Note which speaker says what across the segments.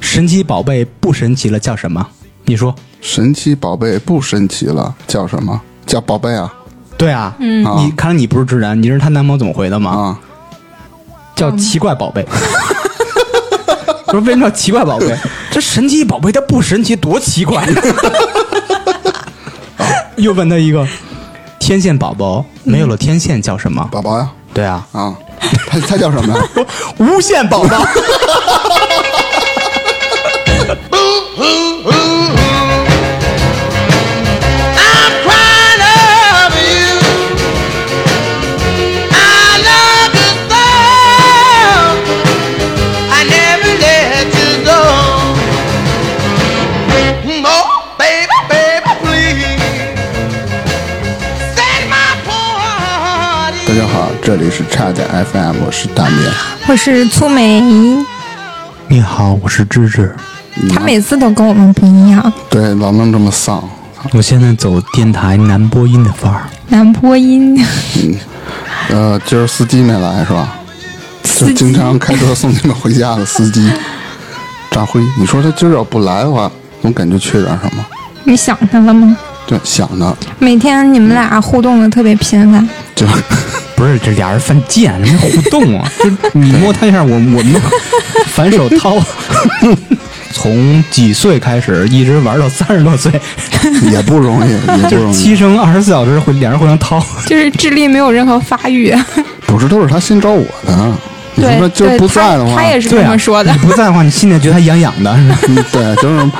Speaker 1: 神奇宝贝不神奇了，叫什么？你说？
Speaker 2: 神奇宝贝不神奇了，叫什么？叫宝贝啊
Speaker 1: 对啊，
Speaker 2: 嗯啊
Speaker 1: 你看来你不是直男，你知道他男朋友怎么回的吗？
Speaker 2: 啊！
Speaker 1: 叫奇怪宝贝。我说为什么叫奇怪宝贝？ 这神奇宝贝它不神奇，多奇 怪！啊又问他一个，天线宝宝没有了天线叫什么？
Speaker 2: 宝宝呀
Speaker 1: 嗯对啊，
Speaker 2: 啊， 他他叫什么呀？
Speaker 1: 无限宝宝。
Speaker 3: I'm crying over you. I love you so. I never let you go. Oh, baby, baby, please set my poor heart
Speaker 2: 大家好，这里是差点 FM，我是大明。
Speaker 4: 我是粗梅，
Speaker 1: 你好，我是芝芝，
Speaker 4: 她每次都跟我们不一样，
Speaker 2: 对，老弄这么丧，
Speaker 1: 我现在走电台男播音的范儿。
Speaker 4: 男播音，
Speaker 2: 呃，今儿司机没来是吧？就
Speaker 4: 司机
Speaker 2: 经常开车送你们回家的司机，扎辉，你说他今儿要不来的话，总感觉缺点什么。
Speaker 4: 你想他了吗？
Speaker 2: 对，想呢，
Speaker 4: 每天你们俩互动的特别频繁，
Speaker 2: 就
Speaker 1: 不是，这俩人犯贱，人家互动 啊，就你摸他一下，我我摸， 反手掏。 从几岁开始，一直玩到三十多岁，
Speaker 2: 也不容易，也 不
Speaker 1: 就
Speaker 2: 容
Speaker 1: 是
Speaker 2: 易。
Speaker 1: 七乘二十四小时会两人互相掏。
Speaker 4: 就是智力没有任何发育。
Speaker 2: 不是，都是他先找我的。啊你说他，
Speaker 4: 对
Speaker 2: 今儿
Speaker 4: 对
Speaker 2: 不在的
Speaker 4: 她
Speaker 2: 话，
Speaker 4: 她也是这么说的
Speaker 1: 对啊、。你不在的话，你心里觉得他痒痒 的，是吧？
Speaker 2: 嗯，对，就是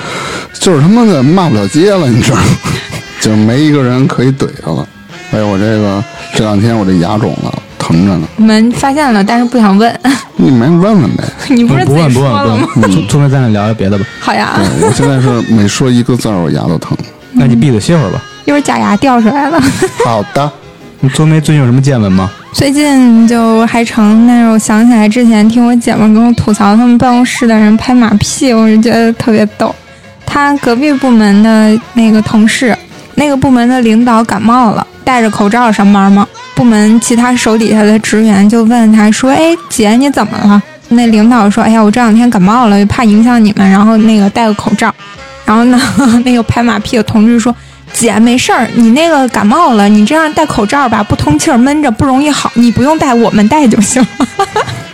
Speaker 2: 就是他妈的骂不了街了，你知道吗？ 就没一个人可以怼他了。哎呦，我这个这两天我这牙肿了，疼着呢。
Speaker 4: 我们发现了，但是不想问。
Speaker 2: 你没问问呗？
Speaker 4: 你不是
Speaker 1: 不
Speaker 4: 自己
Speaker 1: 问不
Speaker 4: 说
Speaker 1: 问
Speaker 4: 了吗？
Speaker 1: 不问，聪明，咱俩聊聊别的吧。
Speaker 4: 好呀，
Speaker 2: 哎对，我现在 是每说一个字儿，我牙都疼。
Speaker 1: 那你闭嘴歇会儿吧。
Speaker 4: 一会儿假牙掉出来了。
Speaker 2: 好的，
Speaker 1: 你聪明最近有什么见闻吗？
Speaker 4: 最近就还成，但是我想起来之前听我姐们跟我吐槽他们办公室的人拍马屁，我就觉得特别逗。她隔壁部门的那个同事，那个部门的领导感冒了，戴着口罩上班嘛。部门其他手底下的职员就问他说：“哎，姐你怎么了？”那领导说：“哎呀，我这两天感冒了，怕影响你们，然后那个戴个口罩。”然后呢， 那个拍马屁的同事说：“姐，没事儿，你那个感冒了，你这样戴口罩吧，不通气儿，闷着不容易好，你不用戴，我们戴就行了。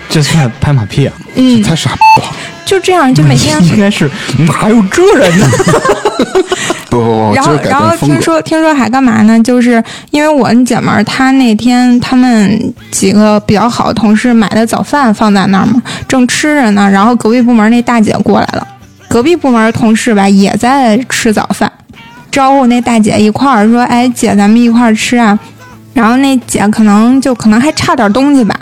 Speaker 1: 这算拍马屁啊？。
Speaker 4: 嗯，
Speaker 2: 太傻逼了！
Speaker 4: 就这样，就每天
Speaker 1: 应该是，嗯还有这人呢？
Speaker 2: 不不 不，我
Speaker 4: 然
Speaker 2: 今儿，
Speaker 4: 后
Speaker 2: 改
Speaker 4: 然后
Speaker 2: 变风
Speaker 4: 听
Speaker 2: 格。
Speaker 4: 说听说还干嘛呢？就是因为我姐们儿她那天她们几个比较好的同事买的早饭放在那儿嘛，正吃着呢，然后隔壁部门那大姐过来了，隔壁部门的同事吧也在吃早饭，招呼那大姐一块儿说：“哎，姐，咱们一块儿吃啊。”然后那姐可能就可能还差点东西吧。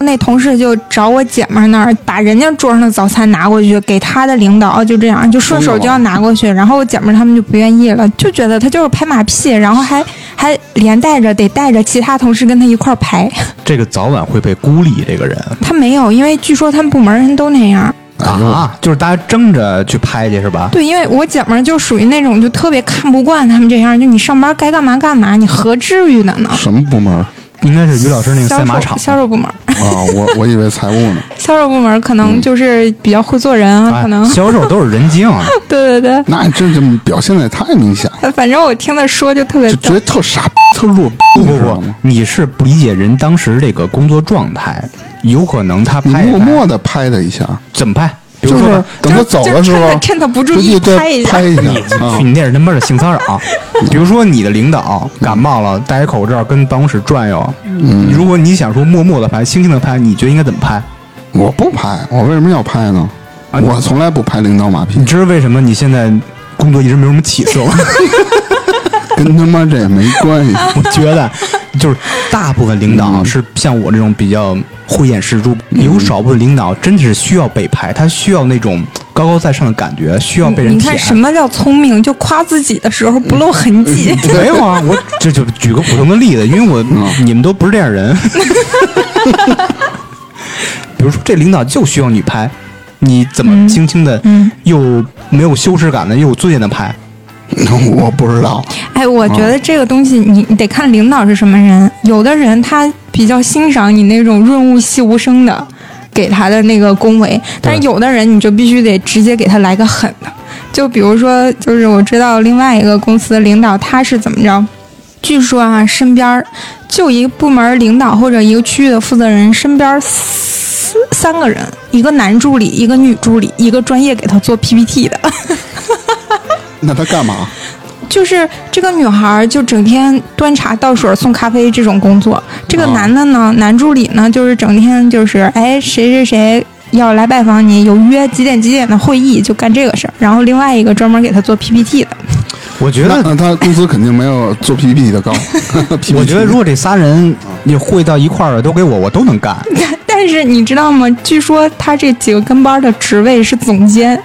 Speaker 4: 那同事就找我姐们儿那儿把人家桌上的早餐拿过去给她的领导，哦就这样就顺手就要拿过去。然后我姐们儿他们就不愿意了，就觉得她就是拍马屁，然后还 还连带着得带着其他同事跟她一块儿排。
Speaker 1: 这个早晚会被孤立，这个人
Speaker 4: 她没有，因为据说他们部门人都那样。
Speaker 2: 哎呦，
Speaker 1: 啊，就是大家争着去拍去是吧？
Speaker 4: 对，因为我姐们儿就属于那种就特别看不惯他们这样，就你上班该干嘛干嘛，你何至于的呢？
Speaker 2: 什么部门儿
Speaker 1: 应该是于老师那个
Speaker 4: 销
Speaker 1: 赛马
Speaker 4: 售
Speaker 1: 场。
Speaker 4: 销售部门儿，
Speaker 2: 啊？我我以为财务呢。
Speaker 4: 销售部门儿可能就是比较会做人啊，
Speaker 1: 嗯哎
Speaker 4: 可能
Speaker 1: 销售都是人精啊，
Speaker 4: 对对对。呃
Speaker 2: 那这就表现的也太明显了，
Speaker 4: 反正我听他说就特别
Speaker 2: 就
Speaker 4: 逗
Speaker 2: 觉，得特傻逼、特弱逼，
Speaker 1: 不
Speaker 2: 你
Speaker 1: 不
Speaker 2: 知道
Speaker 1: 不
Speaker 2: 吗？，
Speaker 1: 你是不理解人当时这个工作状态，有可能他
Speaker 2: 你
Speaker 1: 拍
Speaker 2: 默
Speaker 1: 一拍
Speaker 2: 默的拍他一下，
Speaker 1: 怎么拍？比
Speaker 2: 就
Speaker 1: 如说
Speaker 2: 是
Speaker 1: 吧，
Speaker 2: 等他走的时
Speaker 4: 就是趁
Speaker 2: 候
Speaker 4: 他，趁他不注
Speaker 2: 就
Speaker 4: 意
Speaker 2: 一对
Speaker 4: 拍一下
Speaker 2: 拍一下 啊
Speaker 1: 去你那是他妈的性骚扰。比如说你的领导感冒了，戴一口罩跟办公室转悠，
Speaker 2: 嗯
Speaker 1: 如果你想说默默的拍，轻轻的拍，你觉得应该怎么拍？
Speaker 2: 我不拍，我为什么要拍呢？
Speaker 1: 啊
Speaker 2: 我从来不拍领导马屁
Speaker 1: 你，知道为什么你现在工作一直没有什么起色吗？
Speaker 2: 跟他妈这也没关系。
Speaker 1: 我觉得就是大部分领导
Speaker 2: 嗯
Speaker 1: 是像我这种比较慧眼识珠，有少部分领导真的是需要被拍，他需要那种高高在上的感觉，需要被人
Speaker 4: 嗯你
Speaker 1: 舔
Speaker 4: 看。什么叫聪明？就夸自己的时候不露痕迹。
Speaker 1: 没有啊，我这就举个普通的例子，因为我、你们都不是这样人。 比如说，这领导就需要你拍，你怎
Speaker 4: 嗯
Speaker 1: 么轻轻的，又没有羞耻感的，又有尊严的拍？
Speaker 2: 我不知道，
Speaker 4: 哎，我觉得这个东西你你得看领导是什么人。有的人他比较欣赏你那种润物细无声的，给他的那个恭维，但是有的人你就必须得直接给他来个狠的，就比如说，就是我知道另外一个公司的领导他是怎么着，据说啊，身边儿就一个部门领导或者一个区域的负责人身边儿四三个人，一个男助理，一个女助理，一个专业给他做 PPT 的。
Speaker 2: 那他干嘛？
Speaker 4: 就是这个女孩儿就整天端茶倒水、送咖啡这种工作，这个
Speaker 2: 哦
Speaker 4: 男的呢，男助理呢，就是整天就是哎谁谁谁要来拜访你，有约几点几点的会议，就干这个事儿。然后另外一个专门给他做 PPT 的，
Speaker 1: 我觉
Speaker 2: 那
Speaker 1: 得，
Speaker 2: 那他工资肯定没有做 PPT 的高。
Speaker 1: 我
Speaker 2: PPT
Speaker 1: 觉得如果这仨人你汇到一块儿了，都给我，我都能干。
Speaker 4: 但是你知道吗？据说他这几个跟班的职位是总监，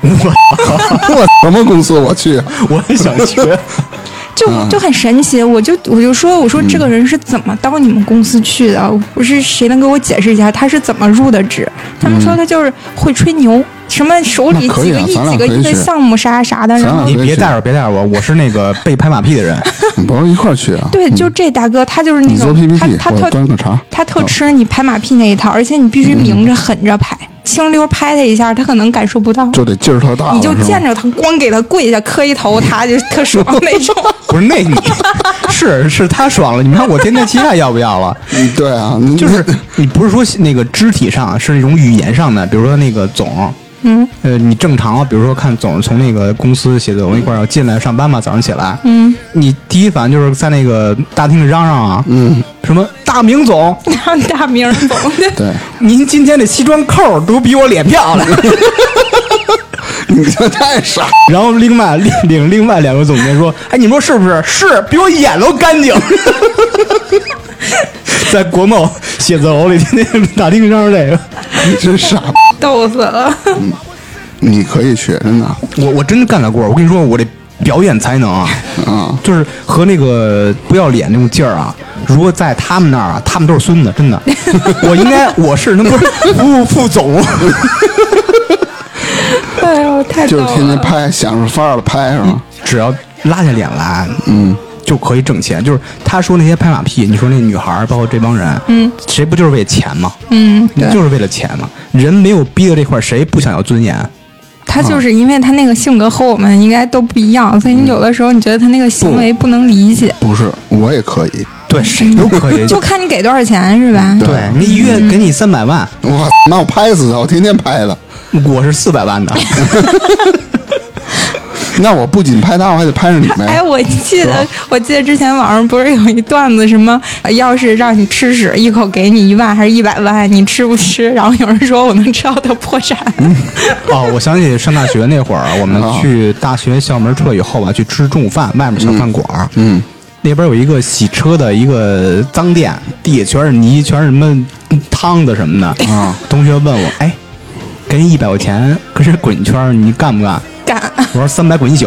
Speaker 2: 我 什么公司我 去？啊
Speaker 1: 我也想学，
Speaker 4: 就
Speaker 2: 嗯
Speaker 4: 就很神奇。我就我就说，我说这个人是怎么到你们公司去的？啊不是谁能给我解释一下他是怎么入的职？他们说他就是会吹牛，什么手里
Speaker 2: 那可
Speaker 4: 几
Speaker 2: 以
Speaker 4: 个
Speaker 2: 啊
Speaker 4: 亿、
Speaker 2: 咱俩
Speaker 4: 几个
Speaker 2: 可以
Speaker 4: 亿的
Speaker 2: 去
Speaker 4: 项目啥啥的，
Speaker 2: 咱
Speaker 4: 然后
Speaker 2: 俩
Speaker 1: 你别带着，别带着我，我是那个被拍马屁的人。
Speaker 2: 你不是一块儿去啊？
Speaker 4: 对，就这大哥他就是那
Speaker 2: 你做
Speaker 4: 种他
Speaker 2: PPT，
Speaker 4: 他
Speaker 2: 我
Speaker 4: 特
Speaker 2: 端个茶。
Speaker 4: 他特吃你拍马屁那一套，而且你必须明着狠着拍，轻溜拍他一下，他可能感受不到。
Speaker 2: 就得劲儿特大了，
Speaker 4: 你就是
Speaker 2: 吧
Speaker 4: 见着他，光给他跪下磕一头，他就特爽那种。
Speaker 1: 不是 那你，是是他爽了，你看我天天期待要不要 了？
Speaker 2: 嗯对啊，你
Speaker 1: 就是你不是说那个肢体上，是那种语言上的，比如说那个总，
Speaker 4: 嗯，
Speaker 1: 呃，你正常啊，比如说看总是从那个公司写字楼那块儿要进来上班嘛，早上起来，嗯，你第一反应就是在那个大厅里嚷嚷啊，嗯，什么大明总，
Speaker 4: 然后大名儿懂的。
Speaker 2: 对，
Speaker 1: 您今天的西装扣儿都比我脸漂 亮。
Speaker 2: 你这太傻。
Speaker 1: 然后另外另另另外两个总监说，哎，你们说是不是？是，比我眼都干净。 在国贸写字楼里天天打听嚷嚷这个，
Speaker 2: 你 真傻，
Speaker 4: 逗死了！
Speaker 2: 你可以去，真的啊、
Speaker 1: 我我真干得过。我跟你说，我这表演才能啊。就是和那个不要脸那种劲儿啊，如果在他们那儿啊，他们都是孙子，真的。我应该我是他妈 副副总，
Speaker 4: 哎呦，太逗
Speaker 2: 就是天天
Speaker 4: 了！
Speaker 2: 拍，想着法儿了拍是吧？
Speaker 1: 只要拉下脸来，嗯，就可以挣钱。就是他说那些拍马屁，你说那女孩儿，包括这帮人，嗯，谁不就是为钱吗？
Speaker 4: 嗯，
Speaker 1: 你就是为了钱嘛。人没有逼到这块儿，谁不想要尊严？
Speaker 4: 他
Speaker 1: 嗯
Speaker 4: 就是因为他那个性格和我们应该都不一样，所以你有的时候你觉得他那个行为不能理解，
Speaker 2: 不是，我也可以。
Speaker 1: 对，谁都可 以。
Speaker 4: 就看你给多少钱是吧？
Speaker 1: 对你一月给你三百万，
Speaker 2: 我那我拍死他，我天天拍他。
Speaker 1: 我是四百万的。
Speaker 2: 那我不仅拍他，我还得拍上你
Speaker 4: 哎，
Speaker 2: 呗。
Speaker 4: 我记得，我记得之前网上不是有一段子，什么呃要是让你吃屎，一口给你一万还是一百万，你吃不吃？然后有人说我能吃到他破产，
Speaker 1: 哦，我想起上大学那会儿，我们
Speaker 2: 啊
Speaker 1: 去大学校门出来以后吧，去吃中午饭，外面小饭馆儿，嗯，那边有一个洗车的一个脏店，地下全是泥，全是什么汤的什么的。
Speaker 2: 啊，
Speaker 1: 同学问我，哎，给你一百块钱，可是滚一圈儿，你干不干？
Speaker 4: 干啊
Speaker 1: 我说三百滚一宿。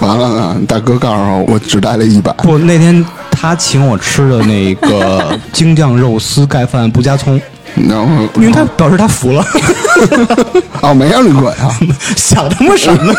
Speaker 2: 完了呢，大哥告诉我，我只带了一 百。
Speaker 1: 不，那天他请我吃的那个京酱肉丝盖饭不加葱，
Speaker 2: 然后
Speaker 1: 因为他表示他服了，
Speaker 2: 哦，没让你滚 啊！
Speaker 1: 想他妈什么？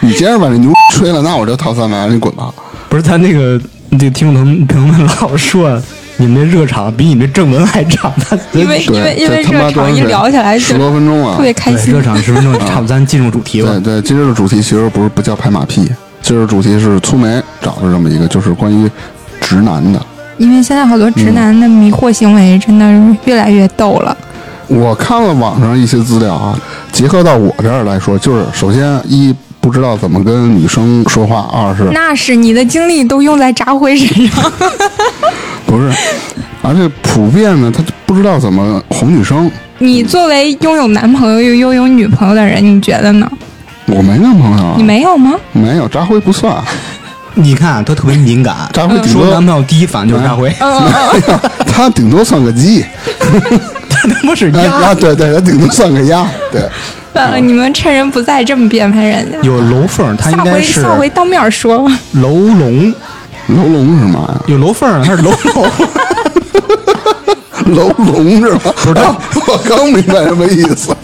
Speaker 2: 你接着把这牛吹了，那我就掏三百，让你滚吧。
Speaker 1: 不是咱那个这听众朋友们老说你们这热场比你们正文还长，他
Speaker 4: 因为因
Speaker 2: 对，
Speaker 4: 为因为
Speaker 2: 这他妈
Speaker 4: 热
Speaker 2: 多
Speaker 4: 场一聊起来
Speaker 2: 十
Speaker 4: 就
Speaker 2: 多分钟啊，
Speaker 4: 特别开
Speaker 1: 对
Speaker 4: 心
Speaker 1: 热。场十分钟，差不多咱进入主题吧
Speaker 2: 对。对，今儿的主题其实不是不叫拍马屁，今儿的主题是粗眉找了这么一个，就是关于直男的。
Speaker 4: 因为现在好多直
Speaker 1: 嗯
Speaker 4: 男的迷惑行为真的是越来越逗了，
Speaker 2: 我看了网上一些资料啊，结合到我这儿来说，就是首先一不知道怎么跟女生说话，二
Speaker 1: 嗯
Speaker 2: 是
Speaker 4: 那是你的精力都用在扎辉身上。
Speaker 2: 不是，而且普遍呢，他就不知道怎么哄女生。
Speaker 4: 你作为拥有男朋友又拥有女朋友的人，你觉得呢？
Speaker 2: 我没男朋友啊
Speaker 4: 你，没哦有吗？
Speaker 2: 没有，扎辉不算，
Speaker 1: 你看他特别敏感，
Speaker 2: 扎辉顶
Speaker 1: 说男
Speaker 2: 多
Speaker 1: 朋友第一反应就是大辉，
Speaker 2: 哎他顶多算个鸡，
Speaker 1: 他他妈是
Speaker 2: 哎
Speaker 1: 鸭。
Speaker 2: 啊，对对，他顶多算个鸭，对。
Speaker 4: 算呃了，你们趁人不在这么编排人家。
Speaker 1: 有楼缝，他应
Speaker 4: 下
Speaker 1: 该
Speaker 4: 回
Speaker 1: 是
Speaker 4: 下回当面说。
Speaker 1: 楼龙，
Speaker 2: 楼龙是嘛呀？
Speaker 1: 有楼缝，他是楼龙。
Speaker 2: 楼龙是吗？不是，我刚明白什么意思。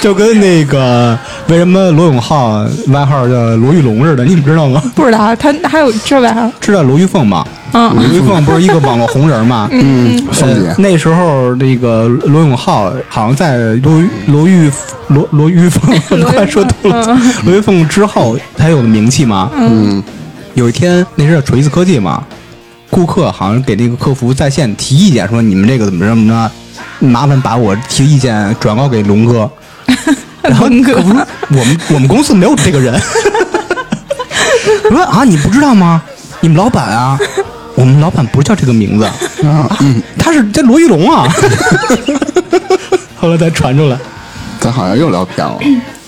Speaker 1: 就跟那个为什么罗永浩外号叫罗玉龙似的，你们知道吗？
Speaker 4: 不知道他还有这玩意儿，
Speaker 1: 知道罗玉凤吗？
Speaker 4: 嗯，
Speaker 1: 罗玉凤不是一个网络红人吗？
Speaker 2: 嗯，凤
Speaker 1: 呃
Speaker 2: 姐，
Speaker 1: 那时候那个罗永浩好像在罗罗玉罗 罗玉凤，嗯快说多了，罗玉凤之后才有的名气嘛。
Speaker 2: 嗯，
Speaker 1: 有一天那是锤子科技嘛，顾客好像给那个客服在线提意见，说你们这个怎么着怎么着，麻烦把我提的意见转告给龙哥。然后
Speaker 4: 龙哥
Speaker 1: 客服说我们我们公司没有这个人。我说啊，你不知道吗？你们老板啊，我们老板不叫这个名字，
Speaker 2: 嗯
Speaker 1: 啊他是叫罗玉龙 啊。后来才传出来，
Speaker 2: 咱好像又聊偏了，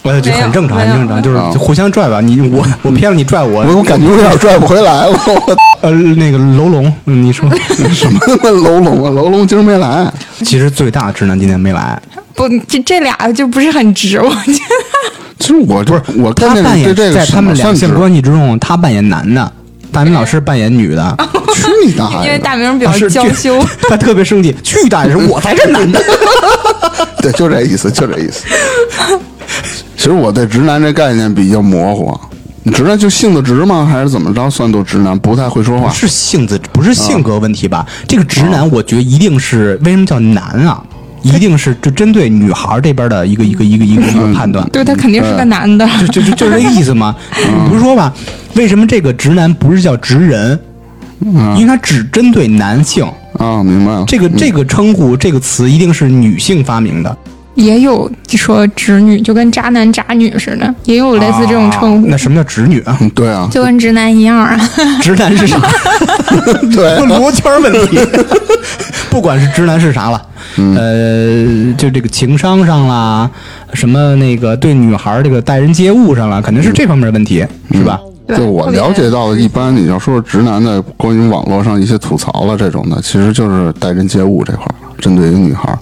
Speaker 1: 我这很正常，
Speaker 4: 没
Speaker 1: 很
Speaker 4: 有
Speaker 1: 正常，就是
Speaker 2: 没有
Speaker 1: 就互相拽吧。你我我骗了你拽我，
Speaker 2: 嗯我我感觉有点拽不回来了。我
Speaker 1: 呃那个楼龙，嗯你说。
Speaker 2: 什么他妈楼龙啊？楼龙今儿没来，
Speaker 1: 其实最大的直男今天没来，
Speaker 4: 不，这这俩就不是很值，我觉
Speaker 2: 其实我不是我
Speaker 1: 他
Speaker 2: 跟
Speaker 1: 扮
Speaker 2: 那
Speaker 1: 演
Speaker 2: 个对这个
Speaker 1: 在他们两性
Speaker 2: 观，
Speaker 1: 关系之中，他扮演男的，大明老师扮演女
Speaker 4: 哦
Speaker 1: 的，
Speaker 2: 去你大
Speaker 4: 得，因为
Speaker 2: 爷的！
Speaker 4: 大明比较
Speaker 1: 老师
Speaker 4: 娇
Speaker 1: 去
Speaker 4: 羞，
Speaker 1: 他特别生气，去大爷是我才是男的，
Speaker 2: 对，就这意思，就这意思。其实我对直男这概念比较模糊，你直男就性子直吗？还是怎么着算作直男？不太会说话。
Speaker 1: 是性子，不是性格问题吧？这个直男，我觉得一定是为什么叫男啊？一定是就针对女孩这边的一个一个一个一个一个判断，
Speaker 4: 对他肯定是个男的，
Speaker 1: 就就就就是这个意思嘛。比如说吧，为什么这个直男不是叫直人？因为他只针对男性，
Speaker 2: 啊，明白了。
Speaker 1: 这个这个称呼这个词一定是女性发明的。
Speaker 4: 也有说直女，就跟渣男渣女似的，也有类似这种称呼，
Speaker 1: 那什么叫直女啊？
Speaker 2: 嗯对啊，
Speaker 4: 就跟直男一样啊。
Speaker 1: 直男是啥？
Speaker 2: 对啊，
Speaker 1: 罗圈 问题。不管是直男是啥了，
Speaker 2: 嗯
Speaker 1: 呃，就这个情商上啦，什么那个对女孩儿这个待人接物上啦，肯定是这方面的问题，
Speaker 2: 嗯
Speaker 1: 是吧？
Speaker 4: 对
Speaker 2: 就我
Speaker 4: 特别
Speaker 2: 了解到的，一般你要说是直男的关于网络上一些吐槽了这种的，其实就是待人接物这块儿，针对于女孩儿，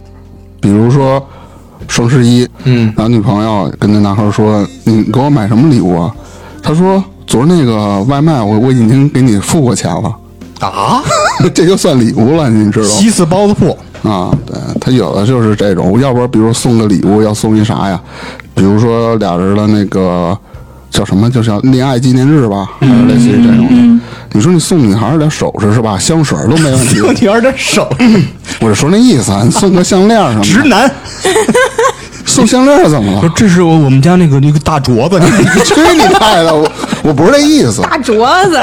Speaker 2: 比如说双十一，
Speaker 1: 嗯，
Speaker 2: 然后女朋友跟那男孩儿说：“你给我买什么礼物啊？”他说：“昨儿那个外卖我我已经给你付过钱了，
Speaker 1: 啊，
Speaker 2: 这就算礼物嗯了，你知道吗？”
Speaker 1: 西四包子铺，
Speaker 2: 啊，对，他有的就是这种，要不然比如送个礼物，要送一啥呀？比如说俩人的那个叫什么，就是恋爱纪念日吧，还
Speaker 4: 嗯
Speaker 2: 是类似于这种的。你说你送女孩儿点首饰是吧？香水儿都没 问题。
Speaker 1: 我女儿的手，
Speaker 2: 我是说那意思啊，你送个项链儿什
Speaker 1: 直
Speaker 2: 么的，
Speaker 1: 男
Speaker 2: 送项链儿怎么
Speaker 1: 说
Speaker 2: 了？
Speaker 1: 这是我我们家那个那个大镯子，
Speaker 2: 你去你大爷的！我我不是这意思。
Speaker 4: 大镯子，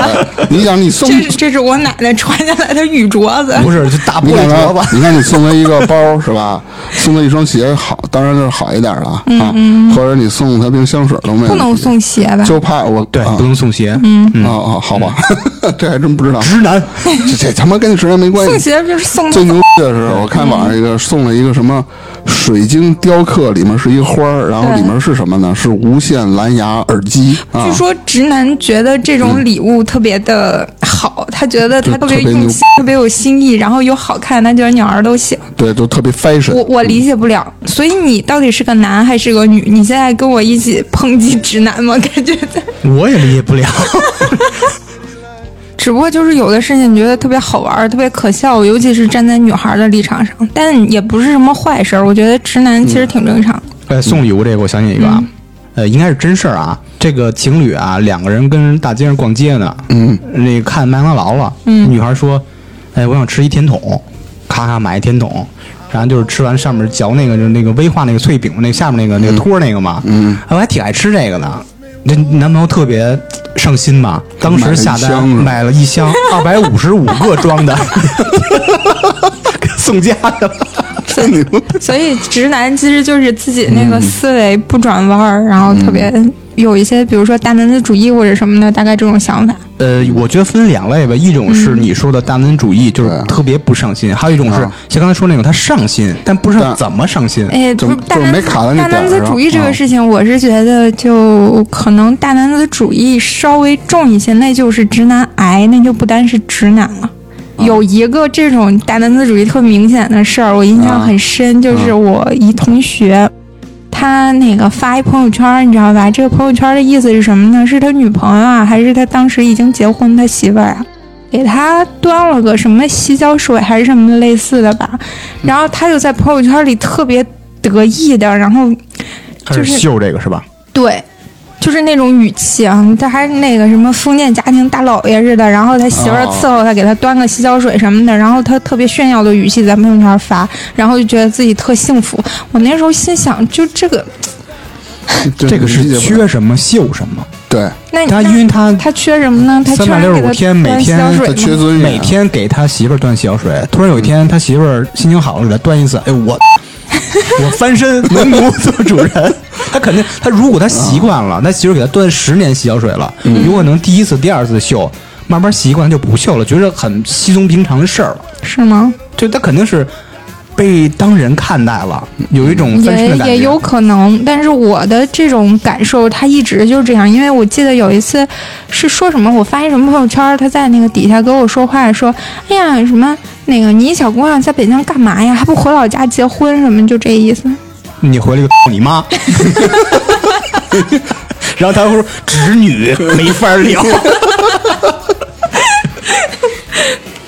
Speaker 2: 你想你送
Speaker 4: 这是这是我奶奶传下来的玉镯子，
Speaker 1: 不是就
Speaker 4: 啊
Speaker 1: 大玻
Speaker 2: 你
Speaker 1: 璃
Speaker 2: 看
Speaker 1: 镯
Speaker 2: 他，
Speaker 1: 子。
Speaker 2: 你看你送他一个包是吧？送他一双鞋好，当然就是好一点的啊。或者你送他瓶香水都没问题
Speaker 4: 嗯不能送鞋吧？
Speaker 2: 就怕我
Speaker 1: 对，嗯
Speaker 2: 啊
Speaker 1: 不能送鞋。
Speaker 2: 啊啊，好吧， 这还真不知道，
Speaker 1: 直男，
Speaker 2: 这这他妈跟时间没关
Speaker 4: 送
Speaker 2: 系。
Speaker 4: 鞋不就是送
Speaker 2: 最牛逼的是，我看网上一个送了一个什么水晶雕刻，里面是一花儿，然后
Speaker 4: 对
Speaker 2: 里面是什么呢？是无线蓝牙耳机啊
Speaker 4: 据。说直男觉得这种礼物特别的好，他觉得
Speaker 2: 就
Speaker 4: 他嗯特别
Speaker 2: 特别
Speaker 4: 用
Speaker 2: 牛
Speaker 4: 心，特别有新意，然后又好看，他觉得女孩儿都喜欢。
Speaker 2: 对，就特别
Speaker 4: 我
Speaker 2: fashion。
Speaker 4: 我理解不了，所以你到底是个男还是个女？你现在跟我一起抨击直男吗？感觉在，
Speaker 1: 我也理解不了。
Speaker 4: 只不过就是有的事情你觉得特别好玩儿，特别可笑，尤其是站在女孩儿的立场上，但也不是什么坏事儿。我觉得直男其实挺正常的。
Speaker 1: 呃，送礼物这个，我想起一个啊，呃，应该是真事儿啊。这个情侣啊，两个人跟大街上逛街呢，嗯，那个看麦当劳了，嗯，女孩说，哎，我想吃一甜筒，咔咔买一甜筒，然后就是吃完上面嚼那个就是那个威化那个脆饼，那个下面那个那个托儿那个嘛，嗯，我还挺爱吃这个的。这男朋友特别上心嘛，当时下
Speaker 2: 买
Speaker 1: 单
Speaker 2: 了一箱是吧
Speaker 1: 买了一箱二百五十五个装 的，给送家去了。
Speaker 2: 这 你们
Speaker 4: 所以直男其实就是自己
Speaker 2: 嗯
Speaker 4: 那个思维不转弯儿，然后特别有一些，比如说大男子主义或者什么的，大概这种想法。
Speaker 1: 呃，我觉得分两类吧，一种
Speaker 4: 嗯
Speaker 1: 是你说的大男子主义，就是
Speaker 2: 对
Speaker 1: 特别不上心；还有一种是
Speaker 2: 啊
Speaker 1: 像刚才说那种，他上心，但不知道
Speaker 2: 但
Speaker 1: 怎么上心。
Speaker 4: 哎，
Speaker 2: 就
Speaker 4: 不是
Speaker 2: 就
Speaker 4: 大男
Speaker 2: 没
Speaker 4: 子
Speaker 2: 卡在那
Speaker 4: 大
Speaker 2: 点
Speaker 4: 男
Speaker 2: 儿
Speaker 4: 子
Speaker 2: 上
Speaker 4: 主义这
Speaker 2: 啊
Speaker 4: 个事情，我是觉得就可能大男子主义稍微重一些，那就是直男癌，那就不单是直男了。有一个这种大男子主义特明显的事儿，我印象很深，就是我一同学，他那个发一朋友圈儿，你知道吧？这个朋友圈儿的意思是什么呢？是他女朋友啊，还是他当时已经结婚他媳妇儿啊？给他端了个什么洗脚水还是什么类似的吧，然后他就在朋友圈里特别得意的，然后
Speaker 1: 开
Speaker 4: 就
Speaker 1: 始
Speaker 4: 是
Speaker 1: 秀这个是吧？
Speaker 4: 对，就是那种语气啊，他还是那个什么封建家庭大老爷似的，然后他媳妇儿
Speaker 1: 哦
Speaker 4: 伺候他，给他端个洗脚水什么的，然后他特别炫耀的语气在朋友圈发，然后就觉得自己特幸福。我那时候心想，就这个，
Speaker 1: 这个
Speaker 2: 理
Speaker 1: 是
Speaker 2: 解不了
Speaker 1: 缺什么秀什么，
Speaker 2: 对，
Speaker 4: 那
Speaker 1: 他
Speaker 4: 那
Speaker 1: 因为他
Speaker 4: 他缺什么呢？他缺人给他
Speaker 1: 365天每
Speaker 4: 端洗脚
Speaker 1: 天
Speaker 4: 水
Speaker 2: 他
Speaker 4: 吗
Speaker 2: 缺尊严，
Speaker 1: 每天给他媳妇儿端洗脚水，突然有一天他媳妇儿心情好了，给他端一次，哎
Speaker 2: 嗯
Speaker 1: 我。我翻身农奴做主人，他肯定他如果他习惯
Speaker 2: 嗯
Speaker 1: 了，他媳妇儿给他端十年洗脚水了，有可能第一次、第二次秀，慢慢习惯就不秀了，觉得很稀松平常的事儿了。
Speaker 4: 是吗？
Speaker 1: 就他肯定是被当人看待了，有一种翻身
Speaker 4: 也
Speaker 1: 的感觉。
Speaker 4: 也有可能，但是我的这种感受，他一直就是这样。因为我记得有一次是说什么，我发一什么朋友圈，他在那个底下跟我说话，说：“哎呀，什么那个你一小姑娘在北京干嘛呀？还不回老家结婚什么？”就这意思。
Speaker 1: 你回来个 你妈，然后他会说侄 女没法聊。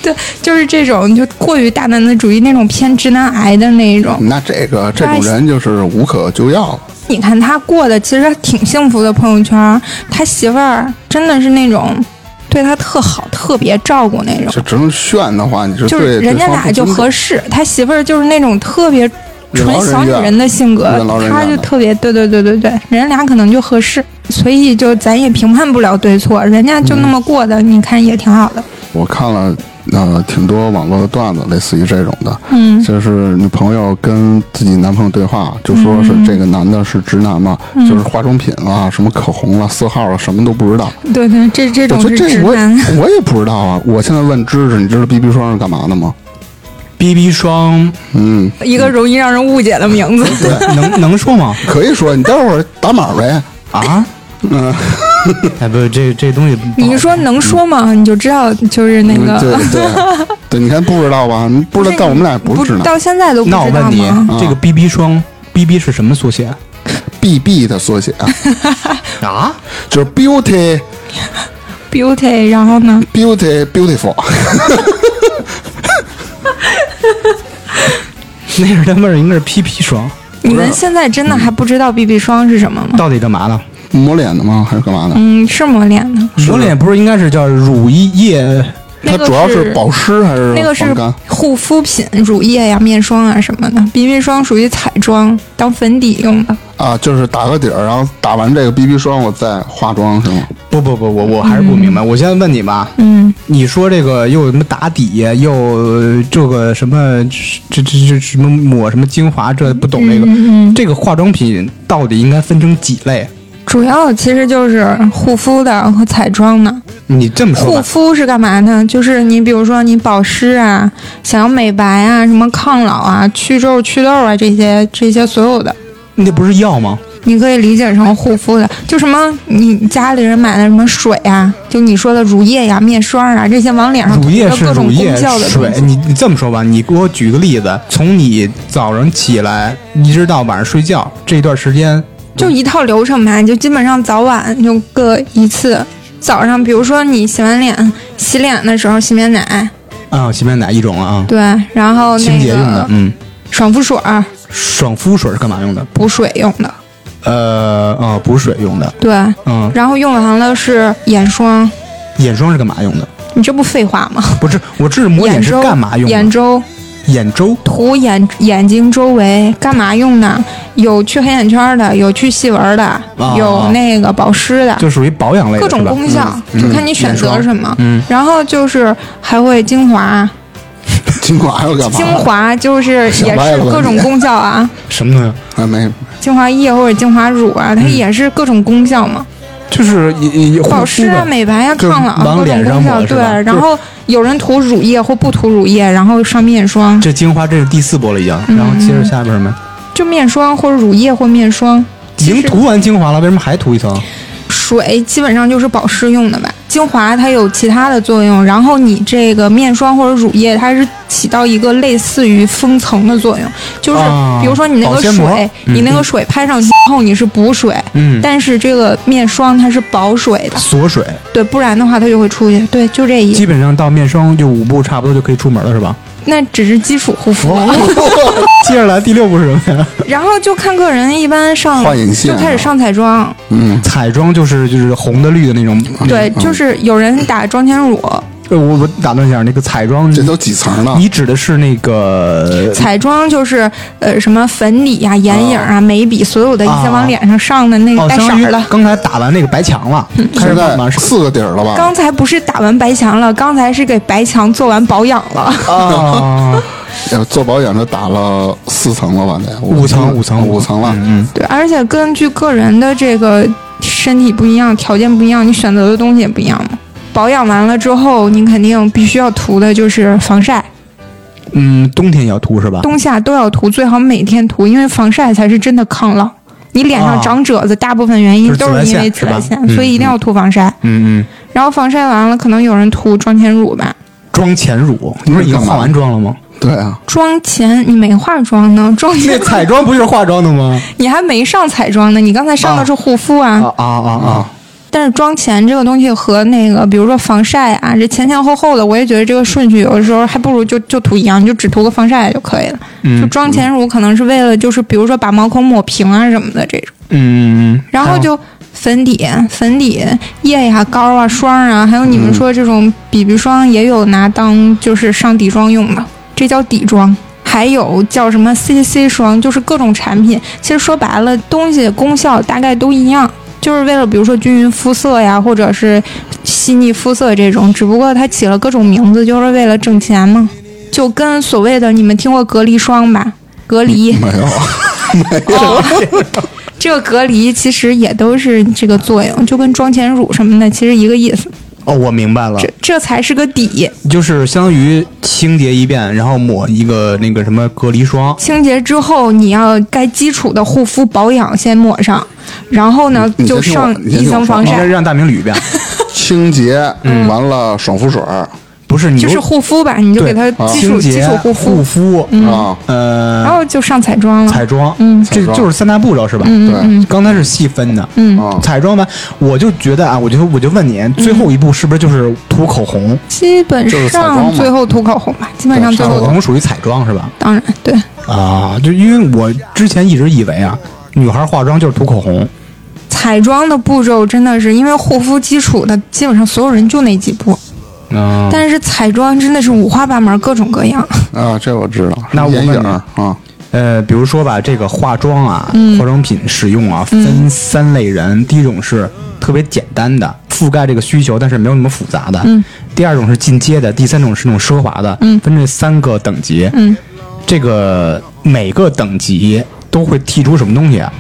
Speaker 4: 对，就是这种就过于大男子主义那种偏直男癌的那一种。
Speaker 1: 嗯
Speaker 2: 那这个这种人就是无可救药了。
Speaker 4: 你看他过的其实挺幸福的朋友圈，他媳妇儿真的是那种对他特好、特别照顾那种。
Speaker 2: 就只能炫的话，你是
Speaker 4: 就
Speaker 2: 对
Speaker 4: 是人家
Speaker 2: 对方
Speaker 4: 俩
Speaker 2: 不
Speaker 4: 就
Speaker 2: 尊重
Speaker 4: 合适，他媳妇儿就是那种特别纯小女人的性格
Speaker 2: 任劳任，怨任劳
Speaker 4: 他
Speaker 2: 任怨
Speaker 4: 就
Speaker 2: 的
Speaker 4: 特别对对对对对，人俩可能就合适，所以就咱也评判不了对错，人家就那
Speaker 2: 嗯
Speaker 4: 么过的，你看也挺好的。
Speaker 2: 我看了呃挺多网络的段子，类似于这种的，
Speaker 4: 嗯
Speaker 2: 就是女朋友跟自己男朋友对话，就说是
Speaker 4: 嗯
Speaker 2: 这个男的是直男嘛，就是化妆品啊、什么口红啊、色号啊，什么都不知道。
Speaker 4: 对对，这这
Speaker 2: 我
Speaker 4: 种
Speaker 2: 说
Speaker 4: 是直
Speaker 2: 这我
Speaker 4: 男，
Speaker 2: 也我也不知道啊！我现在问芝芝，你知道 BB 霜是干嘛的吗？
Speaker 1: BB 霜，
Speaker 2: 嗯，
Speaker 4: 一个容易让人误解的名字。
Speaker 1: 对，能能说吗？
Speaker 2: 可以说你待会儿打码呗。
Speaker 1: 啊？嗯， 哎，不，这这东西不好，
Speaker 4: 你一说能说吗？你就知道就是那
Speaker 2: 嗯对
Speaker 4: 个，
Speaker 2: 对对，你看不知道吧？你不知道，但我们俩不是直男。
Speaker 4: 到现在都不
Speaker 1: 那我
Speaker 4: 知道
Speaker 1: 问你
Speaker 4: 吗？，啊
Speaker 1: 这个 BB 霜，BB 是什么缩写
Speaker 2: BB 的缩写啊
Speaker 1: 啊？
Speaker 2: 就是 beauty
Speaker 4: beauty，然后呢？
Speaker 2: beauty beautiful。
Speaker 1: 那是他妈的应该是 PP 霜，
Speaker 4: 你们现在真
Speaker 2: 嗯
Speaker 4: 的还不知道 BB 霜是什么吗？
Speaker 1: 到底干嘛的？
Speaker 2: 抹脸的吗？还是干嘛的？
Speaker 4: 嗯，是抹脸的。
Speaker 1: 抹脸不是应该是叫乳液？
Speaker 4: 那个
Speaker 2: 它主要
Speaker 4: 是
Speaker 2: 是保湿还是
Speaker 4: 那个是
Speaker 2: 防干？
Speaker 4: 护肤品、乳液呀、面霜啊什么的。BB 霜属于彩妆，当粉底用的。
Speaker 2: 啊，就是打个底儿，然后打完这个 BB 霜，我再化妆是吗？
Speaker 1: 不不不，我我还是不明白。我现在问你吧，
Speaker 4: 嗯，
Speaker 1: 你说这个又什么打底，又呃这个什么这这这什么抹什么精华，这不懂
Speaker 4: 嗯
Speaker 1: 这个。这个化妆品到底应该分成几类？
Speaker 4: 主要其实就是护肤的和彩妆的。
Speaker 1: 你这么说
Speaker 4: 护
Speaker 1: 吧，
Speaker 4: 肤是干嘛呢？就是你比如说你保湿啊，想要美白啊，什么抗老啊、祛皱、祛痘啊这些这些所有的。
Speaker 1: 那不是药吗？
Speaker 4: 你可以理解成护肤的，就什么你家里人买的什么水啊，就你说的乳液呀、面霜啊这些往脸上涂
Speaker 1: 乳液
Speaker 4: 的
Speaker 1: 是
Speaker 4: 各种
Speaker 1: 乳液
Speaker 4: 功效的东
Speaker 1: 水，
Speaker 4: 西。
Speaker 1: 你你这么说吧，你给我举个例子，从你早上起来一直到晚上睡觉这一段时间，
Speaker 4: 就一套流程吧，就基本上早晚就各一次。早上，比如说你洗完脸，洗脸的时候洗面奶，
Speaker 1: 啊，洗面奶一种啊，
Speaker 4: 对，然后
Speaker 1: 清
Speaker 4: 那
Speaker 1: 洁用的
Speaker 4: 个，
Speaker 1: 嗯，
Speaker 4: 爽肤水儿
Speaker 1: 爽肤水是干嘛用的？
Speaker 4: 补水用的，
Speaker 1: 呃，啊，补水用的，
Speaker 4: 对，
Speaker 1: 嗯，
Speaker 4: 然后用完了是眼霜，
Speaker 1: 眼霜是干嘛用的？
Speaker 4: 你这不废话吗？
Speaker 1: 不是，我这是抹脸是
Speaker 4: 周
Speaker 1: 干嘛用
Speaker 4: 眼
Speaker 1: 的？
Speaker 4: 周
Speaker 1: 眼周
Speaker 4: 涂眼眼睛周围干嘛用的？有去黑眼圈的，有去细纹的，有那个保湿的，
Speaker 1: 哦就属于保养类的，
Speaker 4: 各种
Speaker 1: 是吧
Speaker 4: 功效，就看你选择什么。
Speaker 1: 嗯
Speaker 4: 然后就是还会精华，
Speaker 2: 精华要
Speaker 1: 啊
Speaker 2: 干嘛？
Speaker 4: 精华 就是也
Speaker 2: 想歪
Speaker 4: 是
Speaker 2: 了吧
Speaker 4: 各种功效啊，
Speaker 1: 什么东西？
Speaker 2: 啊没，
Speaker 4: 精华液或者精华乳啊，
Speaker 1: 嗯
Speaker 4: 它也是各种功效嘛，
Speaker 1: 就是也也
Speaker 4: 保湿啊、
Speaker 1: 呗。
Speaker 4: 美白啊、
Speaker 1: 就是
Speaker 4: 抗老啊，
Speaker 1: 往
Speaker 4: 各种
Speaker 1: 脸上
Speaker 4: 功效。
Speaker 1: 抹是
Speaker 4: 对
Speaker 1: 吧，
Speaker 4: 然后有人涂乳液或不涂乳液，然后上面霜，
Speaker 1: 这精华这是第四波了已经，然后接着下边什么？
Speaker 4: 就面霜或者乳液或面霜。
Speaker 1: 已经
Speaker 4: 其实
Speaker 1: 涂完精华了，为什么还涂一层？
Speaker 4: 水基本上就是保湿用的吧，精华它有其他的作用，然后你这个面霜或者乳液它是起到一个类似于封层的作用，就是
Speaker 1: 啊
Speaker 4: 比如说你那
Speaker 1: 保
Speaker 4: 个
Speaker 1: 鲜
Speaker 4: 水，
Speaker 1: 膜
Speaker 4: 你那个水拍上去以后你是补水，
Speaker 1: 嗯
Speaker 4: 但是这个面霜它是保水的，
Speaker 1: 锁水，
Speaker 4: 对，不然的话它就会出去。对，就这一
Speaker 1: 基，本上到面霜就五步差不多就可以出门了，是吧？
Speaker 4: 那只是基础护肤。
Speaker 1: 哦 接着来第六步是什么呀？
Speaker 4: 然后就看个人，一般上
Speaker 2: 画眼线
Speaker 1: 啊
Speaker 4: 就开始上彩妆，
Speaker 2: 嗯，
Speaker 1: 彩妆就是就是红的绿的那种。
Speaker 4: 对，就是有人打妆前乳，
Speaker 1: 嗯呃我我打断一下，那个彩妆，
Speaker 2: 这都几啊层了？
Speaker 1: 你指的是那个
Speaker 4: 彩妆就是呃什么粉底呀、眼影啊、眉笔，所有的一些往脸上上的那
Speaker 1: 哦，
Speaker 4: 个带
Speaker 1: 相
Speaker 4: 色
Speaker 1: 当于
Speaker 4: 儿的。
Speaker 1: 刚才打完那个白墙了，开始
Speaker 2: 现在
Speaker 1: 慢慢是
Speaker 2: 四个底儿了吧？
Speaker 4: 刚才不是打完白墙了，刚才是给白墙做完保养了。
Speaker 1: 啊，
Speaker 2: 呃做保养的打了四层了吧？得
Speaker 1: 五层
Speaker 2: 五
Speaker 1: 五层
Speaker 2: 五层了。
Speaker 1: 嗯，
Speaker 4: 对，而且根据个人的这个身体不一样，条件不一样，你选择的东西也不一样嘛。保养完了之后，你肯定必须要涂的就是防晒，
Speaker 1: 啊嗯，冬天要涂是吧？
Speaker 4: 冬夏都要涂，最好每天涂，因为防晒才是真的抗老。你脸上
Speaker 1: 啊
Speaker 4: 长褶子，大部分原因
Speaker 1: 就是
Speaker 4: 都
Speaker 1: 紫外
Speaker 4: 是因为
Speaker 1: 线
Speaker 4: 紫
Speaker 1: 是吧
Speaker 4: 外线，
Speaker 1: 嗯
Speaker 4: 所以一定要涂防晒。
Speaker 1: 嗯嗯，
Speaker 4: 然后防晒完了，可能有人涂妆前乳吧。
Speaker 1: 妆前乳，你不是已经化完妆了吗？
Speaker 2: 对啊，
Speaker 4: 妆前你没化妆呢，妆
Speaker 1: 那
Speaker 4: 前
Speaker 1: 彩妆不就是化妆的吗？
Speaker 4: 你还没上彩妆呢，你刚才上的是护肤啊。
Speaker 1: 啊啊啊啊！
Speaker 4: 但是妆前这个东西和那个，比如说防晒啊，这前前后后的，我也觉得这个顺序有的时候还不如就就涂一样，你就只涂个防晒就可以了。嗯
Speaker 1: 嗯
Speaker 4: 就妆前乳可能是为了就是比如说把毛孔抹平啊什么的这种。
Speaker 1: 嗯，
Speaker 4: 然后就粉底、啊粉底液呀、膏啊、霜啊，还有你们说这种 BB 霜也有拿当就是上底妆用的，这叫底妆。还有叫什么 CC 霜，就是各种产品。其实说白了，东西功效大概都一样，就是为了比如说均匀肤色呀，或者是细腻肤色这种。只不过它起了各种名字，就是为了挣钱嘛。就跟所谓的你们听过隔离霜吧，隔离。
Speaker 2: 没有，
Speaker 4: 这个隔离其实也都是这个作用，就跟妆前乳什么的其实一个意思，
Speaker 1: 哦，我明白了
Speaker 4: 这，这才是个底。
Speaker 1: 就是相当于清洁一遍，然后抹一个那个什么隔离霜。
Speaker 4: 清洁之后，你要该基础的护肤保养先抹上，然后呢
Speaker 2: 嗯你你先
Speaker 4: 就
Speaker 2: 听
Speaker 4: 上
Speaker 2: 我你先
Speaker 4: 一
Speaker 2: 听我
Speaker 4: 层
Speaker 2: 说
Speaker 4: 防
Speaker 1: 应该
Speaker 4: 晒，
Speaker 1: 让大明捋一 遍，
Speaker 2: 清洁，完了爽肤水儿
Speaker 1: 不是你
Speaker 4: 就是护肤吧，你就给它
Speaker 1: 对
Speaker 4: 基础
Speaker 1: 清洁
Speaker 4: 基础护
Speaker 1: 护
Speaker 4: 肤，嗯
Speaker 1: 肤，
Speaker 2: 啊，
Speaker 4: 然
Speaker 1: 呃，
Speaker 4: 后就上彩妆
Speaker 1: 彩
Speaker 4: 了。
Speaker 1: 妆，
Speaker 4: 嗯
Speaker 1: 这
Speaker 2: 彩妆
Speaker 1: 就是三大步骤是吧？
Speaker 2: 对，
Speaker 1: 刚才是细分的，嗯
Speaker 2: 啊，
Speaker 1: 彩妆完，我就觉得啊，我就我就问你，最后一步是不是就是涂口红？
Speaker 4: 基本
Speaker 2: 就是彩妆嘛
Speaker 4: 上最后涂口红吧，基本上最
Speaker 1: 口
Speaker 4: 后
Speaker 1: 红啊属于彩妆是吧？
Speaker 4: 当然对，
Speaker 1: 嗯啊，就因为我之前一直以为啊，女孩化妆就是涂口红，
Speaker 4: 彩妆的步骤真的是因为护肤基础的，基本上所有人就那几步，
Speaker 1: 嗯，
Speaker 4: 但是彩妆真的是五花八门，各种各样。
Speaker 2: 啊，这我知道。
Speaker 1: 那我
Speaker 2: 眼
Speaker 1: 问
Speaker 2: 影
Speaker 1: 你
Speaker 2: 儿啊，
Speaker 1: 呃，比如说吧，这个化妆啊，化妆品使用啊，分三类人。第一种是特别简单的，覆盖这个需求，但是没有那么复杂的。第二种是进阶的，第三种是那种奢华的。分这三个等级。这个每个等级都会剔出什么东西啊？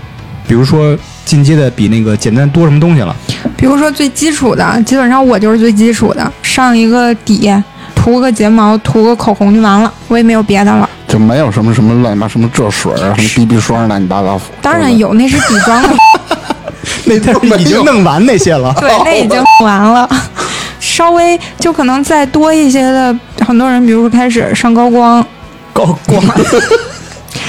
Speaker 1: 比如说进阶的比那个简单多什么东西了？
Speaker 4: 比如说最基础的，基本上我就是最基础的，上一个底，涂个睫毛，涂个口红就完了，我也没有别的了。
Speaker 2: 就没有什么什么乱七八什么这水儿啊，什么 BB 霜儿乱七八糟。
Speaker 4: 当然有，那是底 妆的，
Speaker 1: 那但 是已经弄完那些 了。
Speaker 4: 对，那已经完了。稍微就可能再多一些的，很多人比如说开始上高光，
Speaker 1: 高光，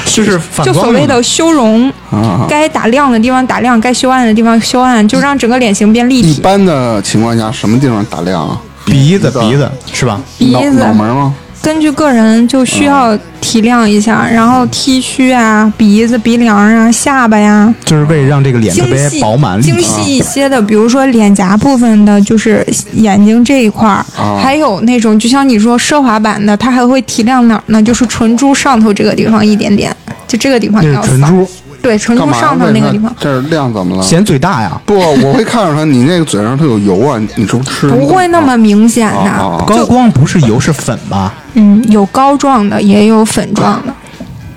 Speaker 1: 就是反
Speaker 4: 就
Speaker 1: 光
Speaker 4: 所
Speaker 1: 用
Speaker 4: 谓的修容，
Speaker 2: 啊。嗯
Speaker 4: 该打亮的地方打亮，该修暗的地方修暗，就让整个脸型变立
Speaker 2: 一
Speaker 4: 体。
Speaker 2: 般的情况下，什么地方打亮啊？
Speaker 1: 鼻子鼻子是吧？
Speaker 4: 鼻
Speaker 2: 脑
Speaker 4: 子
Speaker 2: 脑门儿嗯吗？
Speaker 4: 根据个人就需要提亮一下，然后 T 须啊、鼻子、鼻梁啊、下巴呀、
Speaker 1: 就是为了让这个脸特
Speaker 4: 精
Speaker 1: 别
Speaker 4: 细
Speaker 1: 饱满啊立
Speaker 4: 精
Speaker 1: 体。
Speaker 4: 细一些的，比如说脸颊部分的，就是眼睛这一块儿，
Speaker 2: 啊
Speaker 4: 还有那种就像你说奢华版的，它还会提亮哪儿呢？就是唇珠上头这个地方一点点，就这个地方
Speaker 1: 那
Speaker 4: 你
Speaker 1: 啊是
Speaker 4: 要
Speaker 1: 唇
Speaker 4: 扫，
Speaker 1: 珠，
Speaker 4: 对，唇
Speaker 2: 干
Speaker 4: 珠
Speaker 2: 嘛呀？
Speaker 4: 上头那个地
Speaker 2: 为
Speaker 4: 方
Speaker 2: 啥。这亮怎么了？
Speaker 1: 显嘴大呀。
Speaker 2: 不，我会看着它，你那个嘴上它有油啊，你你是不是吃？
Speaker 4: 不会那么明显的，
Speaker 2: 啊
Speaker 1: 高光不是油是粉吧？
Speaker 4: 嗯，有膏状的，也有粉状的，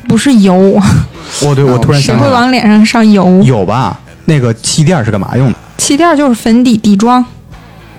Speaker 4: 不是油，
Speaker 1: 哦，对，我突然
Speaker 4: 谁
Speaker 1: 想起
Speaker 4: 会
Speaker 1: 来了，
Speaker 4: 往脸上上油？
Speaker 1: 有吧？那个气垫是干嘛用的？
Speaker 4: 气垫就是粉底底妆，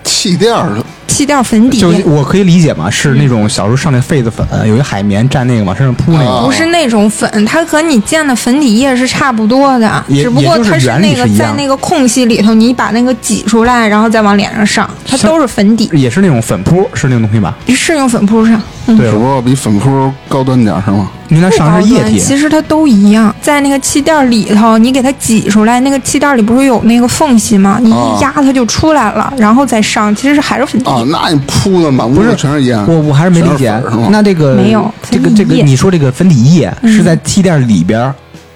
Speaker 2: 气垫儿，
Speaker 4: 气垫粉底，
Speaker 1: 就是我可以理解嘛，是那种小时候上那痱子粉，有一海绵蘸那个往身上铺那
Speaker 2: 啊
Speaker 1: 个，
Speaker 4: 不是那种粉，它和你见的粉底液是差不多的，
Speaker 1: 也
Speaker 4: 只不过
Speaker 1: 也就是
Speaker 4: 它
Speaker 1: 原理
Speaker 4: 那个
Speaker 1: 是一
Speaker 4: 在
Speaker 1: 样
Speaker 4: 那个空隙里头，你把那个挤出来，然后再往脸上上，它
Speaker 1: 像
Speaker 4: 都是粉底，
Speaker 1: 也是那种粉扑，是那种东西吧？
Speaker 4: 是用粉扑上。嗯，
Speaker 1: 对
Speaker 2: 只，不过比粉扑高端点儿是吗？
Speaker 1: 因为它
Speaker 4: 不
Speaker 1: 上
Speaker 4: 高
Speaker 1: 的是液
Speaker 4: 端，
Speaker 1: 体，
Speaker 4: 其实它都一样，在那个气垫里头，你给它挤出来，那个气垫里不是有那个缝隙吗？你
Speaker 2: 啊
Speaker 1: 哦
Speaker 4: 一压它就出来了，然后再上，其实是还是粉底。
Speaker 2: 啊，那你铺的满屋子全是烟，
Speaker 1: 我我还是没理解
Speaker 2: 全是嗯粉是吗，
Speaker 1: 那这个
Speaker 4: 没有
Speaker 1: 这个
Speaker 4: 粉底
Speaker 1: 这
Speaker 4: 液嗯
Speaker 1: 个，你说这个粉底液是在气垫里边儿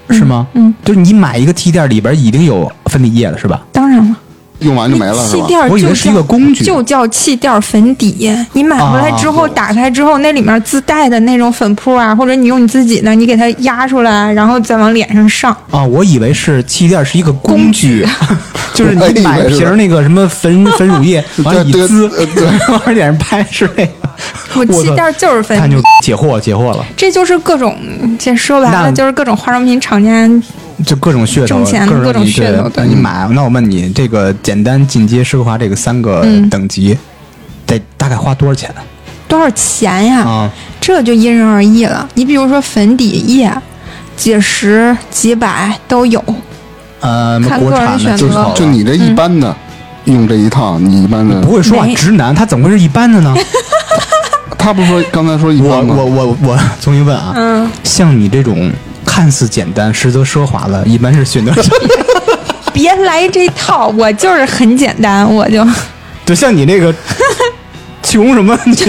Speaker 1: 是吗？嗯，就是你买一个气垫里边已经有粉底液了是吧？
Speaker 4: 当然了，
Speaker 2: 用完就没了是
Speaker 4: 气
Speaker 2: 吧？
Speaker 4: 垫儿
Speaker 1: 我以为
Speaker 4: 就是
Speaker 1: 一个工具
Speaker 4: 就叫气垫儿粉底。你买回来之后，
Speaker 1: 啊
Speaker 4: 打开之后，那里面自带的那种粉扑啊，或者你用你自己的，你给它压出来，然后再往脸上上。
Speaker 1: 啊，我以为是气垫是一个工具， 就是
Speaker 2: 我
Speaker 1: 你
Speaker 2: 也以
Speaker 1: 买
Speaker 2: 为是
Speaker 1: 瓶儿那个什么粉粉乳液，完了一
Speaker 2: 对对
Speaker 1: 滋
Speaker 2: 呃对，
Speaker 1: 往脸上拍是那个。
Speaker 4: 我
Speaker 1: 我
Speaker 4: 气
Speaker 1: 操
Speaker 4: 垫儿就是粉
Speaker 1: 看
Speaker 4: 底
Speaker 1: 就，解惑解惑了，
Speaker 4: 这就是各种，这说白
Speaker 1: 那
Speaker 4: 了就是各种化妆品厂家
Speaker 1: 就各种噱头，
Speaker 4: 挣钱
Speaker 1: 各
Speaker 4: 各种
Speaker 1: 你
Speaker 4: 噱头
Speaker 1: 对你买。那我问你，这个简单、进阶、奢华这个三个
Speaker 4: 嗯
Speaker 1: 等级，得大概花多少钱
Speaker 4: 多少钱呀？
Speaker 1: 啊？
Speaker 4: 这就因人而异了。你比如说粉底液，几十几百都有。
Speaker 1: 呃，
Speaker 4: 看
Speaker 1: 国
Speaker 4: 个人
Speaker 1: 产的
Speaker 4: 选
Speaker 1: 进
Speaker 4: 择
Speaker 1: 口的
Speaker 2: 就你这一般的，用这一套，你一般的
Speaker 1: 不，会说话
Speaker 4: 没
Speaker 1: 直男，他怎么会是一般的 呢？
Speaker 2: 他不是说刚才说一
Speaker 1: 我
Speaker 2: 般吗？
Speaker 1: 我我我重新问啊，
Speaker 4: 嗯，
Speaker 1: 像你这种看似简单，实则奢华的，一般是选择什 么？
Speaker 4: 别来这套，我就是很简单，我就
Speaker 1: 对，像你那个穷什么？你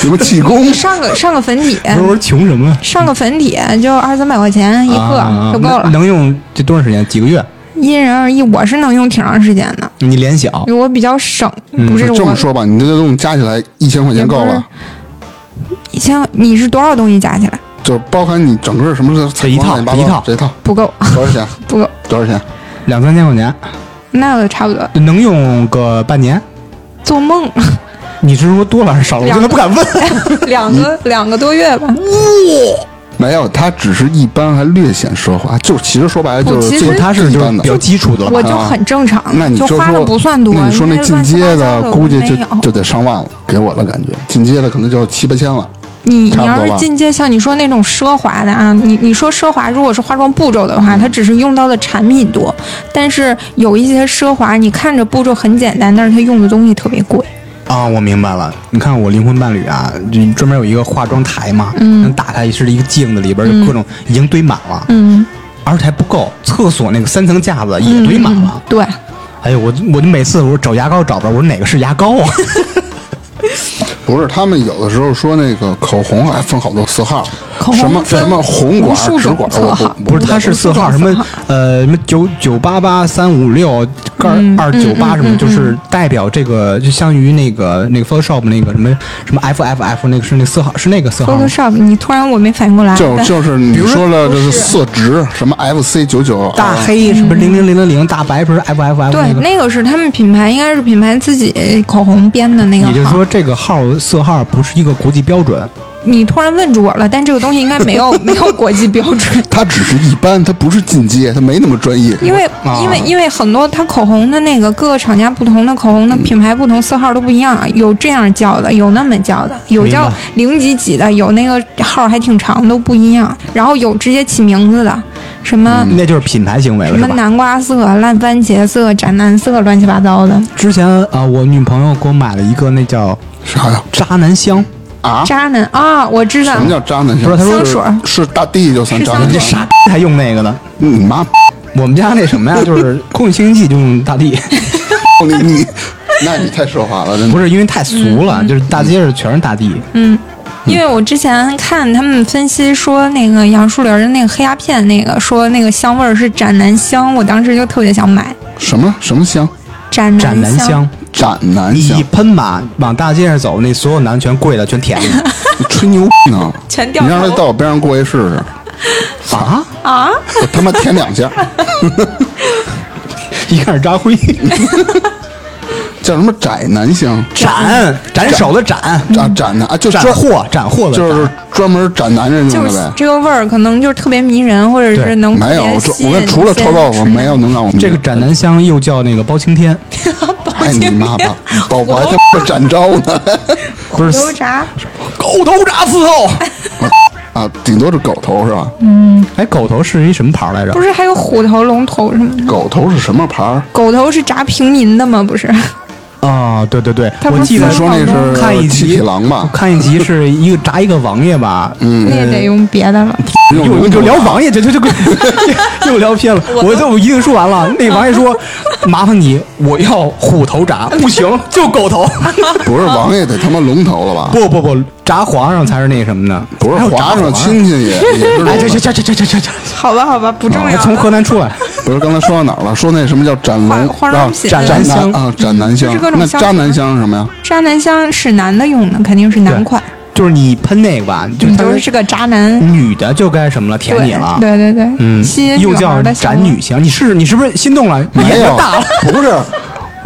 Speaker 2: 什么气功
Speaker 4: 上个上个粉底，
Speaker 1: 不是我穷什么？
Speaker 4: 上个粉底就二三百块钱一
Speaker 1: 啊
Speaker 4: 个就够
Speaker 1: 那
Speaker 4: 了，
Speaker 1: 能用这多长时间？几个月？
Speaker 4: 因人而异。我是能用挺长时间的，
Speaker 1: 你脸 小
Speaker 4: 因为我比较省，不是
Speaker 2: 哦嗯这么
Speaker 4: 我
Speaker 2: 说吧，你这个东西加起来一千块钱够
Speaker 4: 也不
Speaker 2: 了
Speaker 4: 是，一千，你是多少东西加起来
Speaker 2: 就包含你整个什么的
Speaker 1: 这一套
Speaker 2: 乱七八糟
Speaker 1: 一套
Speaker 2: 这一套
Speaker 4: 不够，
Speaker 2: 多少钱？
Speaker 4: 不够，
Speaker 2: 多少钱？
Speaker 1: 两三千块钱，
Speaker 4: 那就差不多。
Speaker 1: 能用个半年。
Speaker 4: 做梦，
Speaker 1: 你是说多了还是少了？我
Speaker 4: 两
Speaker 1: 真的不敢问。
Speaker 4: 两个两个多月吧。
Speaker 2: 没有，它只是一般，还略显奢华。就其实说白了
Speaker 4: 不
Speaker 2: 就是
Speaker 4: 其实
Speaker 2: 最
Speaker 1: 它是
Speaker 2: 一
Speaker 1: 就是
Speaker 2: 般
Speaker 1: 比
Speaker 2: 的。
Speaker 1: 较基础的
Speaker 4: 我
Speaker 1: 了。
Speaker 4: 就很正常，
Speaker 2: 那你
Speaker 4: 就
Speaker 2: 说，
Speaker 4: 花的不算多。
Speaker 2: 那你说那
Speaker 4: 因为
Speaker 2: 进
Speaker 4: 乱七八
Speaker 2: 阶
Speaker 4: 糟
Speaker 2: 的，
Speaker 4: 的
Speaker 2: 估计
Speaker 4: 我
Speaker 2: 就
Speaker 4: 没有
Speaker 2: 就得上万了，给我的感觉，进阶的可能就七八千了。
Speaker 4: 你
Speaker 2: 差
Speaker 4: 你
Speaker 2: 不多
Speaker 4: 要是
Speaker 2: 吧
Speaker 4: 进阶像你说那种奢华的啊，你你说奢华，如果是化妆步骤的
Speaker 2: 嗯
Speaker 4: 话，它只是用到的产品多，但是有一些奢华，你看着步骤很简单，但是它用的东西特别贵。
Speaker 1: 啊，我明白了。你看我灵魂伴侣啊，就专门有一个化妆台嘛，能打开是一个镜子，里边有各种已经堆满了，
Speaker 4: 嗯，
Speaker 1: 而且还不够，厕所那个三层架子也堆满
Speaker 2: 嗯
Speaker 1: 了。
Speaker 4: 对，
Speaker 2: 啊
Speaker 1: 哎呦，我我就每次我说找牙膏找不着，我说哪个是牙 膏啊？
Speaker 2: 不是，他们有的时候说那个口红还分好多色号，
Speaker 4: 口红
Speaker 2: 什么
Speaker 4: 分
Speaker 2: 什么红管
Speaker 4: 无、数
Speaker 2: 直
Speaker 4: 种
Speaker 2: 管，
Speaker 4: 色
Speaker 2: 我
Speaker 4: 号
Speaker 2: 不
Speaker 1: 不是，它是色号，什么呃什么九九八八三五六杠二九八什么，就是代表这个，就相当于那个那个 Photoshop 那个什么什么 F F F 那个是那色号是那个色号吗。哦
Speaker 4: Photoshop，你突然我没反应过来，
Speaker 2: 就
Speaker 4: 但
Speaker 2: 就是你
Speaker 1: 如
Speaker 2: 说了，
Speaker 4: 不
Speaker 2: 这是
Speaker 4: 是
Speaker 2: 色值，什么 FC 九九啊
Speaker 1: 大黑是不是零零零零零？大白不是 F F F
Speaker 4: 对，
Speaker 1: 那个？
Speaker 4: 那个是他们品牌，应该是品牌自己口红编的那个
Speaker 1: 也就是
Speaker 4: 号
Speaker 1: 说，这个号色号不是一个国际标准。
Speaker 4: 你突然问住我了，但这个东西应该没有没有国际标准。
Speaker 2: 它只是一般，它不是进阶，它没那么专业。
Speaker 4: 因为
Speaker 1: 啊
Speaker 4: 因为因为很多它口红的那个各个厂家不同的口红的品牌不同色号都不一样，啊有这样叫的，有那么叫的，
Speaker 1: 嗯
Speaker 4: 有
Speaker 1: 明白
Speaker 4: 叫零几几的，有那个号还挺长，都不一样。然后有直接起名字的，什么、
Speaker 1: 那就是品牌行为了，
Speaker 4: 嗯
Speaker 1: 是
Speaker 4: 什么
Speaker 1: 吧？
Speaker 4: 南瓜色、烂番茄色、斩男色，乱七八糟的。
Speaker 1: 之前啊、呃我女朋友给我买了一个那叫
Speaker 2: 啥呀？
Speaker 1: 渣男香，
Speaker 2: 啊？
Speaker 4: 渣男啊，我知道
Speaker 2: 什么叫渣男香？
Speaker 1: 不是他说
Speaker 2: 是
Speaker 4: 香
Speaker 2: 是大地就算
Speaker 4: 是
Speaker 2: 渣
Speaker 4: 香
Speaker 2: 男
Speaker 1: 这
Speaker 2: 香。
Speaker 1: 傻还用那个呢。
Speaker 2: 你妈！
Speaker 1: 我们家那什么呀，就是空气清新剂就用大地，
Speaker 2: 你你，那你太奢华了，真的
Speaker 1: 不。是因为太俗了，就是大街上全是大地。
Speaker 4: 因为我之前看他们分析说，那个杨树林的那个黑鸦片，那个说那个香味儿是斩男香，我当时就特别想买
Speaker 2: 什么什么香？
Speaker 4: 斩
Speaker 1: 斩男香，
Speaker 2: 斩男
Speaker 1: 你
Speaker 2: 香
Speaker 1: 一？喷吧，往大街上走，那所有男的全跪了，全舔你
Speaker 2: 你吹牛逼呢？
Speaker 4: 全掉
Speaker 2: 你让他
Speaker 4: 头
Speaker 2: 到我边上过去试试，
Speaker 1: 啊！
Speaker 4: 啊！
Speaker 2: 我他妈舔两下。
Speaker 1: 一看是扎辉，
Speaker 2: 叫什么窄南香
Speaker 1: 斩斩首的斩，
Speaker 2: 啊，展的啊，
Speaker 1: 嗯
Speaker 2: 就
Speaker 1: 斩
Speaker 2: 专
Speaker 1: 获斩获的斩
Speaker 2: 就是专门斩男人用
Speaker 4: 就
Speaker 2: 的
Speaker 4: 是
Speaker 2: 呗。
Speaker 4: 这个味儿，可能就是特别迷人，或者
Speaker 1: 对
Speaker 4: 是能特
Speaker 2: 没有，
Speaker 4: 别
Speaker 2: 这
Speaker 4: 吸
Speaker 2: 我
Speaker 4: 引
Speaker 2: 跟除了
Speaker 4: 一些
Speaker 2: 臭豆腐，
Speaker 4: 吃
Speaker 2: 没有能让我们
Speaker 1: 这个斩南香又叫那个包青天，
Speaker 2: 哎你妈吧，宝宝还他妈展昭呢
Speaker 1: 不是
Speaker 4: 油炸。
Speaker 1: 狗头铡伺候。
Speaker 2: 啊，顶多是狗头是吧？
Speaker 1: 哎，狗头是一什么牌来着
Speaker 4: 不？是还有虎头、龙头什么的？
Speaker 2: 狗头是什么牌儿？
Speaker 4: 狗头是炸平民的吗？不是，
Speaker 1: 啊，对对对，
Speaker 4: 不
Speaker 1: 我
Speaker 4: 是
Speaker 1: 记
Speaker 2: 你
Speaker 1: 得
Speaker 4: 四
Speaker 2: 说那
Speaker 4: 嗯
Speaker 1: 看一
Speaker 2: 是七
Speaker 1: 集
Speaker 2: 匹狼吧？
Speaker 1: 看一集是一个炸一个王爷吧，嗯，
Speaker 4: 那也得用别的了。
Speaker 2: 嗯
Speaker 1: 又又聊王爷，这这这 又又聊偏了。我这我一定说完 了，那王爷说，麻烦你，我要虎头铡，不行就狗头。
Speaker 2: 不是王爷得他妈龙头了吧？
Speaker 1: 不不不，铡皇上才是那什么呢？
Speaker 2: 不是
Speaker 1: 还有
Speaker 2: 皇上
Speaker 1: 亲。
Speaker 2: 亲戚也也是
Speaker 1: 哎，这这
Speaker 2: 龙头
Speaker 1: 这这这这这这，
Speaker 4: 好吧，好吧，不重
Speaker 1: 我
Speaker 2: 哦
Speaker 4: 要。
Speaker 1: 从河南出来，
Speaker 2: 不是刚才说到哪儿了？说那什么叫斩龙
Speaker 4: 花花
Speaker 2: 啊
Speaker 4: 生？品
Speaker 2: 斩
Speaker 1: 斩
Speaker 2: 南
Speaker 1: 南香
Speaker 2: 啊，斩南香
Speaker 4: 就是各。种
Speaker 2: 那
Speaker 4: 香
Speaker 2: 渣男香是什么呀？
Speaker 4: 渣男香是男的用的，肯定是男款。
Speaker 1: 就是你喷那个吧，就是
Speaker 4: 你
Speaker 1: 他
Speaker 4: 嗯就是是个渣男，
Speaker 1: 女的就该什么了，舔你
Speaker 4: 对
Speaker 1: 了。
Speaker 4: 对对对，
Speaker 1: 嗯
Speaker 4: 吸引，
Speaker 1: 又
Speaker 4: 女孩
Speaker 1: 叫
Speaker 4: 的
Speaker 1: 斩女香，你试试，你是不是心动
Speaker 4: 哎
Speaker 1: 了？
Speaker 2: 没
Speaker 1: 眼
Speaker 2: 有
Speaker 1: 睛大了，，
Speaker 2: 不是。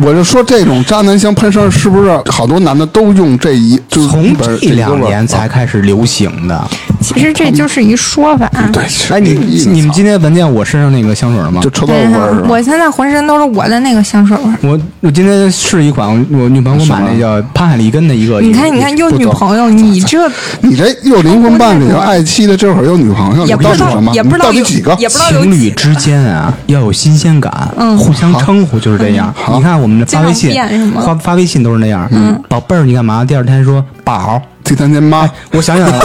Speaker 2: 我就说这种渣男香喷身是不是好多男的都用这一？就是
Speaker 1: 从
Speaker 2: 本
Speaker 1: 这两年才
Speaker 2: 啊
Speaker 1: 开始流行的。
Speaker 4: 其实这就是一说法。啊
Speaker 2: 嗯对，是
Speaker 1: 哎，你你们今天闻见我身上那个香水了吗
Speaker 2: 啊就？抽到
Speaker 4: 对
Speaker 2: 味儿是吧
Speaker 4: 嗯我现在浑身都是我的那个香水味儿。
Speaker 1: 我我今天试一款，我我女朋友给我买那叫潘海利根的一
Speaker 2: 哎
Speaker 1: 个。
Speaker 4: 你看，你看，又女朋友，你这
Speaker 2: 你这又灵魂伴侣又爱妻的，这会儿又女朋友，你
Speaker 4: 也不
Speaker 2: 到
Speaker 4: 知
Speaker 2: 底
Speaker 4: 道
Speaker 2: 什么？
Speaker 4: 也不知
Speaker 2: 你到
Speaker 4: 道
Speaker 2: 底
Speaker 4: 有
Speaker 2: 几个？
Speaker 4: 也不知道有
Speaker 1: 情
Speaker 4: 几
Speaker 1: 侣
Speaker 4: 个
Speaker 1: 之间 啊，要有新鲜感，
Speaker 4: 嗯
Speaker 1: 互相称呼就是这样。
Speaker 2: 嗯
Speaker 1: 你看我们的发微信
Speaker 4: 经常变是，吗嗯
Speaker 1: 发发微信都是那样。宝贝儿，你干嘛？第二天说宝儿，
Speaker 2: 第三天妈，
Speaker 1: 我想想啊，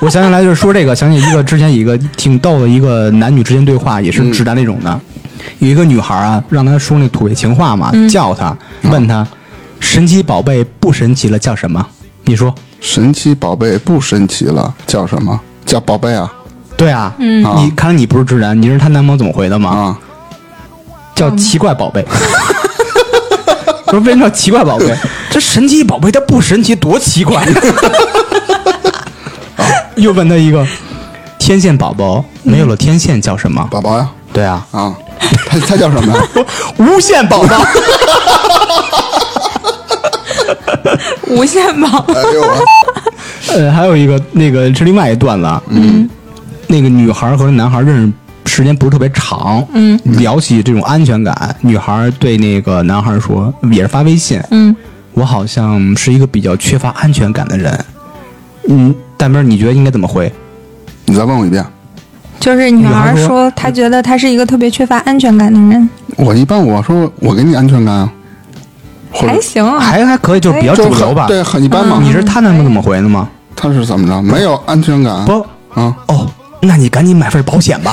Speaker 1: 我想起来就是说这个，想起一个之前一个挺逗的一个男女之间对话，也是直男那种的。有一个女孩啊，让他说那土味情话嘛，叫他问他，神奇宝贝不神奇了叫什么？你说
Speaker 2: 神奇宝贝不神奇了，叫什么？叫宝贝啊
Speaker 1: 对啊？
Speaker 4: 嗯
Speaker 1: 你看来你不是直男，你知道她男朋友怎么回的吗？
Speaker 2: 啊！
Speaker 1: 叫奇怪宝贝。说为什么叫奇怪宝贝？这神奇宝贝它不神奇，多奇怪！啊 又问他一个，天线宝宝没有了天线叫什么？
Speaker 2: 宝宝呀
Speaker 1: 对啊，
Speaker 2: 啊，他他叫什么呀？
Speaker 1: 无限宝宝。
Speaker 4: 无限宝，
Speaker 2: 哎呦我，
Speaker 1: 呃，还有一个那个是另外一段子啊，嗯，那个女孩和男孩认识时间不是特别长，嗯，聊起这种安全感，女孩对那个男孩说，也是发微信，
Speaker 4: 嗯，
Speaker 1: 我好像是一个比较缺乏安全感的人，嗯，大明儿你觉得应该怎么回？
Speaker 2: 你再问我一遍。
Speaker 4: 就是女
Speaker 1: 女孩
Speaker 4: 孩
Speaker 1: 说
Speaker 4: 说她觉得她是一个特别缺乏安全感的人，
Speaker 2: 我一般我说我给你安全感啊，或者
Speaker 4: 还行啊，
Speaker 1: 还还可以，就是比较
Speaker 2: 就
Speaker 1: 主
Speaker 2: 很
Speaker 1: 流吧。嗯
Speaker 2: 对，哎很一般嘛。
Speaker 1: 你是他男朋友怎么回的吗？
Speaker 2: 他是怎么着？没有安全感？
Speaker 1: 不，
Speaker 2: 啊
Speaker 1: 哦，那你赶紧买份保险吧。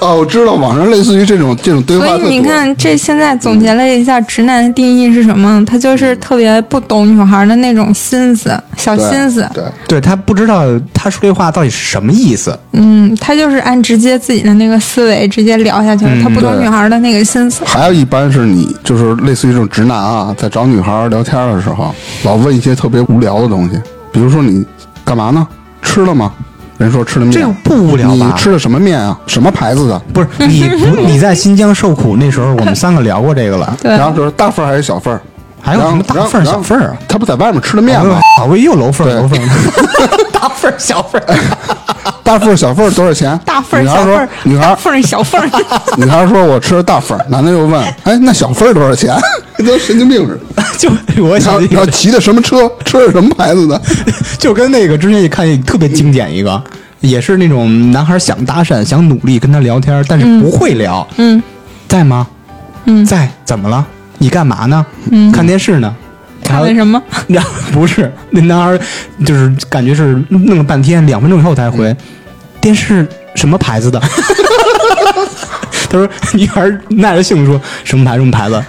Speaker 2: 哦，我知道网上类似于这种这种对话
Speaker 4: 所
Speaker 2: 特
Speaker 4: 以
Speaker 2: 多。
Speaker 4: 你看，这现在总结了一下直男的定义是什么？他就是特别不懂女孩的那种心思，小
Speaker 2: 对
Speaker 4: 心思。
Speaker 2: 对，
Speaker 1: 对他不知道他说这话到底是什么意思，
Speaker 4: 嗯，他就是按直接自己的那个思维直接聊下去了，他不懂
Speaker 2: 对
Speaker 4: 女孩的那个心思。
Speaker 2: 还有一般是你就是类似于这种直男啊，在找女孩儿聊天的时候，老问一些特别无聊的东西，比如说你干嘛呢？吃了吗？人说吃了面，
Speaker 1: 这个不无聊吧
Speaker 2: 你吃的什么面啊？什么牌子的？
Speaker 1: 不 是你不你在新疆受苦那时候，我们三个聊过这个了。
Speaker 4: 对
Speaker 2: 然后就是大份儿还是小份儿？
Speaker 1: 还有什么大份儿
Speaker 2: 然后
Speaker 1: 小份儿啊？哎
Speaker 2: 他不在外面吃的面吗？
Speaker 1: 好贵又楼份
Speaker 2: 对
Speaker 1: 儿楼份儿， 大份儿小份儿。
Speaker 2: 大份儿小份儿多少钱？
Speaker 4: 大份儿
Speaker 2: 女
Speaker 4: 小
Speaker 2: 孩
Speaker 4: 份
Speaker 2: 说
Speaker 4: 儿，，
Speaker 2: 女孩
Speaker 4: 大
Speaker 2: 儿
Speaker 4: 份儿小份儿，
Speaker 2: 女孩说我吃的大份儿，男的又问，哎，那小份儿多少钱？ 跟神经病似的。
Speaker 1: 就我
Speaker 2: 然后
Speaker 1: 想起一
Speaker 2: 然后
Speaker 1: 个，
Speaker 2: 骑的什么车？ 吃的什么牌子的？
Speaker 1: 就跟那个之前也看一特别经典一个，也是那种男孩想搭讪，想努力跟他聊天，但是不会聊。
Speaker 4: 嗯，
Speaker 1: 在吗？嗯，在。怎么了？你干嘛呢？嗯，看电视呢。然
Speaker 4: 看
Speaker 1: 后
Speaker 4: 的什么？
Speaker 1: 然后不是那男孩，就是感觉是弄了半天，两分钟以后才
Speaker 2: 嗯
Speaker 1: 回，电视什么牌子的？ 他说女孩耐着性子说什么牌什么牌子，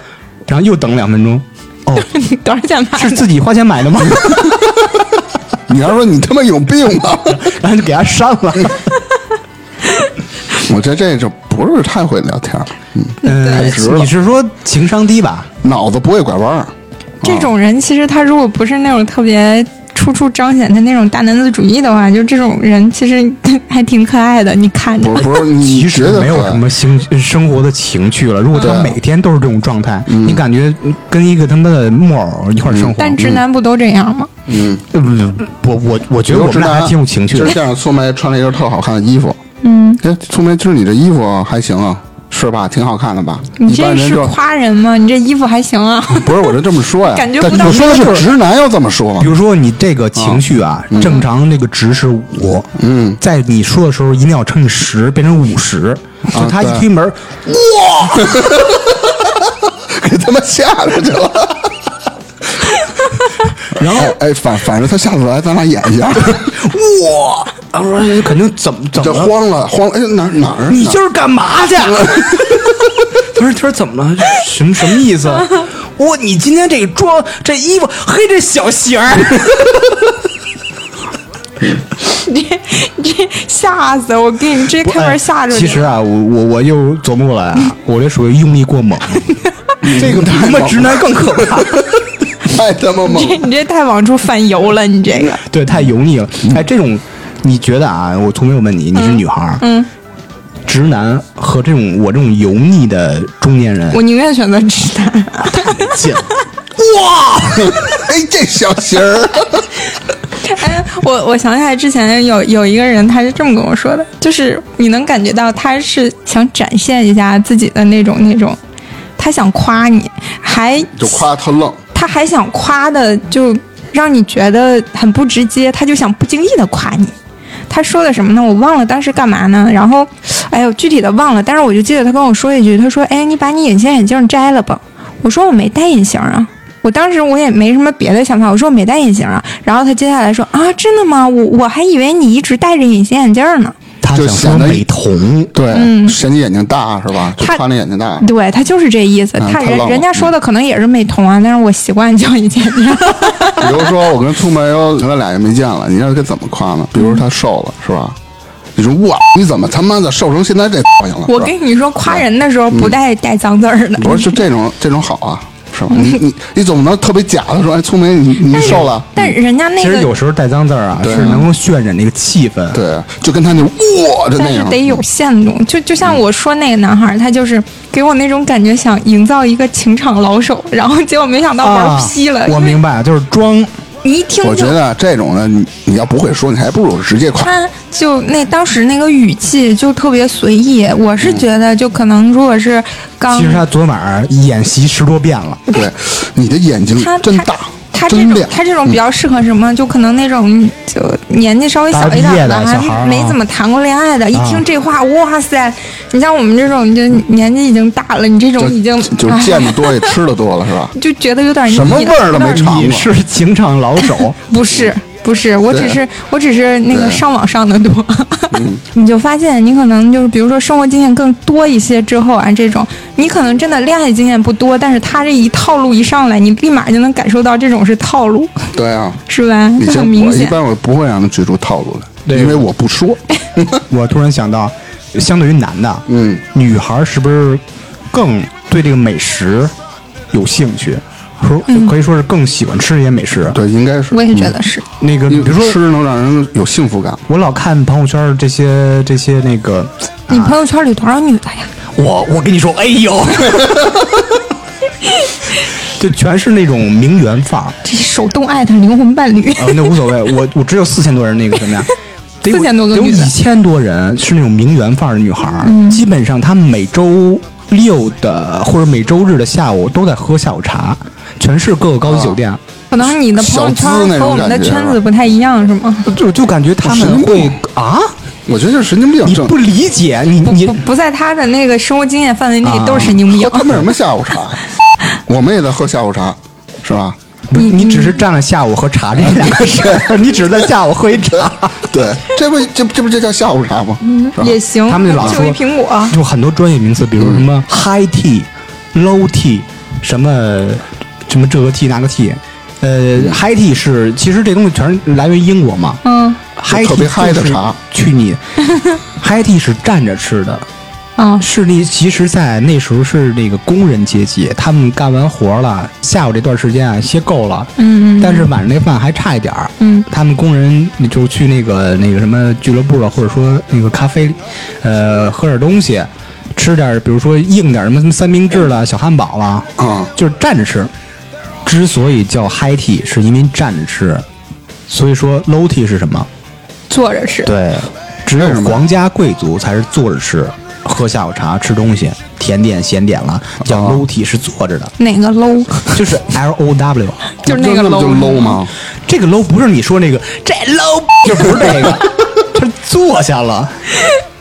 Speaker 1: 然后又等两分 钟，哦，
Speaker 4: 你多少钱买
Speaker 1: 是
Speaker 4: 的？
Speaker 1: 自己花钱买的吗？
Speaker 2: 女孩说你他妈有病吧？
Speaker 1: 然后就给他删了。
Speaker 2: 嗯我觉得这就不是太会聊天儿，嗯，
Speaker 1: 嗯，
Speaker 2: 值了
Speaker 1: 你是说情商低吧？
Speaker 2: 脑子不会拐弯儿。
Speaker 4: 这种人其实他如果不是那种特别。处处彰显他那种大男子主义的话，就这种人其实还挺可爱的。你看着
Speaker 2: 不，是不是，你
Speaker 1: 其
Speaker 2: 嗯觉
Speaker 1: 实
Speaker 2: 得
Speaker 1: 没有
Speaker 2: 可爱
Speaker 1: 什么兴生活的情趣了。如果他
Speaker 2: 对嗯
Speaker 1: 每天都是这种状态，你感觉跟一个他妈的木偶一块儿生活，
Speaker 4: 但直男不都这样吗？
Speaker 2: 嗯，
Speaker 1: 呃不是我我我觉得我们俩还挺有情趣
Speaker 2: 今
Speaker 1: 的
Speaker 2: 儿。见着苏梅穿了一身特好看的衣服，
Speaker 4: 嗯，
Speaker 2: 哎，苏梅，今儿你这衣服还行啊，是吧？挺好看的吧？
Speaker 4: 你
Speaker 2: 嗯一般
Speaker 4: 这
Speaker 2: 人
Speaker 4: 是
Speaker 2: 就
Speaker 4: 夸人吗？你这衣服还行啊。
Speaker 2: 不是我就这么说呀？
Speaker 4: 感觉
Speaker 2: 但
Speaker 4: 不到
Speaker 2: 我说的
Speaker 1: 就是
Speaker 2: 直男要这么说嘛
Speaker 1: 比？如说你这个情绪啊，正常那个值是五，
Speaker 2: 嗯，
Speaker 1: 在你说的时候一定要乘以十，变成五十。就他一
Speaker 2: 啊对
Speaker 1: 推门，
Speaker 2: 给他们吓着去 了。
Speaker 1: 然后
Speaker 2: 哎，反反正他下次来，咱俩演一 下。
Speaker 1: 哇，然后说肯定怎么怎
Speaker 2: 这
Speaker 1: 么了？
Speaker 2: 慌嗯了，慌了！哎，哪儿哪儿？
Speaker 1: 你
Speaker 2: 哪儿
Speaker 1: 今儿干嘛去？他说：“他说怎么了？什么什么意思啊？我你今天这个妆、这衣服，嘿，这小鞋儿，
Speaker 4: 你这吓死我！给你直接开
Speaker 2: 哎
Speaker 4: 门吓着你。
Speaker 1: 其实啊，我我我又琢磨过来啊，我这属于用力过 猛，这个比他妈直男更可怕，
Speaker 2: 太他妈猛
Speaker 4: 你！这你这太往出反油了，你这个
Speaker 1: 对，太油腻了。哎，这种你觉得啊？我从没有问你，你是女孩，嗯，直男和这种我这种油腻的中年人
Speaker 4: 我宁愿选择直男。
Speaker 1: 见了，
Speaker 2: 哇！哎，这小鞋儿，
Speaker 4: 哎，我我想起来之前有有一个人，他是这么跟我说的，就是你能感觉到他是想展现一下自己的那种那种，他想夸你，还
Speaker 2: 就夸他愣。
Speaker 4: 他还想夸的就让你觉得很不直接，他就想不经意的夸你。他说的什么呢？我忘了当时干嘛呢？然后，哎呦，具体的忘了，但是我就记得他跟我说一句，他说：“哎，你把你隐形眼镜摘了吧。”我说：“我哎没戴隐形啊。”我当时我也没什么别的想法，我说我没戴隐形啊。然后他接下来说：“啊，真的吗？我我还以为你一直戴着隐形眼镜呢。”
Speaker 1: 他
Speaker 2: 就
Speaker 1: 想说
Speaker 2: 显得
Speaker 1: 美瞳，
Speaker 2: 对，嫌你眼睛大是吧？就
Speaker 4: 嗯他
Speaker 2: 夸你眼睛大。
Speaker 4: 对他就是这意思，
Speaker 2: 嗯
Speaker 4: 他
Speaker 2: 太
Speaker 4: 人
Speaker 2: 浪漫
Speaker 4: 人家说的可能也是美瞳啊，但是我习惯叫隐形眼镜。
Speaker 2: 比如说，我跟苏梅优，咱俩也没见了，你让他怎么夸呢？比如说他瘦了，是吧？你说哇，你怎么他妈的瘦成现在这造型了？
Speaker 4: 我
Speaker 2: 是吧
Speaker 4: 跟你说，夸人的时候不带带脏字儿的。
Speaker 2: 我说就这种这种好啊，是吧？你你你总不能特别假的说，哎，苏梅你你瘦了，
Speaker 4: 但人家那
Speaker 1: 其实有
Speaker 4: 个，
Speaker 1: 时候带脏字儿啊，是能够渲染那个气氛。
Speaker 2: 对，就跟他那哇就
Speaker 4: 但
Speaker 2: 那
Speaker 4: 是
Speaker 2: 样，
Speaker 4: 得有限度。就就像我说那个男孩儿，他就是给我那种感觉，想营造一个情场老手，然后结果没想到玩
Speaker 1: 啊
Speaker 4: 劈了。
Speaker 1: 我
Speaker 4: 因为
Speaker 1: 明白，就是装。
Speaker 4: 你一听
Speaker 2: 我觉
Speaker 4: 就
Speaker 2: 得这种的，你你要不会说，你还不如直接夸。
Speaker 4: 他就那当时那个语气就特别随意。我是觉得，就可能如果是刚
Speaker 1: 嗯其实他昨晚演习十多遍了，
Speaker 2: 对，你的眼睛
Speaker 4: 他
Speaker 2: 嗯真大，
Speaker 4: 他他这
Speaker 2: 真嗯
Speaker 4: 种
Speaker 2: 亮。
Speaker 4: 他这种比较适合什么？就可能那种就年纪稍微小一
Speaker 1: 大学毕
Speaker 4: 点
Speaker 1: 业的
Speaker 4: 还
Speaker 1: 小孩儿啊
Speaker 4: 没怎么谈过恋爱的，一
Speaker 1: 啊
Speaker 4: 听这话，哇塞！你像我们这种就年纪已经大了，你这种
Speaker 2: 就
Speaker 4: 已经
Speaker 2: 就
Speaker 4: 哎
Speaker 2: 见的多也吃的多了是吧？
Speaker 4: 就觉得有点腻
Speaker 2: 什么味儿都没尝
Speaker 1: 你
Speaker 2: 过。
Speaker 1: 是情场老手，
Speaker 4: 不是不是，我只
Speaker 2: 对
Speaker 4: 是我只是那个
Speaker 2: 对嗯
Speaker 4: 上网上的多， 你就发现你可能就是比如说生活经验更多一些之后啊，这种你可能真的恋爱经验不多，但是他这一套路一上来，你立马就能感受到这种是套路，
Speaker 2: 对 啊，
Speaker 4: 是吧？
Speaker 2: 你
Speaker 4: 就
Speaker 2: 像
Speaker 4: 很明
Speaker 2: 我一
Speaker 4: 显。
Speaker 2: 般我不会让他追逐套路的，
Speaker 1: 对
Speaker 2: 因为我不说。
Speaker 1: 我突然想到，相对于男的，
Speaker 2: 嗯，
Speaker 1: 女孩儿是不是更对这个美食有兴趣？说可以说是更喜欢吃这些美食。
Speaker 2: 对，应该是
Speaker 4: 嗯
Speaker 2: 嗯
Speaker 4: 我。也觉得是，
Speaker 1: 那个，比
Speaker 2: 因为
Speaker 1: 如说，
Speaker 2: 吃能让人有幸福感，
Speaker 1: 我老看朋友圈儿这些这些那个，啊
Speaker 4: 你朋友圈里多少女的呀？
Speaker 1: 我我跟你说，哎呦， 就全是那种名媛范儿。
Speaker 4: 这手动艾特灵魂伴侣，
Speaker 1: 啊，那无所谓，我我只有四千多人那个什 么呀。得有
Speaker 4: 4000多个
Speaker 1: 得有
Speaker 4: 女的嗯
Speaker 1: 一千多人是那种名媛范儿的女孩儿，基本上她们每周六的或者每周日的下午都在喝下午茶，全是各个高级酒店，
Speaker 4: 可能你的朋友圈
Speaker 2: 小资那
Speaker 4: 和
Speaker 2: 种
Speaker 4: 我们的
Speaker 2: 感觉啊
Speaker 4: 圈子不太一样，是吗？
Speaker 1: 就就感觉她
Speaker 2: 神
Speaker 1: 们
Speaker 2: 经
Speaker 1: 会
Speaker 2: 病
Speaker 1: 啊，
Speaker 2: 我觉得就是神经病
Speaker 1: 你
Speaker 2: 症
Speaker 1: 不。理解，你
Speaker 4: 不
Speaker 1: 你
Speaker 4: 不不在他的那个生活经验范围内
Speaker 1: 啊
Speaker 4: 都是神经 病
Speaker 2: 喝。他们什么下午 茶？我们也在喝下午茶，是吧？
Speaker 1: 不你只是占了下午和茶这两个事儿，你只是在下午喝一茶，
Speaker 2: 对，这不这这不就叫下午茶吗？是吧
Speaker 4: 嗯也行，
Speaker 1: 他们就老
Speaker 4: 就
Speaker 1: 说
Speaker 4: 一苹
Speaker 2: 啊
Speaker 4: 果，
Speaker 1: 就很多专业名词，比如什
Speaker 2: 嗯
Speaker 1: 么 high tea、low tea，什么什么这个 tea 那个 tea。呃，high tea 是其实这东西全是来源于英国 嘛
Speaker 4: 嗯，
Speaker 1: ，high
Speaker 2: 特
Speaker 1: tea
Speaker 2: 别嗨的
Speaker 1: 就是
Speaker 2: 茶，
Speaker 1: 去你，high tea 是站着吃的
Speaker 4: 啊，
Speaker 1: 是那其实，在那时候是那个工人阶级，他们干完活了，下午这段时间啊歇够了，
Speaker 4: 嗯嗯
Speaker 1: 但是晚上那饭还差一点儿，
Speaker 4: 嗯，
Speaker 1: 他们工人就去那个那个什么俱乐部了，或者说那个咖啡，呃，喝点东西，吃点儿比如说硬点儿什么三明治了、小汉堡了，
Speaker 4: 嗯
Speaker 2: 啊，
Speaker 1: 就是站着吃。之所以叫 high tea，是因为站着吃，所以说 low tea 是什么？
Speaker 4: 坐着吃，
Speaker 1: 对，只有皇家贵族才是坐着吃，喝下午茶、吃东西、甜点、咸点了，叫 low tea 是坐着的，
Speaker 4: 哪个 low？
Speaker 1: 就是 L O W。
Speaker 4: 就是那个
Speaker 2: 那不就
Speaker 4: low
Speaker 2: low 吗？
Speaker 1: 这个 low 不是你说那个这 low，就不是这 个，就是坐下了，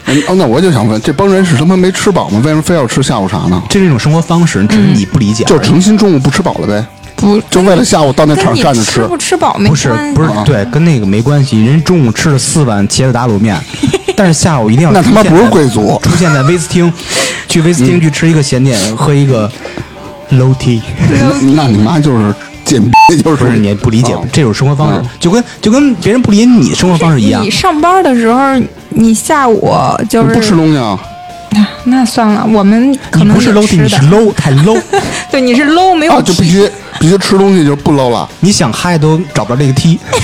Speaker 2: 嗯哦，那我就想问，这帮人是他妈没吃饱吗？为什么非要吃下午茶呢？
Speaker 1: 这是一种生活方式，只是你不理解而已。
Speaker 2: 就是诚心中午不吃饱了呗，
Speaker 4: 不
Speaker 2: 就为了下午到那
Speaker 4: 跟
Speaker 2: 场
Speaker 4: 你
Speaker 2: 站着
Speaker 4: 吃
Speaker 2: 吃
Speaker 4: 不。吃饱没
Speaker 1: 不是
Speaker 4: 关系，
Speaker 1: 不是
Speaker 2: 哦
Speaker 1: 对，跟那个没关系。人中午吃了四碗茄子打卤 面，但是下午一定要
Speaker 2: 那他妈
Speaker 1: 出现在
Speaker 2: 不是贵族嗯
Speaker 1: 出现在威斯汀，去威斯汀去吃一个咸点，喝一个 low tea。
Speaker 2: 那你妈就是贱逼，就
Speaker 1: 不是你不理解
Speaker 2: 啊，
Speaker 1: 这种生活方式，就跟就跟别人不理解你生活方式一样
Speaker 2: 哎
Speaker 4: 你。上班的时候，你下午就
Speaker 2: 你
Speaker 4: 是
Speaker 2: 不吃东西啊？
Speaker 4: 啊那算了，我们可
Speaker 1: 你
Speaker 4: 能
Speaker 1: 不是
Speaker 4: 也
Speaker 1: low
Speaker 4: 吃
Speaker 1: tea，你
Speaker 4: 的
Speaker 1: 是 low，太 low。
Speaker 4: 对，你是 low 没有
Speaker 2: 啊，就必须必须吃东西就不 low 了。
Speaker 1: 你想嗨都找不着这个 tea。
Speaker 2: 哎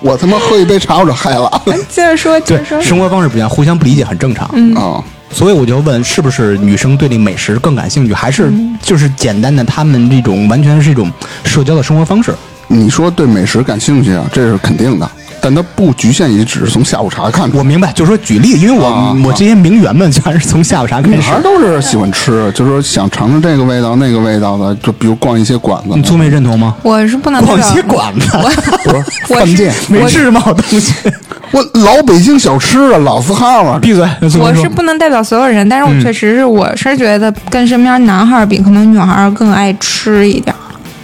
Speaker 2: 我他妈喝一杯茶我就嗨了
Speaker 4: 接着说，
Speaker 1: 对
Speaker 4: 接着，说，
Speaker 1: 生活方式不一样，互相不理解很正常。
Speaker 2: 啊！
Speaker 1: 所以我就问，是不是女生对那美食更感兴趣，还是
Speaker 4: 嗯
Speaker 1: 就是简单的他们这种完全是一种社交的生活方式？
Speaker 2: 你说对美食感兴趣啊，这是肯定的，但它不局限于只是从下午茶看出
Speaker 1: 我明白，就是说举例，因为我、
Speaker 2: 啊
Speaker 1: 我这些名媛们全是从下午茶开
Speaker 2: 女
Speaker 1: 始
Speaker 2: 孩。都是喜欢吃，就是说想尝尝这个味道那个味道的，就比如逛一些馆子
Speaker 1: 你，聪明认同吗？
Speaker 4: 我是不能
Speaker 1: 逛
Speaker 4: 代表
Speaker 1: 些馆子，
Speaker 2: 不是
Speaker 4: 我
Speaker 2: 饭店。
Speaker 4: 我
Speaker 1: 没吃冒东西，
Speaker 2: 我老北京小吃啊，老字号 啊，
Speaker 1: 闭嘴！那苏
Speaker 4: 我
Speaker 1: 梅
Speaker 4: 是
Speaker 1: 说
Speaker 4: 不能代表所有人，但是我确实是，我是觉得跟身边男孩儿比，可能女孩儿更爱吃一点儿。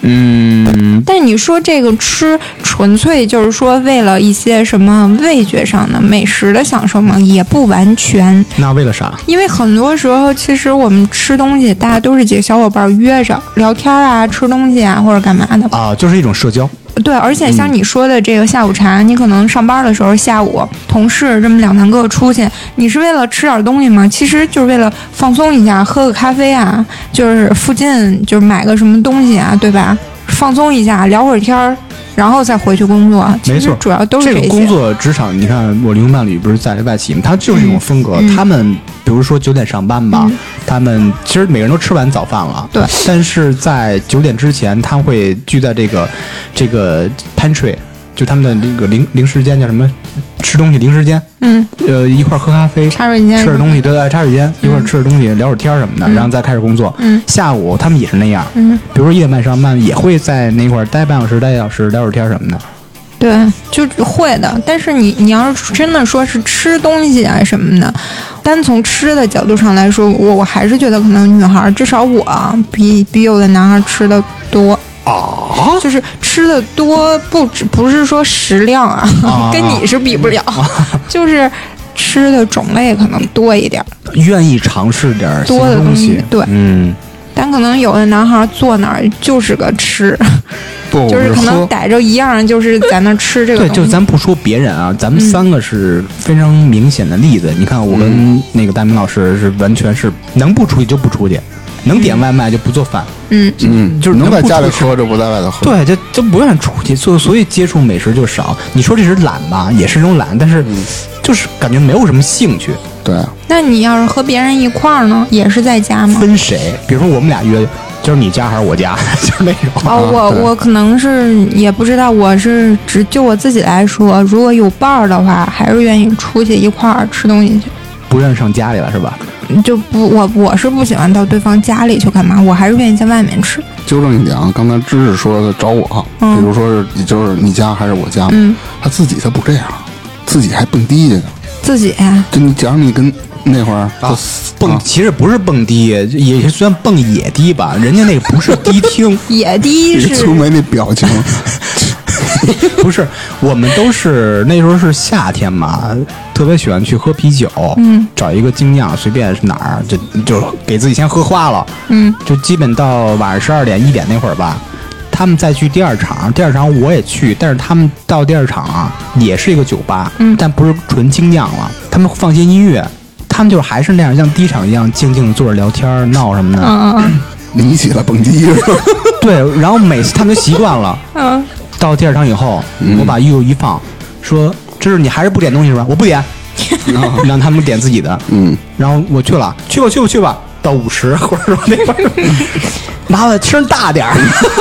Speaker 4: 嗯，但你说这个吃，纯粹就是说为了一些什么味觉上的美食的享受吗？也不完全，
Speaker 1: 那为了啥？
Speaker 4: 因为很多时候，其实我们吃东西，大家都是几个小伙伴儿约着聊天儿啊、吃东西啊，或者干嘛的。
Speaker 1: 啊，就是一种社交。
Speaker 4: 对，而且
Speaker 1: 嗯
Speaker 4: 像你说的这个下午茶，你可能上班的时候下午同事这么两三个出去，你是为了吃点东西吗？其实就是为了放松一下，喝个咖啡啊，就是附近就是买个什么东西啊，对吧？放松一下，聊会儿天儿，然后再回去工作。其
Speaker 1: 没
Speaker 4: 实
Speaker 1: 错
Speaker 4: 主要都是
Speaker 1: 这种
Speaker 4: 些。
Speaker 1: 工作职场，你看我零零伴侣不是在外企嘛，他就是这
Speaker 4: 嗯
Speaker 1: 种风格。他们比如说九点上班吧，他们其实每个人都吃完早饭了，
Speaker 4: 对。
Speaker 1: 但是在九点之前，他会聚在这个这个 pantry，就他们的这个零零食间叫什么？吃东西零食间，
Speaker 4: 嗯，
Speaker 1: 呃，一块儿喝咖啡，
Speaker 4: 茶水间嗯
Speaker 1: 吃点东西，对对，茶水间一块儿吃点东西，聊会儿天儿什么的，然后再开始工作。
Speaker 4: 嗯
Speaker 1: 下午他们也是那样，
Speaker 4: 嗯，
Speaker 1: 比如说一点半上班，也会在那块儿待半小时、待一小时，聊会儿天儿什么的。
Speaker 4: 对，就会的。但是你你要是真的说是吃东西啊什么的，单从吃的角度上来说，我我还是觉得可能女孩儿，至少我啊比比有的男孩儿吃的多。哦，就是吃的多，不只不是说食量啊， 跟你是比不了， 就是吃的种类可能多一点儿。
Speaker 1: 愿意尝试点儿新
Speaker 4: 多的
Speaker 1: 东
Speaker 4: 东西
Speaker 1: 西，
Speaker 4: 对
Speaker 1: 嗯，
Speaker 4: 但可能有的男孩儿坐那儿就是个吃，
Speaker 2: 不哦我
Speaker 4: 就是可能
Speaker 2: 喝。
Speaker 4: 逮着一样，就是在那儿吃这个
Speaker 1: 对，
Speaker 4: 东西。
Speaker 1: 就咱不说别人啊，咱们三个是非常明显的例子。你看，我跟那个大明老师是完全是能不出去就不出去，能点外卖就不做饭，嗯
Speaker 4: 嗯，
Speaker 2: 嗯，
Speaker 1: 就是
Speaker 2: 能在
Speaker 1: 不
Speaker 2: 家
Speaker 1: 出
Speaker 2: 里
Speaker 1: 去吃
Speaker 2: 喝，就不在外头喝。
Speaker 1: 对，就就不愿意出去，所以所以接触美食就少。你说这是懒吧，也是一种懒，但是就是感觉没有什么兴趣。
Speaker 2: 对，
Speaker 4: 那你要是和别人一块儿呢，也是在家吗？
Speaker 1: 分谁？比如说我们俩约，就是你家还是我家， 就是那种。
Speaker 4: 哦，我
Speaker 2: 对
Speaker 4: 我可能是也不知道，我是只就我自己来说，如果有伴儿的话，还是愿意出去一块儿吃东西去，
Speaker 1: 不愿意上家里了是吧？
Speaker 4: 就不我我是不喜欢到对方家里去干嘛，我还是愿意在外面吃。
Speaker 2: 纠正一点啊，刚才知识说的找我，
Speaker 4: 嗯
Speaker 2: 比如说是你就是你家还是我家，
Speaker 4: 嗯
Speaker 2: 他自己他不这样，自己还蹦迪去呢。
Speaker 4: 自己啊
Speaker 2: 就你假如你跟那会儿
Speaker 1: 啊
Speaker 2: 就，
Speaker 1: 蹦
Speaker 2: 啊
Speaker 1: 其实不是蹦迪，也虽然蹦野迪吧，人家那个不是迪 厅，
Speaker 4: 野迪
Speaker 2: 你
Speaker 4: 是
Speaker 2: 秋梅那表情，
Speaker 1: 不是，我们都是那时候是夏天嘛，特别喜欢去喝啤酒，
Speaker 4: 嗯，
Speaker 1: 找一个精酿，随便是哪儿，就就给自己先喝花了，
Speaker 4: 嗯，
Speaker 1: 就基本到晚上十二点一点那会儿吧。他们再去第二场，第二场我也去，但是他们到第二场啊，也是一个酒吧，
Speaker 4: 嗯
Speaker 1: 但不是纯精酿了，他们放些音乐，他他们就是还是那样，像第一场一样，静静的坐着聊天儿闹什么的。
Speaker 4: 嗯嗯
Speaker 2: 你起来蹦极是吧？
Speaker 1: 对，然后每次他们就习惯了。
Speaker 4: 嗯，
Speaker 1: 到第二场以后，我把衣服一放，说：“这是你还是不点东西是吧？”我不点，让他们点自己的。
Speaker 2: 嗯，
Speaker 1: 然后我去了，去吧去吧去吧，到五十 或者说那块儿，麻烦声大点儿，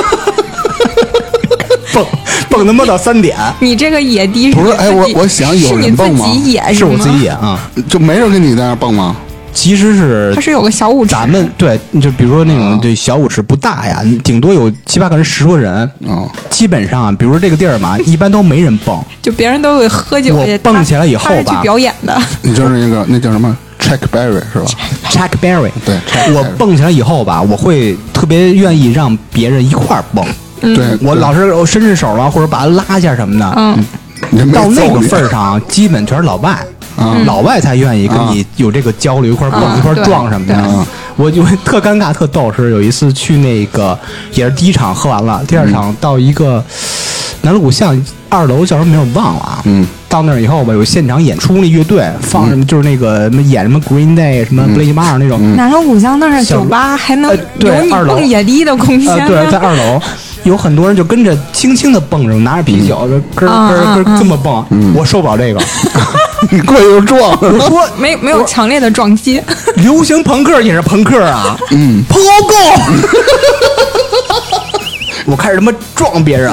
Speaker 1: 蹦蹦他妈到三点，
Speaker 4: 你这个野迪是
Speaker 2: 不是
Speaker 4: 你自
Speaker 2: 哎我
Speaker 4: 己
Speaker 2: 我想有人蹦吗
Speaker 4: 是你自己野
Speaker 1: 是我
Speaker 4: 吗
Speaker 1: 自己演啊。
Speaker 2: 就没人跟你在那儿蹦吗？
Speaker 1: 其实是
Speaker 4: 它是有个小舞池，
Speaker 1: 咱们对，就比如说那种对小舞池不大呀，顶多有七八个人、十多人。
Speaker 2: 哦，
Speaker 1: 基本上啊，比如说这个地儿嘛，一般都没人蹦，
Speaker 4: 就别人都会喝酒
Speaker 1: 我
Speaker 4: 去，
Speaker 1: 蹦
Speaker 4: 他
Speaker 1: 起来以
Speaker 4: 他
Speaker 1: 后
Speaker 4: 是
Speaker 1: 吧
Speaker 4: 去表演的，
Speaker 2: 你就是那个那叫什么 Check Berry 是吧？
Speaker 1: Chuck Berry，
Speaker 2: 对，Chuck
Speaker 1: 我
Speaker 2: Berry
Speaker 1: 蹦起来以后吧，我会特别愿意让别人一块儿蹦，
Speaker 2: 嗯对，
Speaker 1: 我老是我伸伸手啊，或者把他拉一下什么的。
Speaker 4: 嗯，
Speaker 2: 你没
Speaker 1: 到那
Speaker 2: 揍
Speaker 1: 个
Speaker 2: 你啊
Speaker 1: 份儿上，基本全是老外，老外才愿意跟你有这个交流，一块儿蹦、
Speaker 4: 啊
Speaker 1: 一块儿
Speaker 4: 对
Speaker 1: 撞什么
Speaker 4: 对
Speaker 1: 的。我就特尴尬、特逗，是有一次去那个也是第一场喝完了，第
Speaker 2: 嗯
Speaker 1: 二场到一个南锣鼓巷二楼叫什么名儿忘了啊。
Speaker 2: 嗯，
Speaker 1: 到那儿以后吧，有现场演出，那乐队放什么就是那个什么演什么 Green Day 什么
Speaker 2: 嗯
Speaker 1: Blink One 那种，
Speaker 4: 南锣鼓巷那是
Speaker 1: 小
Speaker 4: 酒吧，还能
Speaker 1: 呃对
Speaker 4: 有你
Speaker 1: 二楼
Speaker 4: 蹦野迪的空间
Speaker 2: 呃
Speaker 1: 啊，
Speaker 4: 吗？
Speaker 1: 对，在二楼有很多人就跟着轻轻的蹦着，拿着啤酒，咯咯咯咯这么蹦，我受不了 这个。
Speaker 2: 你过去就撞了。
Speaker 1: 我说
Speaker 4: 没没有强烈的 撞击，
Speaker 1: 流行朋克也是朋克啊，嗯，朋克， 我开始他妈撞别人，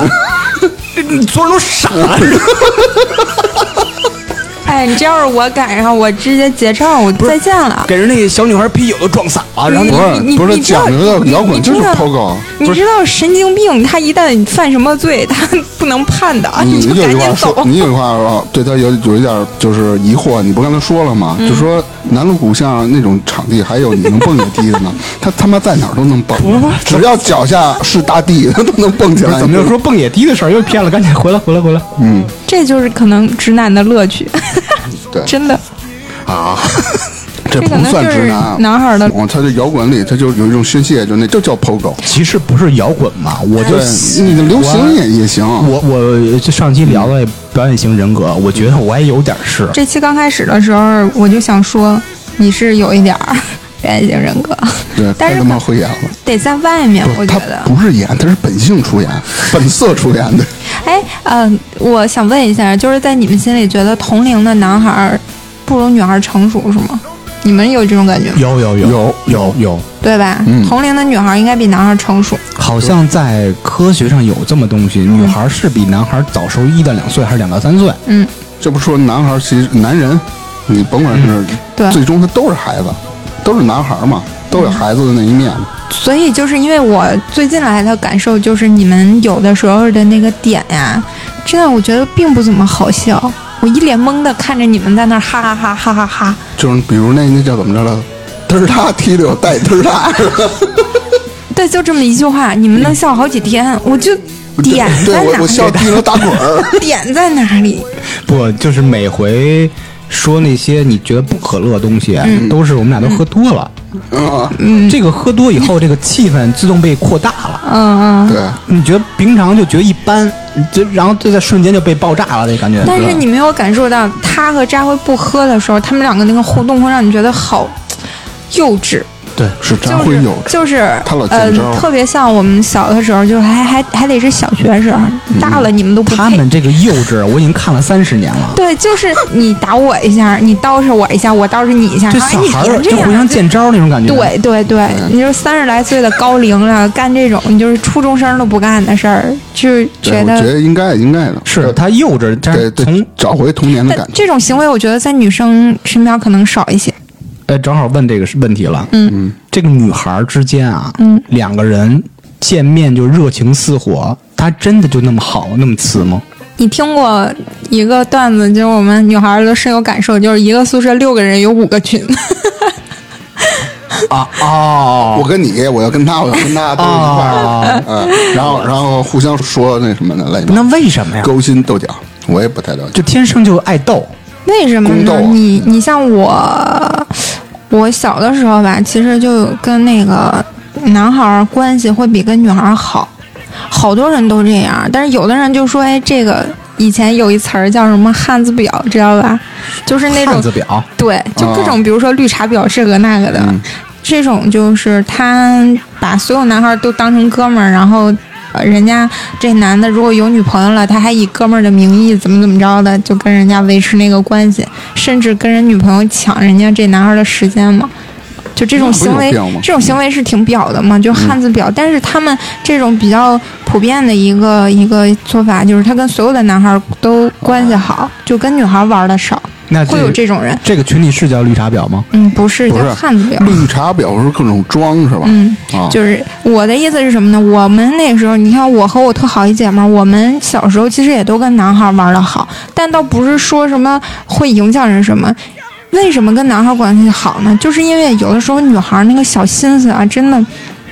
Speaker 1: 这所有人都傻 了。
Speaker 4: 哎，你这要是我赶上，我直接结账，我再见了。
Speaker 1: 给人那小女孩啤酒都撞洒了，然后
Speaker 4: 你
Speaker 2: 不是
Speaker 4: 你
Speaker 2: 不是
Speaker 4: 你知道
Speaker 2: 讲究的
Speaker 4: 你
Speaker 2: 摇滚
Speaker 4: 你
Speaker 2: 就是
Speaker 4: 知道
Speaker 2: pogo
Speaker 4: 你知道神经病他一旦犯什么罪，他不能判的，
Speaker 2: 嗯 你
Speaker 4: 就
Speaker 2: 有
Speaker 4: 赶
Speaker 2: 一句
Speaker 4: 紧
Speaker 2: 话
Speaker 4: 走
Speaker 2: 说，。嗯你有一句话说，对他有有一点就是疑惑，你不刚才说了吗？就说南锣鼓巷那种场地，还有你能蹦野地的呢？他他妈在哪儿都能蹦，啊只要脚下是大地，他都能蹦起
Speaker 1: 不是
Speaker 2: 来。
Speaker 1: 怎么又
Speaker 2: 你
Speaker 1: 说蹦野迪的事儿又偏了？赶紧回来，回来，回来！
Speaker 4: 这就是可能直男的乐趣，
Speaker 2: 对
Speaker 4: 真的。
Speaker 2: 啊？这
Speaker 4: 这可
Speaker 2: 不
Speaker 4: 能
Speaker 2: 算
Speaker 4: 就是
Speaker 2: 直男，
Speaker 4: 男孩儿的
Speaker 2: 哦，他这摇滚里，他就有一种宣泄，就那就叫 pogo。
Speaker 1: 其实不是摇滚嘛，我就
Speaker 2: 对，你的流行也也行。
Speaker 1: 我我就上期聊了表演型人格，我觉得我也有点是，
Speaker 4: 这期刚开始的时候，我就想说你是有一点儿 表演型人格，
Speaker 2: 对，太
Speaker 4: 但是
Speaker 2: 他
Speaker 4: 可
Speaker 2: 妈会演了。
Speaker 4: 得在外面，我觉
Speaker 2: 他
Speaker 4: 得。
Speaker 2: 不是演，他是本性出演，本色出演的。
Speaker 4: 哎，嗯、我想问一下，就是在你们心里觉得同龄的男孩儿不如女孩儿成熟是吗？你们有这种感觉吗？
Speaker 1: 有有有
Speaker 2: 有嗯
Speaker 1: 有有，
Speaker 4: 对吧？同龄的女孩儿应该比男孩儿成熟。
Speaker 1: 好像在科学上有这么东西，女孩是比男孩早熟一到两岁还是两到三岁？
Speaker 4: 嗯，
Speaker 2: 这不说男孩儿其实男人，你甭管是、
Speaker 4: 嗯对嗯
Speaker 2: 最终他都是孩子，都是男孩儿嘛，都有孩子的那一面。
Speaker 4: 所以就是因为我最近来的感受就是，你们有的时候的那个点呀，真的我觉得并不怎么好笑。我一脸懵的看着你们在那儿哈哈哈哈哈哈，
Speaker 2: 就是比如那那叫怎么着了，嘚儿他踢溜带嘚儿
Speaker 4: 啊
Speaker 2: 他，
Speaker 4: 对，就这么一句话，你们能笑好几天，我就点
Speaker 2: 对
Speaker 4: 在
Speaker 2: 我
Speaker 4: 哪
Speaker 2: 我笑
Speaker 4: 里？
Speaker 2: 踢溜打滚儿。
Speaker 4: 点在哪里？
Speaker 1: 不，就是每回说那些你觉得不可乐的东西，都是我们俩都喝多了。嗯，这个喝多以后，这个气氛自动被扩大了。
Speaker 4: 嗯嗯。
Speaker 2: 对，
Speaker 1: 你觉得平常就觉得一般，你这然后就在瞬间就被爆炸了，这感 觉。嗯
Speaker 4: 但是你没有感受到他和扎辉不喝的时候，他们两个那个互动会让你觉得好幼稚，
Speaker 1: 对，
Speaker 2: 是张
Speaker 4: 就
Speaker 2: 辉
Speaker 4: 是
Speaker 2: 有。
Speaker 4: 就是
Speaker 2: 他老见
Speaker 4: 呃
Speaker 2: 招儿，
Speaker 4: 特别像我们小的时候，就是还还还得是小学时候，大了你们都不
Speaker 1: 他
Speaker 4: 配。
Speaker 1: 们这个幼稚，我已经看了三十年了。
Speaker 4: 对，就是你打我一下，你叨饬我一下，我叨饬你一下，
Speaker 1: 这
Speaker 4: 哎
Speaker 1: 小
Speaker 4: 你
Speaker 1: 孩
Speaker 4: 别
Speaker 1: 儿
Speaker 4: 这
Speaker 1: 就互
Speaker 4: 样。
Speaker 1: 相见招那种感觉。，
Speaker 4: 对对对，你就三十来岁的高龄了，干这种你就是初中生都不干的事儿，就
Speaker 2: 对，
Speaker 4: 觉
Speaker 2: 我觉
Speaker 4: 得
Speaker 2: 得应该应该的，
Speaker 1: 是他幼稚，但
Speaker 2: 对
Speaker 1: 是从
Speaker 2: 对，找回童年的
Speaker 4: 但
Speaker 2: 感觉。
Speaker 4: 这种行为，我觉得在女生身边可能少一些。
Speaker 1: 哎，正好问这个是问题了。嗯，这个女孩之间啊，
Speaker 4: 嗯
Speaker 1: 两个人见面就热情似火，她真的就那么好那么慈吗？
Speaker 4: 你听过一个段子，就是我们女孩儿都深有感受，就是一个宿舍六个人有五个群，
Speaker 1: 啊哦
Speaker 2: 我跟你，我要跟他，我要跟他，都是一块儿
Speaker 1: 哦
Speaker 2: 的，嗯，然后然后互相说那什么的，来
Speaker 1: 那为什么呀？
Speaker 2: 勾心斗角，我也不太了解。
Speaker 1: 就天生就爱斗，
Speaker 4: 为什么
Speaker 2: 宫斗
Speaker 4: 呢
Speaker 2: 啊？
Speaker 4: 你你像我，我小的时候吧，其实就跟那个男孩儿关系会比跟女孩儿好，好多人都这样。但是有的人就说，哎，这个以前有一词儿叫什么汉字表，知道吧？就是那
Speaker 1: 汉
Speaker 4: 种
Speaker 1: 字表，
Speaker 4: 对，就各种，比如说绿茶婊这个那个的，
Speaker 2: 嗯
Speaker 4: 这种就是他把所有男孩都当成哥们儿，然后呃人家这男的如果有女朋友了，他还以哥们儿的名义怎么怎么着的，就跟人家维持那个关系，甚至跟人女朋友抢人家这男孩的时间嘛。就这种
Speaker 2: 那不是
Speaker 4: 行为
Speaker 2: 有病吗，
Speaker 4: 这种行为是挺表的嘛，就汉字表。但是他们这种比较普遍的一个一个做法，就是他跟所有的男孩都关系好，就跟女孩玩的少，
Speaker 1: 那
Speaker 4: 会有
Speaker 1: 这
Speaker 4: 这种人。
Speaker 1: 这个群体是叫绿茶婊吗？
Speaker 4: 嗯，不是，
Speaker 2: 不
Speaker 4: 叫
Speaker 2: 是
Speaker 4: 汉字表。
Speaker 2: 绿茶婊是各种装是吧？
Speaker 4: 嗯，
Speaker 2: 啊，
Speaker 4: 就是我的意思是什么呢？我们那时候，你看我和我特好一姐们儿，我们小时候其实也都跟男孩玩的好，但倒不是说什么会影响人什么。为什么跟男孩关系好呢？就是因为有的时候女孩那个小心思啊，真的，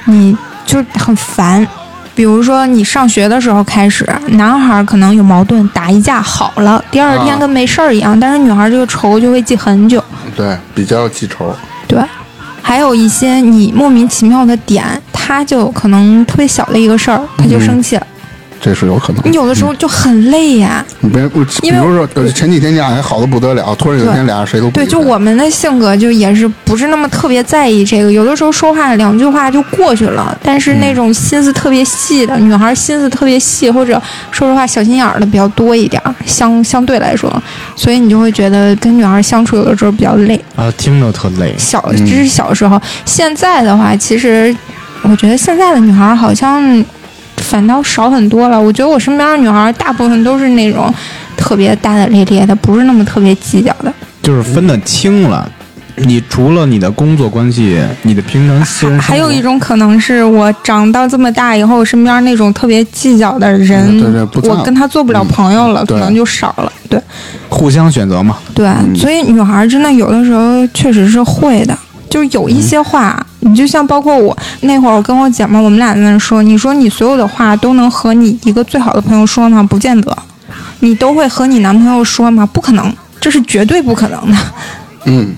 Speaker 4: 你就很烦。比如说你上学的时候开始，男孩可能有矛盾，打一架好了，第二天
Speaker 2: 啊
Speaker 4: 跟没事儿一样，但是女孩这个仇就会记很久。
Speaker 2: 对，比较记仇。
Speaker 4: 对，还有一些你莫名其妙的点，他就可能特别小的一个事儿，他就生气了。
Speaker 2: 这是有可能。
Speaker 4: 你有的时候就很累呀、
Speaker 2: 你别不，比
Speaker 4: 因为
Speaker 2: 如说呃前几天这样还好的不得了，突然有一天俩人谁都不
Speaker 4: 对，
Speaker 2: 理
Speaker 4: 就
Speaker 2: 谁
Speaker 4: 我们的性格就也是不是那么特别在意这个，有的时候说话两句话就过去了，但是那种心思特别细的、女孩，心思特别细，或者说实话小心眼儿的比较多一点儿，相相对来说，所以你就会觉得跟女孩相处有的时候比较累。
Speaker 1: 啊，听着特累。
Speaker 4: 小，
Speaker 2: 嗯
Speaker 4: 这是小时候。现在的话，其实我觉得现在的女孩儿好像反倒少很多了。我觉得我身边的女孩儿大部分都是那种特别大大咧咧的，不是那么特别计较的，
Speaker 1: 就是分得清了。你除了你的工作关系，你的平常私
Speaker 2: 嗯
Speaker 1: 人生活
Speaker 4: 还有一种可能是我长到这么大以后，身边那种特别计较的人，
Speaker 2: 嗯对对不在乎
Speaker 4: 我跟他做不了朋友了，
Speaker 2: 嗯对
Speaker 4: 可能就少了。对
Speaker 1: 互相选择嘛，
Speaker 4: 对，所以女孩儿真的有的时候确实是会的，就是有一些话，你就像包括我那会儿，我跟我姐们儿，我们俩在那说，你说你所有的话都能和你一个最好的朋友说吗？不见得，你都会和你男朋友说吗？不可能，这是绝对不可能的。
Speaker 2: 嗯，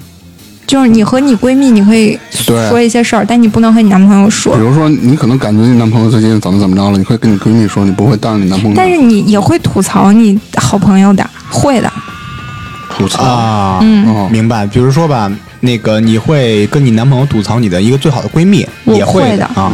Speaker 4: 就是你和你闺蜜，你可以
Speaker 2: 对
Speaker 4: 说一些事儿，但你不能和你男朋友说
Speaker 2: 比。如说你可能感觉你男朋友最近怎么怎么着了，你会跟你闺蜜说，你不会当着你男朋友
Speaker 4: 但是你也会吐槽你好朋友的，会的，
Speaker 2: 吐槽。
Speaker 1: 啊，
Speaker 2: 哦
Speaker 1: 明白。比如说吧，那个你会跟你男朋友吐槽你的一个最好的闺蜜，
Speaker 4: 我
Speaker 1: 也
Speaker 4: 会
Speaker 1: 的
Speaker 4: 的嗯
Speaker 1: 啊。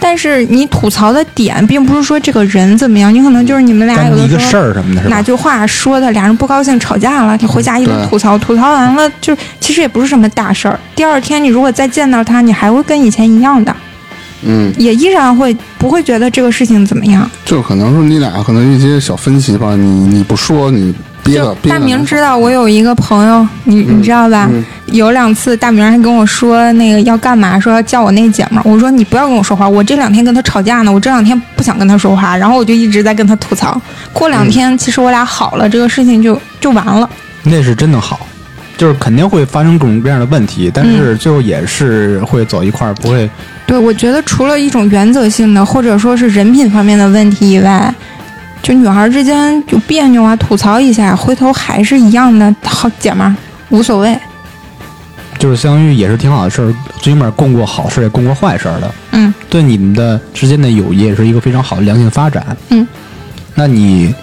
Speaker 4: 但是你吐槽的点并不是说这个人怎么样，你可能就是你们俩
Speaker 1: 单
Speaker 4: 有
Speaker 1: 一
Speaker 4: 的
Speaker 1: 个
Speaker 4: 时
Speaker 1: 事
Speaker 4: 候
Speaker 1: 儿什么的，是
Speaker 4: 哪
Speaker 1: 吧？
Speaker 4: 句话说的俩人不高兴吵架了，你回家一顿
Speaker 2: 嗯对
Speaker 4: 吐槽，吐槽完了就其实也不是什么大事儿。第二天你如果再见到他，你还会跟以前一样的，
Speaker 2: 嗯，
Speaker 4: 也依然会不会觉得这个事情怎么样。
Speaker 2: 就可能说你俩可能一些小分歧吧，你你不说，你憋
Speaker 4: 就
Speaker 2: 着憋
Speaker 4: 大
Speaker 2: 着。
Speaker 4: 明知道我有一个朋友，你
Speaker 2: 嗯
Speaker 4: 你知道吧？有两次大明还跟我说那个要干嘛，说要叫我那姐们儿。我说你不要跟我说话，我这两天跟他吵架呢，我这两天不想跟他说话，然后我就一直在跟他吐槽。过
Speaker 2: 嗯
Speaker 4: 两天其实我俩好了，这个事情就就完了。
Speaker 1: 那是真的好，就是肯定会发生各种各样的问题，但
Speaker 4: 嗯
Speaker 1: 是最后也是会走一块儿，不会
Speaker 4: 对，我觉得除了一种原则性的，或者说是人品方面的问题以外，就女孩之间就别扭啊，吐槽一下，回头还是一样的好姐们儿，无所谓。
Speaker 1: 就是相当于也是挺好的事儿，最起码共过好事儿也共过坏事儿的。
Speaker 4: 嗯，
Speaker 1: 对你们的之间的友谊也是一个非常好的良性发展。
Speaker 4: 嗯，
Speaker 1: 那你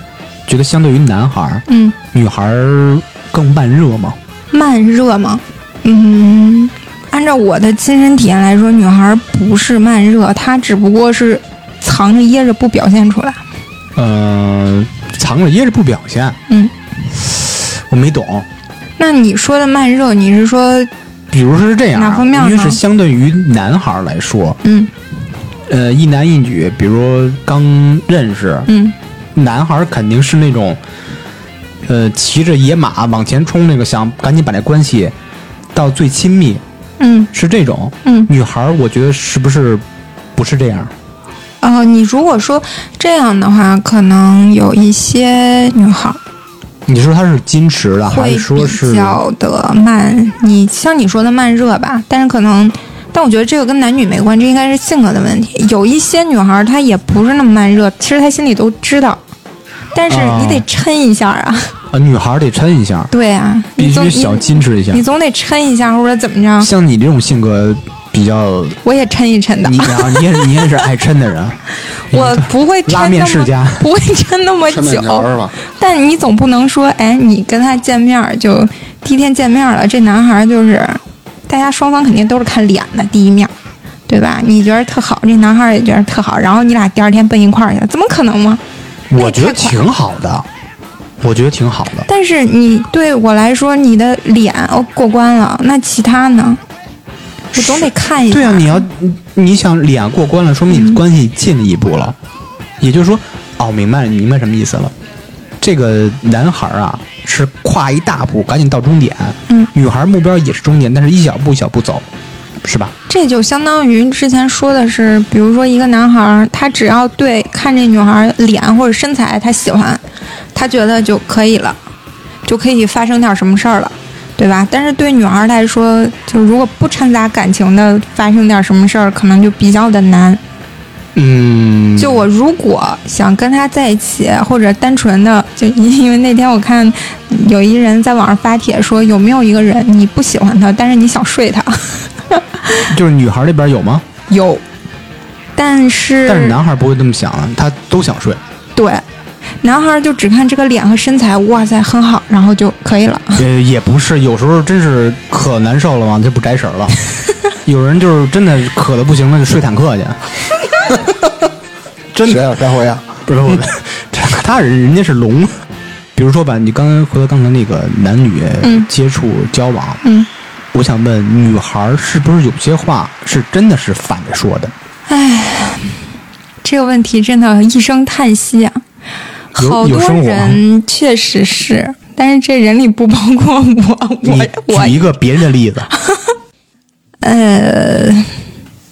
Speaker 1: 觉得相对于男孩儿，
Speaker 4: 嗯，
Speaker 1: 女孩儿更慢热吗？
Speaker 4: 慢热吗？嗯，按照我的亲身体验来说，女孩不是慢热，她只不过是藏着掖着不表现出来。
Speaker 1: 呃，藏着掖着不表现。
Speaker 4: 嗯，
Speaker 1: 我没懂。
Speaker 4: 那你说的慢热，你是说，
Speaker 1: 比如说是这样啊，
Speaker 4: 哪方面呢
Speaker 1: 因为是相对于男孩儿来说，
Speaker 4: 嗯
Speaker 1: 呃，一男一女，比如刚认识，
Speaker 4: 嗯
Speaker 1: 男孩儿肯定是那种，呃，骑着野马往前冲那个，想赶紧把这关系到最亲密，
Speaker 4: 嗯
Speaker 1: 是这种。
Speaker 4: 嗯，
Speaker 1: 女孩儿，我觉得是不是不是这样？
Speaker 4: 呃，你如果说这样的话，可能有一些女孩
Speaker 1: 你说她是矜持的，还
Speaker 4: 会
Speaker 1: 是说
Speaker 4: 比
Speaker 1: 是
Speaker 4: 较的慢，你像你说的慢热吧，但是可能，但我觉得这个跟男女没关系，这应该是性格的问题。有一些女孩儿她也不是那么慢热，其实她心里都知道，但是
Speaker 1: 啊
Speaker 4: 你得抻一下啊，
Speaker 1: 呃，女孩儿得抻一下，
Speaker 4: 对啊，
Speaker 1: 必
Speaker 4: 你总
Speaker 1: 须小
Speaker 4: 你
Speaker 1: 矜持一下
Speaker 4: 你。总得抻一下或者怎么着，
Speaker 1: 像你这种性格，比较，
Speaker 4: 我也抻一抻的
Speaker 1: 你。啊，你也你也是爱抻的人，
Speaker 4: 我不会抻
Speaker 1: 拉面世
Speaker 4: 那
Speaker 1: 家
Speaker 4: 么，不会抻那么
Speaker 2: 吃面条
Speaker 4: 久
Speaker 2: 儿吧。
Speaker 4: 但你总不能说，哎，你跟他见面儿就第一天见面儿了，这男孩儿就是，大家双方肯定都是看脸的第一面儿，对吧？你觉得特好，这男孩儿也觉得特好，然后你俩第二天奔一块儿去了，怎么可能吗？
Speaker 1: 我觉得
Speaker 4: 太快
Speaker 1: 挺好的，我觉得挺好的。
Speaker 4: 但是你对我来说，你的脸哦过关了，那其他呢？我总得看一嗯下。
Speaker 1: 对啊，你要你你想脸过关了，说明你关系进一步了，也就是说，哦，明白了，你明白什么意思了。这个男孩儿啊，是跨一大步，赶紧到终点。
Speaker 4: 嗯，
Speaker 1: 女孩儿目标也是终点，但是一小步一小步走，是吧？
Speaker 4: 这就相当于之前说的是，比如说一个男孩儿，他只要对看这女孩儿脸或者身材他喜欢，他觉得就可以了，就可以发生点什么事儿了，对吧？但是对女孩儿来说，就如果不掺杂感情的发生点什么事儿，可能就比较的难。
Speaker 1: 嗯，
Speaker 4: 就我如果想跟他在一起，或者单纯的，就因因为那天我看有一人在网上发帖说，有没有一个人你不喜欢他，但是你想睡他？
Speaker 1: 就是女孩儿那边有吗？
Speaker 4: 有，但是
Speaker 1: 但是男孩儿不会这么想，啊他都想睡。
Speaker 4: 对，男孩就只看这个脸和身材，哇塞，很好，然后就可以了。
Speaker 1: 呃，也不是，有时候真是可难受了嘛，就不摘食儿 了。有人就是真的渴的不行了，就睡坦克 去。真
Speaker 2: 谁
Speaker 1: 的
Speaker 2: 呀？该回呀？啊
Speaker 1: 不是 我，他人人家是龙。比如说吧，你刚才回到刚才那个男女
Speaker 4: 嗯
Speaker 1: 接触交往，
Speaker 4: 嗯，
Speaker 1: 我想问，女孩儿是不是有些话是真的是反着说的？
Speaker 4: 这个问题真的，一声叹息啊！
Speaker 1: 有
Speaker 4: 好
Speaker 1: 有
Speaker 4: 多
Speaker 1: 生活啊吗
Speaker 4: 人确实是，但是这人里不包括我，
Speaker 1: 你
Speaker 4: 我我
Speaker 1: 举一个别人的例 子，
Speaker 4: 呃，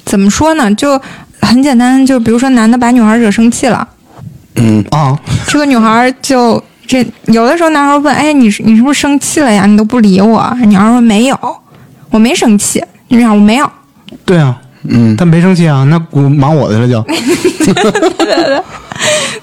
Speaker 4: 怎么说呢？就很简单，就比如说男的把女孩惹生气了，
Speaker 2: 嗯，
Speaker 1: 啊，
Speaker 4: 这个女孩就这有的时候男孩问，哎，你是你是不是生气了呀？你都不理我。女孩说没有，我没生气。女孩我没有，
Speaker 1: 对啊，嗯，他没生气啊，那我忙我的了就。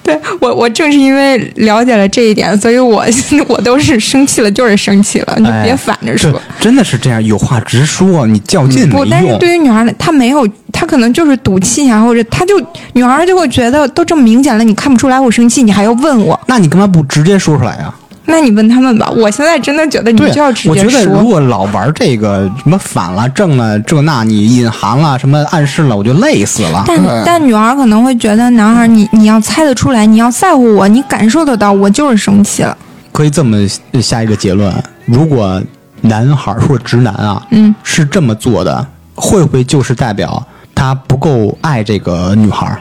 Speaker 4: 对我，我正是因为了解了这一点，所以我 我都是生气了，就是生气了，你就别反着说。
Speaker 1: 哎对，真的是这样，有话直说，你较劲没
Speaker 4: 嗯不，
Speaker 1: 用。
Speaker 4: 但是对于女孩来，她没有，她可能就是赌气啊，或者她就女孩就会觉得都这么明显了，你看不出来我生气，你还要问我？
Speaker 1: 那你干嘛不直接说出来呀、
Speaker 4: 那你问他们吧。我现在真的觉得你
Speaker 1: 对
Speaker 4: 就要直
Speaker 1: 我
Speaker 4: 接
Speaker 1: 觉得如
Speaker 4: 说。
Speaker 1: 果老玩这个什么反了、正了、这那，你隐含了、什么暗示了，我就累死了。
Speaker 4: 但
Speaker 2: 哎
Speaker 4: 但女孩可能会觉得男孩你你要猜得出来，你要在乎我，你感受得到，我就是生气了。
Speaker 1: 可以这么下一个结论：如果男孩儿或者直男啊，嗯，是这么做的，会不会就是代表他不够爱这个女孩儿？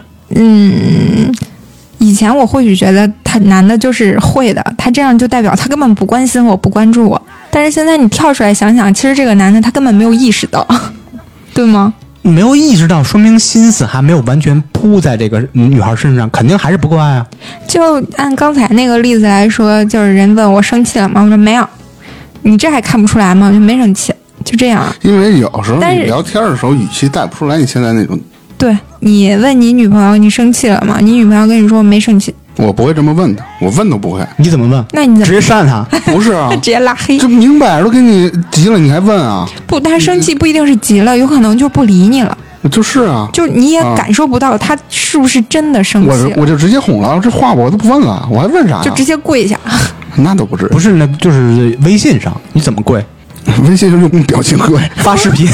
Speaker 4: 以前我或许觉得他男的就是会的，他这样就代表他根本不关心我，不关注我。但是现在你跳出来想想，其实这个男的他根本没有意识到， 对吗？
Speaker 1: 没有意识到，说明心思还没有完全扑在这个女孩儿身上，肯定还是不够爱啊。
Speaker 4: 就按刚才那个例子来说，就是人问我生气了吗？我说没有，你这还看不出来吗？我就没生气，就这样。啊
Speaker 2: 因为有时候
Speaker 4: 但
Speaker 2: 你
Speaker 4: 是
Speaker 2: 聊天的时候语气带不出来你现在那种，
Speaker 4: 对你问你女朋友你生气了吗？你女朋友跟你说我没生气，
Speaker 2: 我不会这么问他，我问都不 会。
Speaker 1: 你怎么问？
Speaker 4: 那你怎
Speaker 1: 直
Speaker 4: 么
Speaker 1: 接扇他。
Speaker 2: 不是啊
Speaker 4: 直，接拉黑
Speaker 2: 这？明摆着都给你急了，你还问啊？
Speaker 4: 不，他生气不一定是急了，有可能就不理你了，
Speaker 2: 就是啊，
Speaker 4: 就你也
Speaker 2: 啊
Speaker 4: 感受不到他是不是真的生
Speaker 2: 我
Speaker 4: 气
Speaker 2: 就
Speaker 4: 了，
Speaker 2: 我就直接哄了，这话我都不问了，我还问啥呀？
Speaker 4: 就直接跪下。
Speaker 2: 那都不至于，
Speaker 1: 不是，那就是微信上你怎么跪？
Speaker 2: 微信就用表情跪，
Speaker 1: 发视频，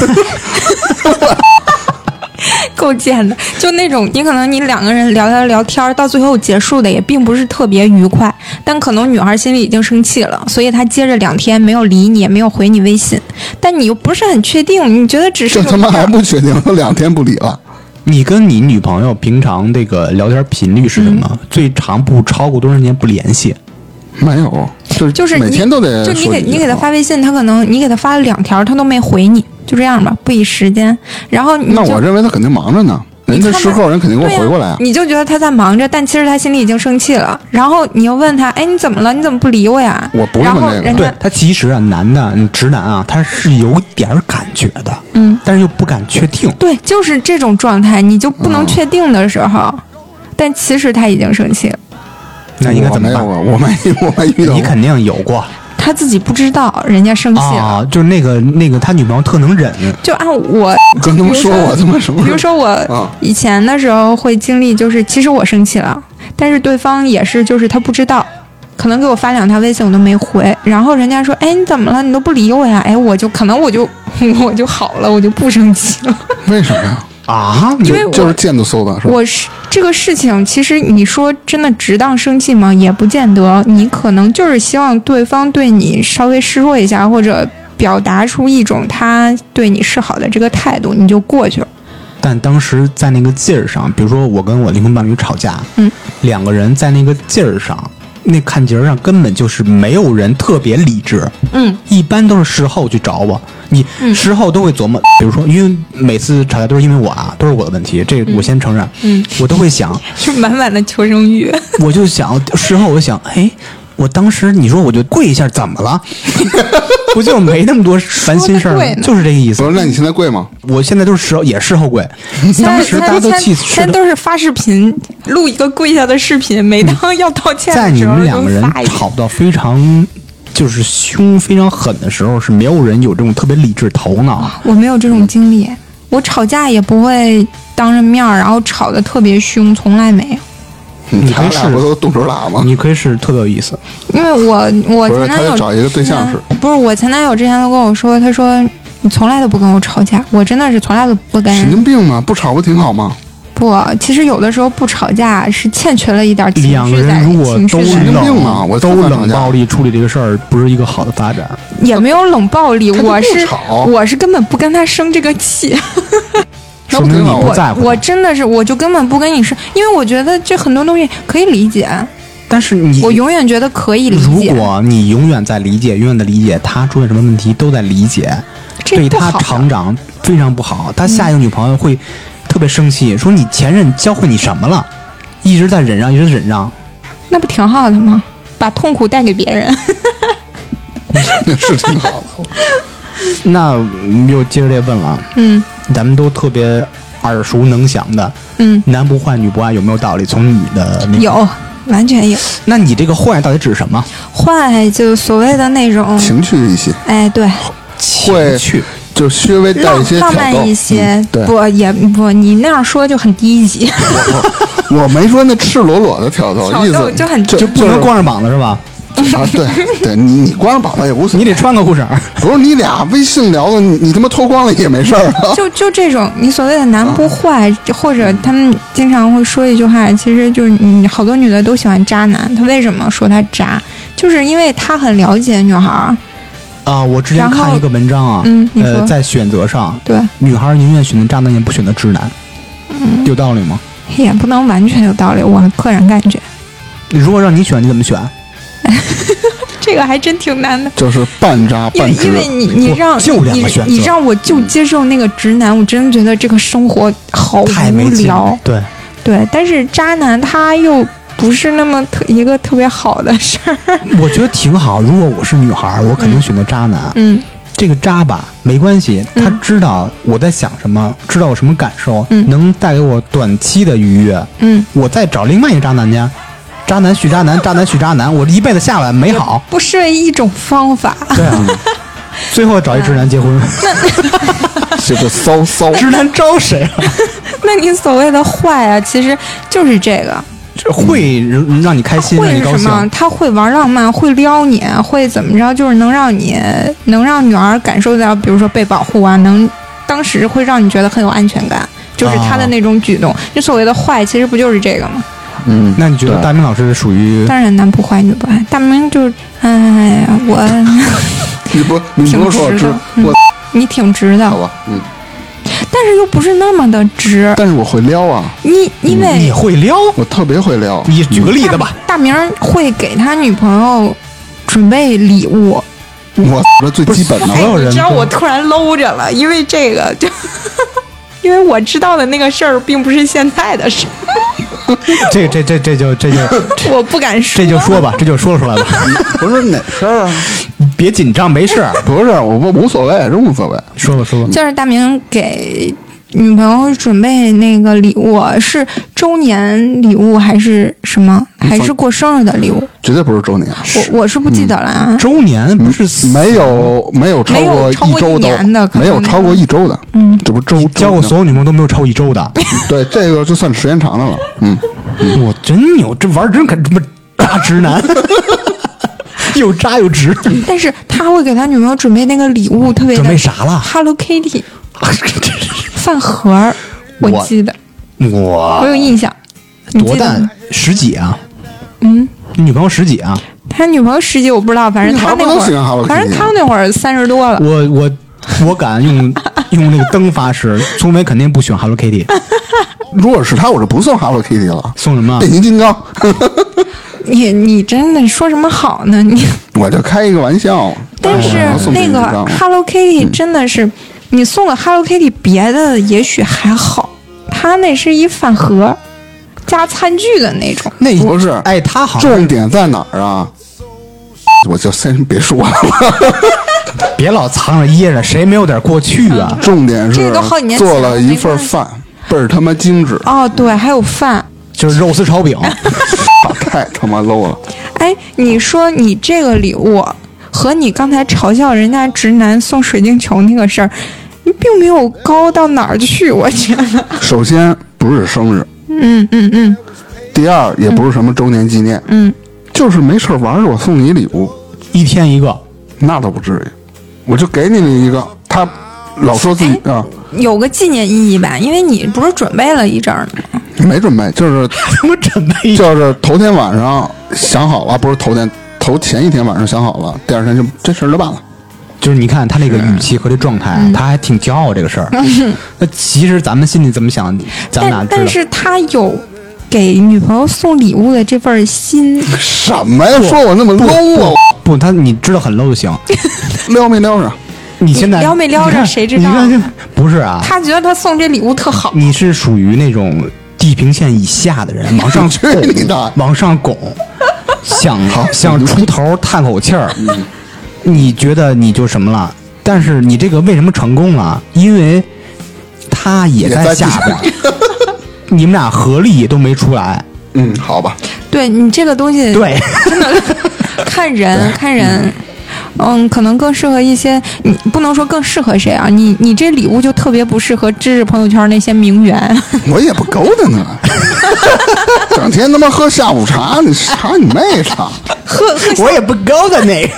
Speaker 4: 够贱的，就那种你可能你两个人聊聊聊天儿，到最后结束的也并不是特别愉快，但可能女孩心里已经生气了，所以她接着两天没有理你，也没有回你微信，但你又不是很确定，你觉得只 是
Speaker 2: 这
Speaker 4: 个
Speaker 2: 他妈
Speaker 4: 事儿
Speaker 2: 还不确定，都两天不理了。
Speaker 1: 你跟你女朋友平常这个聊天频率是什么？最长不超过多长时间不联系？
Speaker 2: 没有，就
Speaker 4: 就是
Speaker 2: 每
Speaker 4: 你
Speaker 2: 天都得
Speaker 4: 就
Speaker 2: 说
Speaker 4: 你给
Speaker 2: 几句
Speaker 4: 你给他
Speaker 2: 话
Speaker 4: 发微信，他可能你给他发了两条，他都没回你，就这样吧，不以时间。然后你
Speaker 2: 那
Speaker 4: 就
Speaker 2: 我认为他肯定忙着呢，人家
Speaker 4: 你看
Speaker 2: 事
Speaker 4: 吧
Speaker 2: 后人肯定给我
Speaker 4: 对
Speaker 2: 回过来
Speaker 4: 啊
Speaker 2: 啊。
Speaker 4: 你就觉得他在忙着，但其实他心里已经生气了。然后你又问他，哎，你怎么了？你怎么不理我呀？
Speaker 2: 我不是
Speaker 4: 然
Speaker 2: 问
Speaker 4: 后
Speaker 2: 这个
Speaker 4: 人家
Speaker 1: 对他其实啊，男的嗯直男啊，他是有点儿感觉的，嗯，但是又不敢确定。
Speaker 4: 对，就是这种状态，你就不
Speaker 2: 嗯
Speaker 4: 能确定的时候，但其实他已经生气了。
Speaker 1: 那应该
Speaker 2: 我
Speaker 1: 怎么
Speaker 2: 没有
Speaker 1: 办？
Speaker 2: 啊？我没我没遇到过。
Speaker 1: 你肯定有过，
Speaker 4: 他自己不知道人家生气了，
Speaker 1: 啊，就是那个那个他女朋友特能忍，
Speaker 4: 就按我
Speaker 2: 跟他们说我他妈什么？
Speaker 4: 比如，说我
Speaker 2: 啊
Speaker 4: 以前的时候会经历，就是其实我生气了，但是对方也是，就是他不知道，可能给我发两条微信我都没回，然后人家说，哎，你怎么了？你都不理我呀？哎，我就可能我就 我就好了，我就不生气了。
Speaker 2: 为什么呀？
Speaker 1: 啊，
Speaker 4: 因为
Speaker 2: 就
Speaker 4: 我
Speaker 2: 就是见的搜的是吧？
Speaker 4: 我是这个事情，其实你说真的值当生气吗？也不见得，你可能就是希望对方对你稍微示弱一下，或者表达出一种他对你示好的这个态度，你就过去了。
Speaker 1: 但当时在那个劲儿上，比如说我跟我灵魂伴侣吵架，
Speaker 4: 嗯，
Speaker 1: 两个人在那个劲儿上，那看节儿上根本就是没有人特别理智，
Speaker 4: 嗯，
Speaker 1: 一般都是事后去找我，你事后都会琢磨，比如说，因为每次吵架都是因为我啊，都是我的问题，这个我先承认，
Speaker 4: 嗯，
Speaker 1: 我都会 想，
Speaker 4: 是满满的求生欲。
Speaker 1: 我就想事后我想，哎，我当时你说我就跪一下，怎么 了？不就没那么多烦心事儿
Speaker 4: 说得对
Speaker 1: 吗？
Speaker 4: 呢
Speaker 1: 就是这个意思
Speaker 2: 不。是，那你现在跪吗？
Speaker 1: 我现在都是事后也事后跪，
Speaker 4: 现在
Speaker 1: 当时大家都气
Speaker 4: 现在
Speaker 1: 死
Speaker 4: 现在
Speaker 1: 了。
Speaker 4: 都是发视频，录一个跪下的视频，每当要道歉
Speaker 1: 在
Speaker 4: 的
Speaker 1: 你
Speaker 4: 时候
Speaker 1: 们
Speaker 4: 就
Speaker 1: 两个人
Speaker 4: 发一个
Speaker 1: 吵到非常就是凶、非常狠的时候，是没有人有这种特别理智头脑。
Speaker 4: 我没有这种经历，我吵架也不会当着面儿，然后吵得特别凶，从来没有。
Speaker 1: 你
Speaker 2: 他
Speaker 1: 可以
Speaker 2: 俩
Speaker 1: 试
Speaker 2: 不都动手打吗？
Speaker 1: 你可以试，特别有意思。
Speaker 4: 因为我我
Speaker 2: 不是
Speaker 4: 前男
Speaker 2: 他
Speaker 4: 友
Speaker 2: 得找一个对象是
Speaker 4: 不是我前男友之前都跟我说，他说你从来都不跟我吵架，我真的是从来都不跟
Speaker 2: 神
Speaker 4: 人
Speaker 2: 经病吗？不吵不挺好吗？
Speaker 4: 不。其实有的时候不吵架是欠缺了一点情
Speaker 1: 两个
Speaker 4: 绪在，
Speaker 1: 人如果
Speaker 4: 情
Speaker 1: 都
Speaker 4: 绪在
Speaker 2: 神经病
Speaker 1: 冷
Speaker 2: 啊我
Speaker 1: 都
Speaker 2: 从来不
Speaker 1: 冷
Speaker 2: 吵架
Speaker 1: 暴力处理这个事儿，不是一个好的发展。
Speaker 4: 也没有冷暴力，
Speaker 2: 他就不
Speaker 4: 我是
Speaker 2: 吵
Speaker 4: 我是根本不跟他生这个气。
Speaker 2: 那
Speaker 1: 说
Speaker 2: 不
Speaker 1: 明
Speaker 2: 挺
Speaker 1: 你
Speaker 2: 好
Speaker 1: 不
Speaker 2: 吗？
Speaker 1: 在乎
Speaker 4: 我
Speaker 1: 他
Speaker 4: 真的是，我就根本不跟你说，因为我觉得这很多东西可以理解，
Speaker 1: 但是你
Speaker 4: 我永远觉得可以理
Speaker 1: 如
Speaker 4: 解。
Speaker 1: 果你永远在理解，永远的理解他出现什么问题都在理解，
Speaker 4: 这
Speaker 1: 对
Speaker 4: 不
Speaker 1: 他
Speaker 4: 好的嗯
Speaker 1: 成长非常不好。他下一个女朋友会特别生气，说你前任教会你什么了？一直在忍让，一直忍让，
Speaker 4: 那不挺好的吗？把痛苦带给别 人，
Speaker 2: 是挺好的。
Speaker 1: 那嗯又接着这问了，
Speaker 4: 嗯
Speaker 1: 咱们都特别耳熟能详的，
Speaker 4: 嗯，
Speaker 1: 男不坏女不爱有没有道理？从你的那个，
Speaker 4: 有，完全有。
Speaker 1: 那你这个坏到底指什么？
Speaker 4: 坏就所谓的那种，
Speaker 2: 情趣一些，
Speaker 4: 哎，对，
Speaker 2: 会
Speaker 1: 情趣
Speaker 2: 就稍微带一
Speaker 4: 浪
Speaker 2: 些挑
Speaker 4: 浪
Speaker 2: 逗，
Speaker 4: 漫一些
Speaker 2: 嗯，对，
Speaker 4: 不也不，你那样说就很低 级，
Speaker 2: 我没说那赤裸裸的挑逗，
Speaker 4: 挑
Speaker 2: 意
Speaker 4: 逗
Speaker 2: 思
Speaker 4: 就很
Speaker 1: 就
Speaker 2: 就
Speaker 1: 不能 光着膀子是吧？
Speaker 2: 是啊，对对，你你光着膀子也无所
Speaker 1: 你
Speaker 2: 谓，
Speaker 1: 得穿个裤衩儿。
Speaker 2: 不是你俩微信聊的，你你他妈脱光了也没事儿啊。
Speaker 4: 就就这种，你所谓的男不坏，
Speaker 2: 哦
Speaker 4: 或者他们经常会说一句话，其实就是你好多女的都喜欢渣男，她为什么说他渣？就是因为他很了解女孩儿，
Speaker 2: 哦
Speaker 1: 啊，我之前
Speaker 4: 然后
Speaker 1: 看一个文章啊，
Speaker 4: 嗯你
Speaker 1: 呃，
Speaker 4: 说
Speaker 1: 在选择上，
Speaker 4: 对，
Speaker 1: 女孩宁愿选择渣男，也不选择直男，
Speaker 4: 嗯
Speaker 1: 有道理吗？
Speaker 4: 也不能完全有道理。我个人感觉
Speaker 1: 如果让你选，你怎么选？
Speaker 4: 这个还真挺难的，
Speaker 2: 就是半渣
Speaker 4: 因为
Speaker 2: 半直
Speaker 4: 因，为你你
Speaker 1: 我
Speaker 4: 让
Speaker 1: 就两
Speaker 4: 你
Speaker 1: 个选择嗯
Speaker 4: 你让我就接受那个直男，我真的觉得这个生活好
Speaker 1: 太
Speaker 4: 无
Speaker 1: 没劲
Speaker 4: 聊
Speaker 1: 了。。对，
Speaker 4: 对，但是渣男他又不是那么特一个特别好的事儿。
Speaker 1: 我觉得挺好。如果我是女孩，我肯定选择渣男。
Speaker 4: 嗯
Speaker 1: 这个渣吧，没关系，
Speaker 4: 嗯
Speaker 1: 他知道我在想什么，知道我什么感受，
Speaker 4: 嗯
Speaker 1: 能带给我短期的愉悦。
Speaker 4: 嗯，
Speaker 1: 我再找另外一个渣男去，渣男续渣男，渣男续渣男，我这一辈子下来没 好。
Speaker 4: 不失为一种方法。
Speaker 1: 对啊，最后找一直男结婚，
Speaker 4: 嗯
Speaker 2: 就是 骚骚。
Speaker 1: 直男招谁啊？
Speaker 4: 那你所谓的坏啊，其实就是这个。
Speaker 1: 这会让你开心，让
Speaker 4: 会
Speaker 1: 你
Speaker 4: 是
Speaker 1: 高
Speaker 4: 什
Speaker 1: 兴。
Speaker 4: 么？他会玩浪漫，会撩你，会怎么着？就是能让你能让女儿感受到，比如说被保护啊，能当时会让你觉得很有安全感，就是他
Speaker 1: 啊
Speaker 4: 的那种举动。你所谓的坏，其实不就是这个吗？
Speaker 2: 嗯，
Speaker 1: 那你觉得
Speaker 2: 对
Speaker 1: 大明老师属于
Speaker 4: 当然，男不坏，女不爱。大明就是，哎呀，我
Speaker 2: 你不你不
Speaker 4: 挺
Speaker 2: 用说我
Speaker 4: 直
Speaker 2: 知
Speaker 4: 的嗯
Speaker 2: 我
Speaker 4: 你挺直 的
Speaker 2: 好，吧，嗯，
Speaker 4: 但是又不是那么的直。
Speaker 2: 但是我会撩啊，
Speaker 4: 你
Speaker 1: 你
Speaker 4: 因为
Speaker 1: 会撩？
Speaker 2: 我特别会撩。嗯
Speaker 1: 你举个例子 吧。
Speaker 4: 大明会给他女朋友准备礼物，
Speaker 2: 我这最基本
Speaker 1: 所
Speaker 4: 哎
Speaker 2: 的，
Speaker 1: 有，人
Speaker 4: 你知道
Speaker 1: 都
Speaker 4: 我突然搂着了，因为这个就。 因为我知道的那个事儿并不是现在的事，
Speaker 1: 这这这这就这就
Speaker 4: 我不敢说。
Speaker 1: 这就说吧，这就说出 来吧，
Speaker 2: 不是哪事儿啊？
Speaker 1: 别紧张，没事儿，
Speaker 2: 不是，我不无所谓，真无所谓。
Speaker 1: 说吧说吧。
Speaker 4: 就是大明给女朋友准备那个礼物是周年礼物还是什么？还是过生日的礼物？
Speaker 2: 绝对不是周年，
Speaker 4: 我我是不记得了啊。
Speaker 1: 周年不是
Speaker 2: 没有没有超过
Speaker 4: 没有超过
Speaker 2: 周
Speaker 4: 一年的可能
Speaker 2: 没有超过一周的，嗯，这不是周
Speaker 1: 交过所有女朋友都没有超过一周的，
Speaker 2: 对这个就算时间长的了，嗯，
Speaker 1: 我真牛，这玩儿真肯他妈大直男， 又渣又直，
Speaker 4: 但是他会给他女朋友准备那个礼物，特别的
Speaker 1: 准备啥了？
Speaker 4: ？Hello Kitty 饭盒儿，我
Speaker 1: 我
Speaker 4: 记得，我
Speaker 1: 我
Speaker 4: 有印象。你
Speaker 1: 多
Speaker 4: 记得
Speaker 1: 大
Speaker 4: 吗？
Speaker 1: 十几啊？嗯，你女朋友十几啊？
Speaker 4: 他女朋友十几我不知道，反正
Speaker 2: 女孩
Speaker 4: 他
Speaker 2: 不
Speaker 4: 那
Speaker 2: 都
Speaker 4: 会
Speaker 2: 喜欢 Hello
Speaker 4: 儿，反正
Speaker 2: Kitty
Speaker 4: 他那会儿三十多了。
Speaker 1: 我我我敢用用那个灯发誓，聪梅肯定不喜欢 Hello Kitty，
Speaker 2: 如果是他，我就不送 Hello Kitty 了，
Speaker 1: 送什么
Speaker 2: 变？形金刚，
Speaker 4: 你你真的说什么好呢？你
Speaker 2: 我就开一个玩笑，
Speaker 4: 但是
Speaker 2: 哎我送变形金
Speaker 4: 那个
Speaker 2: 刚了
Speaker 4: Hello Kitty 真的是，你送了 Hello Kitty 别的也许还好，他那是一饭盒加餐具的那种。
Speaker 1: 那
Speaker 2: 不是
Speaker 1: 哎，他好像
Speaker 2: 重点在哪儿啊？我就先别说了，
Speaker 1: 别老藏着掖着，谁没有点过去啊？
Speaker 2: 重点是
Speaker 4: 这个都好几年前了
Speaker 2: 做了一份
Speaker 4: 没关系
Speaker 2: 饭，倍儿他妈精致，
Speaker 4: 哦，对，还有饭。
Speaker 1: 就是肉丝炒饼，
Speaker 2: 太他妈 low 了。
Speaker 4: 哎，你说你这个礼物和你刚才嘲笑人家直男送水晶球那个事儿，你并没有高到哪儿去，我觉得。
Speaker 2: 首先不是生日，
Speaker 4: 嗯嗯嗯，
Speaker 2: 第二也不是什么周年纪念，
Speaker 4: 嗯，
Speaker 2: 就是没事儿玩儿，我送你礼物，
Speaker 1: 一天一个。
Speaker 2: 那倒不至于，我就给你了一个，他老说自己啊
Speaker 4: 有个纪念意义吧，因为你不是准备了一阵儿呢吗？
Speaker 2: 没准备， 就是
Speaker 1: 他妈真的
Speaker 2: 就是头天晚上想好了，不是头天，头前一天晚上想好了，第二天就这事儿就办了。
Speaker 1: 就是你看他那个语气和这状态啊，
Speaker 4: 嗯
Speaker 1: 他还挺骄傲这个事 儿。那其实咱们心里怎么想，咱们俩
Speaker 4: 但但
Speaker 1: 知道。
Speaker 4: 是他有给女朋友送礼物的这份心，
Speaker 2: 什么呀？说我那么 low 啊？
Speaker 1: 不，他你知道很 low 就 行。
Speaker 2: 撩没撩上？
Speaker 1: 你现在
Speaker 4: 撩没撩着
Speaker 1: 你看
Speaker 4: 谁知道
Speaker 1: 你看这不是啊，
Speaker 4: 他觉得他送这礼物特好。
Speaker 1: 你是属于那种地平线以下的人，往上
Speaker 2: 上去你的！
Speaker 1: 往上拱，想
Speaker 2: 好
Speaker 1: 想出头叹口气儿，
Speaker 4: 嗯
Speaker 1: 你觉得你就什么了？但是你这个为什么成功了？因为他也
Speaker 2: 也在
Speaker 1: 在
Speaker 2: 地
Speaker 1: 下
Speaker 2: 下
Speaker 1: 边儿，你们俩合力都没出来。
Speaker 2: 嗯，好吧，
Speaker 4: 对你这个东西，
Speaker 1: 对，
Speaker 4: 真的 看人看人。嗯，可能更适合一些，你不能说更适合谁啊？你你这礼物就特别不适合知识朋友圈那些名 媛。
Speaker 2: 我也不勾搭呢，整天他妈喝下午茶，你查你妹查！
Speaker 1: 我也不高的那个。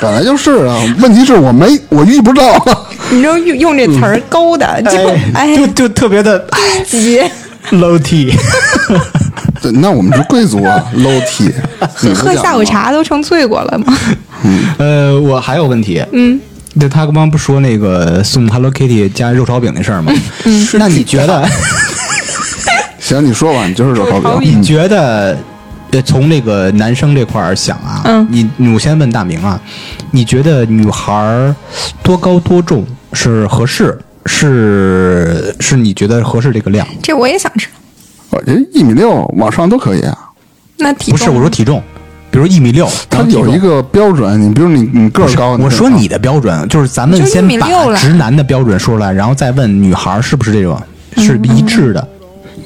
Speaker 2: 本来就是啊，问题是我没我遇不到。
Speaker 4: 你知道用用这词儿勾搭，就 哎
Speaker 1: 就就特别的
Speaker 4: 急。
Speaker 1: low T，
Speaker 2: 对那我们是贵族啊，low T，
Speaker 4: 喝喝下午。茶都成罪过了吗？
Speaker 1: 呃，我还有问题，嗯，对他刚刚不说那个送 Hello Kitty 加肉炒饼那事儿吗？嗯，那你觉 得？
Speaker 2: 行，你说吧，你就是肉
Speaker 4: 肉
Speaker 2: 炒
Speaker 4: 炒
Speaker 2: 饼
Speaker 4: 饼。
Speaker 1: 你觉得，呃，从这个男生这块儿想啊，
Speaker 4: 嗯
Speaker 1: 你我先问大明啊，你觉得女孩儿多高多重是合适？是是你觉得合适这个量？
Speaker 4: 这我也想吃。
Speaker 2: 我觉得嗯呃一米六往上都可以啊。
Speaker 4: 那体
Speaker 1: 不是，
Speaker 4: 重
Speaker 1: 我说体重，比如一米六，
Speaker 2: 它
Speaker 1: 然后体
Speaker 2: 有
Speaker 1: 重
Speaker 2: 一个标准，你比如你你个
Speaker 1: 不
Speaker 2: 儿
Speaker 1: 是
Speaker 2: 高，
Speaker 1: 我
Speaker 2: 可以
Speaker 1: 说
Speaker 2: 啊
Speaker 1: 你的标准就是咱们
Speaker 4: 就
Speaker 1: 先
Speaker 4: 1.6
Speaker 1: 把
Speaker 4: 了
Speaker 1: 直男的标准说出来，然后再问女孩儿是不是这种是一致的。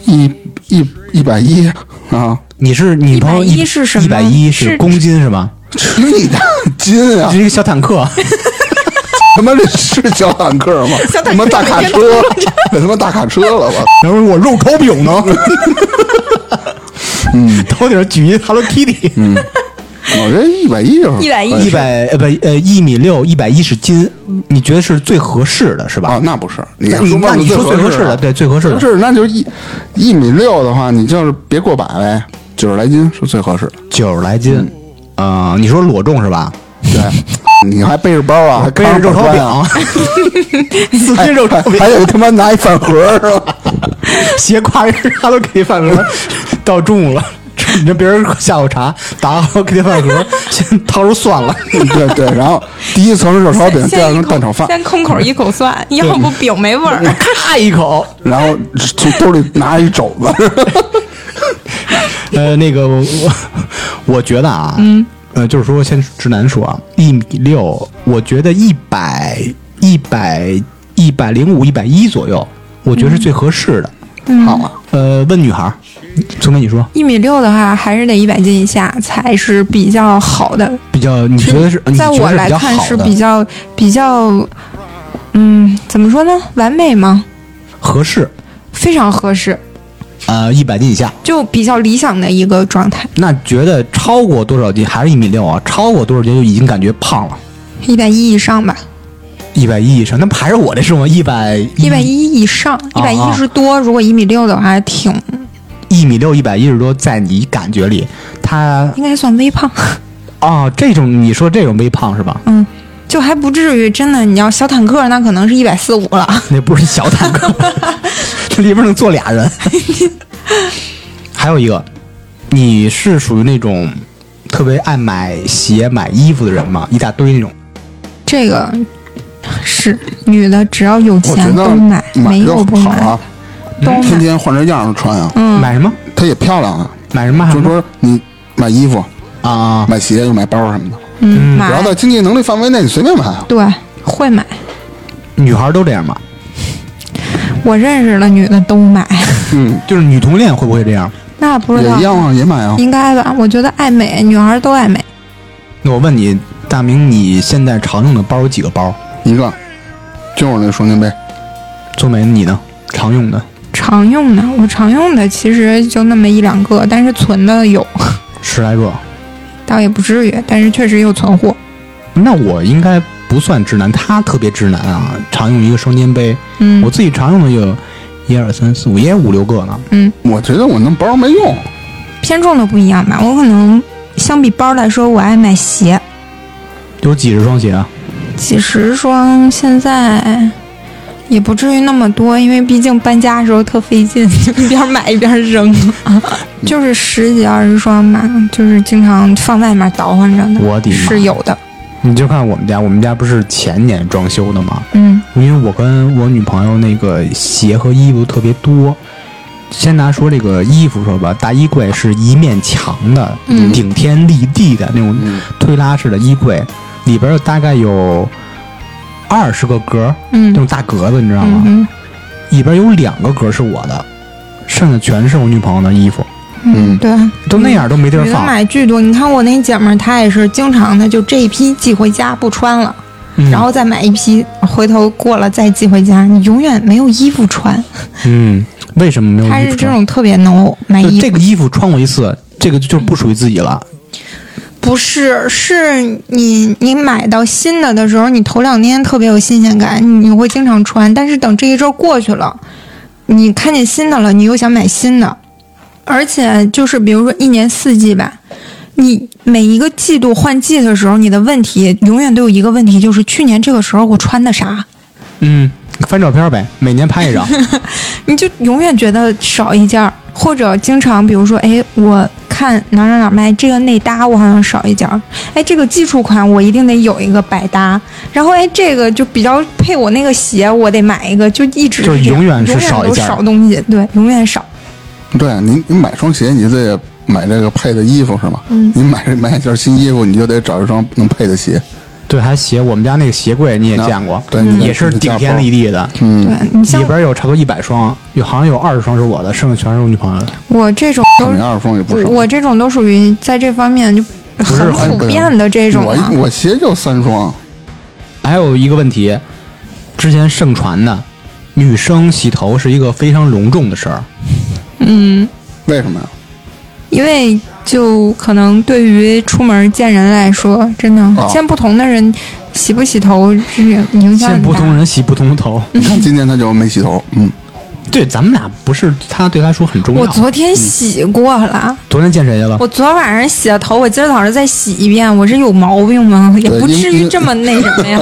Speaker 2: 一一一百一啊，
Speaker 1: 你是你女朋友
Speaker 4: 110是什么
Speaker 1: 一百一
Speaker 4: 是
Speaker 1: 是公斤是吧？
Speaker 2: 去你的金啊
Speaker 1: 这！是一个小坦克，
Speaker 2: 他妈这是小坦克吗？他妈大卡车， 这他妈大卡车了吧？
Speaker 1: 然后我肉烤饼 呢，嗯，头顶上举一 Hello Kitty，
Speaker 2: 嗯我觉得一百一就是
Speaker 4: 110
Speaker 1: 一百呃不呃一米六一百一十斤，你觉得是最合适的是吧？
Speaker 2: 啊，那不是你
Speaker 1: 那你那
Speaker 2: 忘了
Speaker 1: 你说最合
Speaker 2: 合
Speaker 1: 适
Speaker 2: 的
Speaker 1: 的，对最合适
Speaker 2: 合
Speaker 1: 的
Speaker 2: 适那啊就是一一米六的话，你就是别过百呗，九十来斤是最合适的。
Speaker 1: 九十来
Speaker 2: 嗯
Speaker 1: 斤，啊，你说裸重是吧？
Speaker 2: 对， 你还背着包啊，还
Speaker 1: 背着肉
Speaker 2: 扛
Speaker 1: 炒
Speaker 2: 板砖啊，哎
Speaker 1: 饼，四斤肉炒
Speaker 2: 还
Speaker 1: 饼，
Speaker 2: 还有他妈拿一饭盒儿是吧？
Speaker 1: 斜挎着哈喽 Kitty 饭盒，到中午了，趁着别人喝下午茶，打哈喽 Kitty 饭盒， 先掏出蒜了。
Speaker 2: 对对，然后第一层是肉炒饼，第二
Speaker 4: 先
Speaker 2: 层
Speaker 4: 一口
Speaker 2: 啊蛋炒饭，
Speaker 4: 先空口一口蒜，要不饼没味儿。
Speaker 1: 咔一口，
Speaker 2: 然后从兜里拿一肘子，
Speaker 1: 呃，那个我我觉得啊，嗯，呃，就是说先直男说啊，一米六，我觉得一百一百一百零五一百一左右我觉得是
Speaker 4: 嗯
Speaker 1: 最合适的。
Speaker 2: 好，
Speaker 1: 呃，问女孩儿，聪哥你说
Speaker 4: 一米六的话，还是得一百斤以下才是比较好的。
Speaker 1: 比较，你觉得是？你
Speaker 4: 在
Speaker 1: 觉得
Speaker 4: 我
Speaker 1: 是
Speaker 4: 来
Speaker 1: 比较
Speaker 4: 看
Speaker 1: 好
Speaker 4: 是
Speaker 1: 的
Speaker 4: 比较比较，嗯，怎么说呢？完美吗？
Speaker 1: 合适，
Speaker 4: 非常合适，
Speaker 1: 呃，一百斤以下。
Speaker 4: 就比较理想的一个状态。
Speaker 1: 那觉得超过多少斤还是一米六啊？超过多少斤就已经感觉胖了，
Speaker 4: 一百一以上吧，
Speaker 1: 嗯一百一以上，那不还是我这是吗？一百
Speaker 4: 一百一以上，
Speaker 1: 啊
Speaker 4: 一百一十多。如果一米六的话，还挺
Speaker 1: 一米六一百一十多，在你感觉里，他
Speaker 4: 应该算微胖，
Speaker 1: 哦，这种你说这种微胖是吧？
Speaker 4: 嗯，就还不至于。真的，你要小坦克，那可能是一百四五了。
Speaker 1: 那不是小坦 克，这里边能坐俩人。还有一个，你是属于那种特别爱买鞋、买衣服的人吗？一大堆那种。
Speaker 4: 这个是女的，只要有
Speaker 2: 我觉
Speaker 4: 钱
Speaker 2: 得
Speaker 4: 都买，没有
Speaker 2: 就
Speaker 4: 不
Speaker 2: 好
Speaker 4: 买，
Speaker 2: 啊，
Speaker 4: 都
Speaker 2: 天
Speaker 4: 买。
Speaker 2: 天换着样儿穿啊，
Speaker 4: 嗯，
Speaker 1: 买什么？
Speaker 2: 它也漂亮啊。
Speaker 1: 买什么？还
Speaker 2: 就是是
Speaker 1: 说
Speaker 2: 说你买衣服、
Speaker 1: 啊，
Speaker 2: 买鞋就买包什么的，
Speaker 4: 嗯，
Speaker 2: 只要
Speaker 4: 买
Speaker 2: 在经济能力范围内，你随便买啊。
Speaker 4: 对会买。
Speaker 1: 女孩都这样吗？
Speaker 4: 我认识的女的都买，
Speaker 2: 嗯，
Speaker 1: 就是女同恋会不会这样？
Speaker 4: 那不知
Speaker 2: 也
Speaker 4: 道
Speaker 2: 一，样啊，也买啊。
Speaker 1: 嗯
Speaker 4: 应该吧？我觉得爱美，女孩都爱美。
Speaker 1: 那我问你，大明，你现在常用的包有几个包？
Speaker 2: 一个就是那双肩背，
Speaker 1: 周梅，你呢？常用的
Speaker 4: 常用的，我常用的其实就那么一两个，但是存的有，
Speaker 1: 十来个。
Speaker 4: 倒也不至于，但是确实有存货。
Speaker 1: 那我应该不算直男，他特别直男啊，常用一个双肩背。
Speaker 4: 嗯，
Speaker 1: 我自己常用的有一二三四五，也有五六个呢。
Speaker 2: 我觉得我那包没用，
Speaker 4: 偏重的不一样吧？我可能相比包来说，我爱买鞋，
Speaker 1: 有几十双鞋啊？
Speaker 4: 几十双，现在也不至于那么多，因为毕竟搬家的时候特费劲， 就一边买一边扔， 就是十几二十双吧，就是经常放外面倒换着的，
Speaker 1: 我的妈
Speaker 4: 是有的。
Speaker 1: 你就看我们家，我们家不是前年装修的吗？
Speaker 4: 嗯
Speaker 1: 因为我跟我女朋友那个鞋和衣服特别多。先拿说这个衣服说吧，大衣柜是一面墙的，
Speaker 4: 嗯
Speaker 1: 顶天立地的那种推拉式的衣柜，里边儿大概有二十个格儿，那
Speaker 4: 嗯
Speaker 1: 种大格子，你知道吗？
Speaker 4: 嗯
Speaker 1: 里边有两个格是我的，剩下全是我女朋友的衣服，
Speaker 2: 嗯
Speaker 4: 嗯，对，
Speaker 1: 都那样都没地儿
Speaker 4: 女的
Speaker 1: 放。
Speaker 4: 买巨多。你看我那姐们儿，她也是经常的就这一批寄回家不穿了，
Speaker 1: 嗯
Speaker 4: 然后再买一批，回头过了再寄回家，你永远没有衣服穿。
Speaker 1: 嗯，为什么没有
Speaker 4: 她
Speaker 1: 衣
Speaker 4: 是
Speaker 1: 服
Speaker 4: 这
Speaker 1: 穿？
Speaker 4: 种特别能买
Speaker 1: 就
Speaker 4: 衣服。
Speaker 1: 这个衣服穿过一次，这个就是不属于自己了。
Speaker 4: 不是，是你你买到新的的时候，你头两天特别有新鲜感，你你会经常穿，但是等这一周过去了，你看见新的了，你又想买新的，而且就是比如说一年四季吧，你每一个季度换季的时候，你的问题永远都有一个问题，就是去年这个时候我穿的啥，
Speaker 1: 嗯，翻照片呗，每年拍一张。
Speaker 4: 你就永远觉得少一件儿，或者经常比如说，哎，我看哪儿哪儿哪儿卖这个内搭，我好像少一件儿，哎，这个基础款我一定得有一个百搭，然后哎，这个就比较配我那个鞋，我得买一个，就一直
Speaker 1: 就是
Speaker 4: 这样
Speaker 1: 永远是
Speaker 4: 永远
Speaker 1: 少一
Speaker 4: 都
Speaker 1: 件儿
Speaker 4: 少东西，对，永远少，
Speaker 2: 对啊你你买双鞋，你就得买这个配的衣服是吗？
Speaker 4: 嗯
Speaker 2: 你买买一件新衣服，你就得找一双能配的鞋。
Speaker 1: 对，还鞋，我们家那个鞋柜你也
Speaker 2: 那
Speaker 1: 见过，
Speaker 2: 对你
Speaker 1: 也是顶天立地的。
Speaker 2: 嗯，
Speaker 4: 对你像
Speaker 1: 里边有差不多一百双，有好像有二十双是我的，剩下全是我女朋友的。
Speaker 4: 我这种
Speaker 2: 我
Speaker 4: 都
Speaker 2: 那二十双也不少。
Speaker 4: 我这种都属于在这方面就很
Speaker 2: 哎
Speaker 4: 普
Speaker 2: 不是
Speaker 4: 遍的这种、啊
Speaker 2: 我我鞋就三双，
Speaker 1: 还有一个问题，之前盛传的，女生洗头是一个非常隆重的事儿。
Speaker 4: 嗯。
Speaker 2: 为什么呀？
Speaker 4: 因为就可能对于出门见人来说，真的
Speaker 2: 哦
Speaker 4: 见不同的人，洗不洗头是影响
Speaker 1: 见
Speaker 4: 很
Speaker 1: 不同
Speaker 4: 大。
Speaker 1: 人洗不同的头。
Speaker 2: 你看今天他就没洗头，嗯，
Speaker 1: 对，咱们俩不是他对他说很重要。嗯
Speaker 4: 我昨天洗过了，
Speaker 1: 昨天见谁去了？
Speaker 4: 我昨晚上洗的头，我今儿早上再洗一遍，我是有毛病吗？ 也不至于这么那什么呀。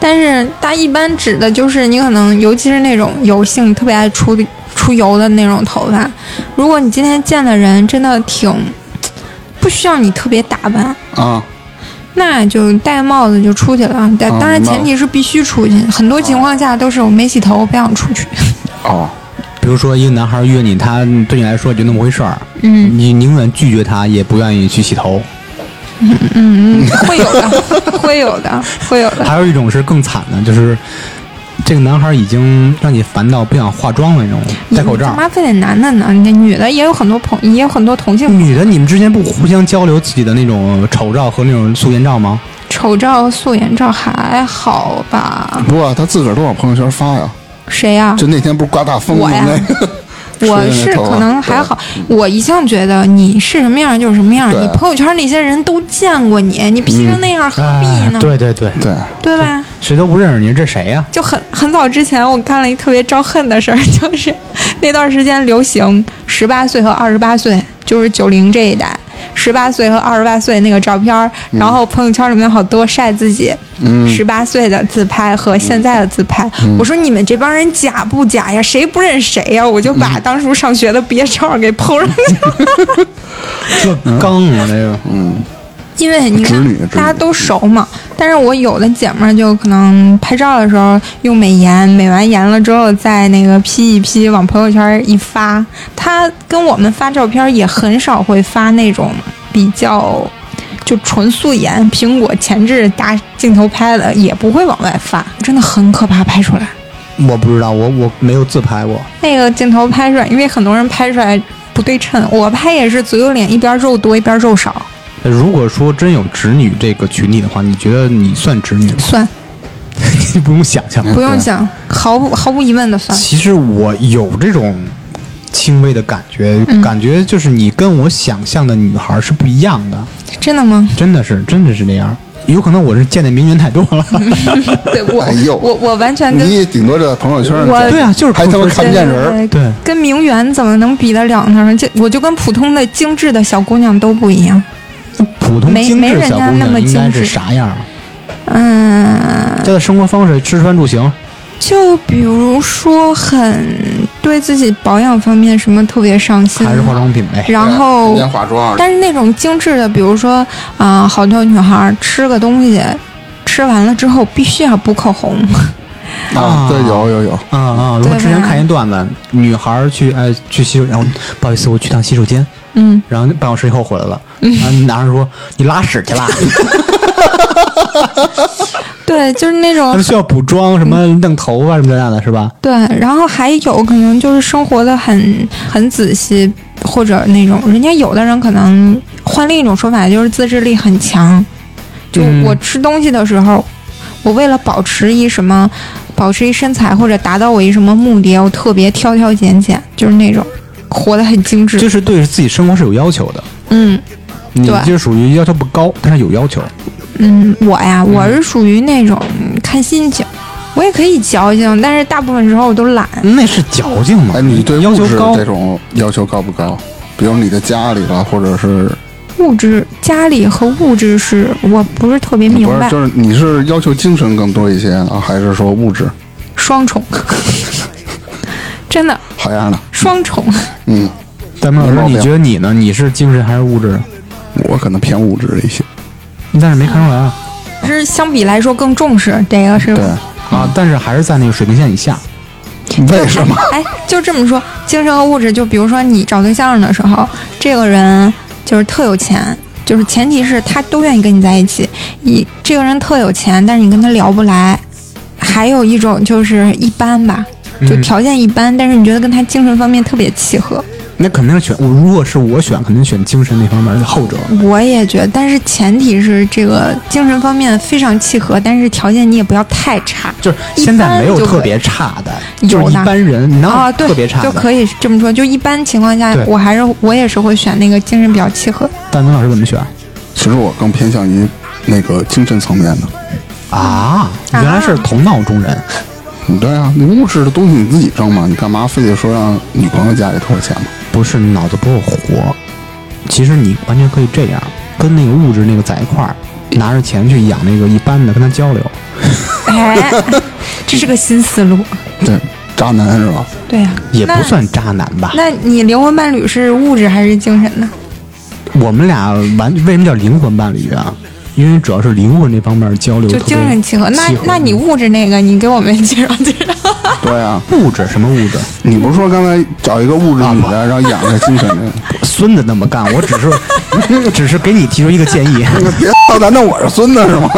Speaker 4: 但是它一般指的就是你可能，尤其是那种油性特别爱出的出油的那种头发，如果你今天见的人真的挺不需要你特别打扮，
Speaker 2: 啊，
Speaker 4: 那就戴帽子就出去了啊，但
Speaker 2: 啊
Speaker 4: 当然
Speaker 2: 明白
Speaker 4: 前提是必须出去。很多情况下都是我没洗头，我不想 出去。
Speaker 2: 哦，
Speaker 1: 比如说一个男孩约你，他对你来说就那么回事儿，
Speaker 4: 嗯
Speaker 1: 你宁愿拒绝他，也不愿意去洗头。
Speaker 4: 嗯，会有的，会有的，会有 的。
Speaker 1: 还有一种是更惨的，就是这个男孩已经让你烦到不想化妆了那种，戴口
Speaker 4: 你
Speaker 1: 罩
Speaker 4: 干。嘛非得男的呢？你这女的也有很多朋，也有很多同性
Speaker 2: 嗯
Speaker 1: 女的，你们之间不互相交流自己的那种丑照和那种素颜照吗？
Speaker 4: 丑照、素颜照还好吧？
Speaker 2: 不过他自个儿都往朋友圈发呀，
Speaker 4: 谁呀、
Speaker 2: 就那天不是刮大风吗？
Speaker 4: 我呀
Speaker 2: 那个吹的
Speaker 4: 我
Speaker 2: 那
Speaker 4: 是
Speaker 2: 头发啊
Speaker 4: 可能还好，我一向觉得你是什么样就是什么样，
Speaker 2: 对啊嗯
Speaker 4: 你朋友圈那些人都见过你，你 P 成那样何必
Speaker 1: 哎
Speaker 4: 呢？
Speaker 1: 对对对，
Speaker 2: 哎对，
Speaker 4: 对吧？
Speaker 1: 谁都不认识你，这谁呀、
Speaker 4: 就很很早之前，我干了一特别招恨的事儿， 就是那段时间流行十八岁和二十八岁，就是九零这一代，十八岁和二十八岁那个照片儿，然后朋友圈里面好多晒自己十八、岁的自拍和现在的自拍。我说你们这帮人假不假呀？谁不认谁呀？我就把当初上学的毕业照给 PO 上去了，
Speaker 1: 这刚啊，这个，
Speaker 4: 因为你
Speaker 2: 侄
Speaker 4: 看
Speaker 2: 女侄女
Speaker 4: 大家都熟嘛。但是我有的姐们儿就可能拍照的时候用美颜，美完颜了之后再那个 P 一 P，往朋友圈一发。她跟我们发照片也很少会发那种比较就纯素颜，苹果前置大镜头拍的，也不会往外发，真的很可怕拍出来。
Speaker 1: 我不知道，我我没有自拍过。
Speaker 4: 那个镜头拍出来，因为很多人拍出来不对称，我拍也是左右脸一边肉多一边肉少，
Speaker 1: 如果说真有直女这个群体的话，你觉得你算直女吗？
Speaker 4: 算
Speaker 1: 你不用想象。
Speaker 4: 不用想，毫不毫无疑问的算。
Speaker 1: 其实我有这种轻微的感觉，
Speaker 4: 嗯
Speaker 1: 感觉就是你跟我想象的女孩是不一样的，
Speaker 4: 真的吗？
Speaker 1: 真的是，真的是这样。有可能我是见的名媛太多 了。
Speaker 4: 对我，
Speaker 2: 哎呦
Speaker 4: 我我完全跟
Speaker 2: 你顶多就在朋友圈
Speaker 4: 我
Speaker 2: 上
Speaker 1: 对啊，就是
Speaker 2: 还他妈看不见人儿，
Speaker 4: 对
Speaker 1: 对
Speaker 4: 跟名媛怎么能比得了呢？这我就跟普通的精致的小姑娘都不一样。
Speaker 1: 普通精
Speaker 4: 没没
Speaker 1: 致
Speaker 4: 人
Speaker 1: 小
Speaker 4: 家
Speaker 1: 姑
Speaker 4: 那么
Speaker 1: 娘应该
Speaker 4: 精致
Speaker 1: 是啥样啊？
Speaker 4: 嗯，
Speaker 1: 她的生活方式、吃穿住行，
Speaker 4: 就比如说很对自己保养方面什么特别上心，
Speaker 1: 还是化妆品呗？
Speaker 4: 然后
Speaker 2: 天天化妆，
Speaker 4: 但是那种精致的，比如说啊、好多女孩儿吃个东西，吃完了之后必须要补口红，
Speaker 2: 啊，对，有有有，
Speaker 1: 啊啊！我
Speaker 4: 对吧
Speaker 1: 之前看一段子，女孩儿去哎去洗手，然后不好意思，我去趟洗手间，
Speaker 4: 嗯，
Speaker 1: 然后半小时以后回来了，然后男人说你拉屎去 了，
Speaker 4: 对，就是那种
Speaker 1: 他们需要补妆什
Speaker 4: 嗯
Speaker 1: 么弄头发什么这样的是吧？
Speaker 4: 对，然后还有可能就是生活的很很仔细，或者那种人家有的人可能换另一种说法，就是自制力很强。就
Speaker 1: 嗯
Speaker 4: 我吃东西的时候，我为了保持一什么，保持一身材或者达到我一什么目的，我特别挑挑拣拣，就是那种活得很精致。
Speaker 1: 就是对自己生活是有要求的，
Speaker 4: 嗯
Speaker 1: 你
Speaker 4: 对
Speaker 1: 就属于要求不高，但是有要求。
Speaker 4: 嗯，我呀，我是属于那种看心情，我也可以矫情，但是大部分时候我都懒。
Speaker 1: 那是矫情嘛？
Speaker 2: 哎，你对
Speaker 1: 要
Speaker 2: 物
Speaker 1: 求
Speaker 2: 质
Speaker 1: 高
Speaker 2: 这种要求高不高？比如你的家里了，或者是
Speaker 4: 物质、家里和物质是我不是特别明
Speaker 2: 不是
Speaker 4: 白，
Speaker 2: 就是你是要求精神更多一些啊，还是说物质？
Speaker 4: 双重， 真的
Speaker 2: 好样的，
Speaker 4: 双重。
Speaker 2: 嗯，
Speaker 1: 咱们
Speaker 2: 没
Speaker 1: 老
Speaker 2: 毛
Speaker 1: 师，
Speaker 2: 病
Speaker 1: 你觉得你呢？你是精神还是物质？
Speaker 2: 我可能偏物质一些，
Speaker 1: 但是没看出来啊
Speaker 4: 只是相比来说更重视这个是
Speaker 2: 对，
Speaker 4: 吧？
Speaker 1: 啊！但是还是在那个水平线以下。
Speaker 2: 为什么？
Speaker 4: 哎，就这么说，精神和物质，就比如说你找对象的时候，这个人就是特有钱，就是前提是他都愿意跟你在一起。你这个人特有钱，但是你跟他聊不来。还有一种就是一般吧，就
Speaker 1: 嗯
Speaker 4: 条件一般，但是你觉得跟他精神方面特别契合。
Speaker 1: 那肯定选我，如果是我选，肯定选精神那方面的后者。
Speaker 4: 我也觉得，但是前提是这个精神方面非常契合，但是条件你也不要太差。
Speaker 1: 就是现在没有特别差的，
Speaker 4: 一般就
Speaker 1: 就
Speaker 4: 可以
Speaker 1: 是一般人，你哪
Speaker 4: 啊，
Speaker 1: 有
Speaker 4: 对，
Speaker 1: 特别差
Speaker 4: 就
Speaker 1: 的？
Speaker 4: 可以这么说。就一般情况下
Speaker 1: 对，
Speaker 4: 我还是我也是会选那个精神比较契 合。
Speaker 1: 大明老师怎么选
Speaker 2: 其实我更偏向于那个精神层面的。
Speaker 1: 啊？原来是同道中人，
Speaker 2: 嗯对啊，你物质的东西你自己挣嘛，你干嘛非得说让女朋友家里掏钱嘛？
Speaker 1: 不是脑子不够活。其实你完全可以这样，跟那个物质那个在一块儿，拿着钱去养那个一般的，跟他交流。
Speaker 4: 哎， 这是个新思路。
Speaker 2: 对，渣男是吧？
Speaker 4: 对呀、
Speaker 1: 也不
Speaker 4: 那
Speaker 1: 算渣男吧？
Speaker 4: 那你灵魂伴侣是物质还是精神呢？
Speaker 1: 我们俩完为什么叫灵魂伴侣啊？因为主要是灵魂这方面交流
Speaker 4: 就
Speaker 1: 特别
Speaker 4: 精神契合。那
Speaker 1: 契合
Speaker 4: 那你物质那个，你给我们介绍介绍。
Speaker 2: 对啊，
Speaker 1: 物质什么物质？
Speaker 2: 你不是说刚才找一个物质女的，然后养着精神的？
Speaker 1: 孙子那么干，我只是只是给你提出一个建 议。
Speaker 2: 那别操 蛋，那我是孙子是吗？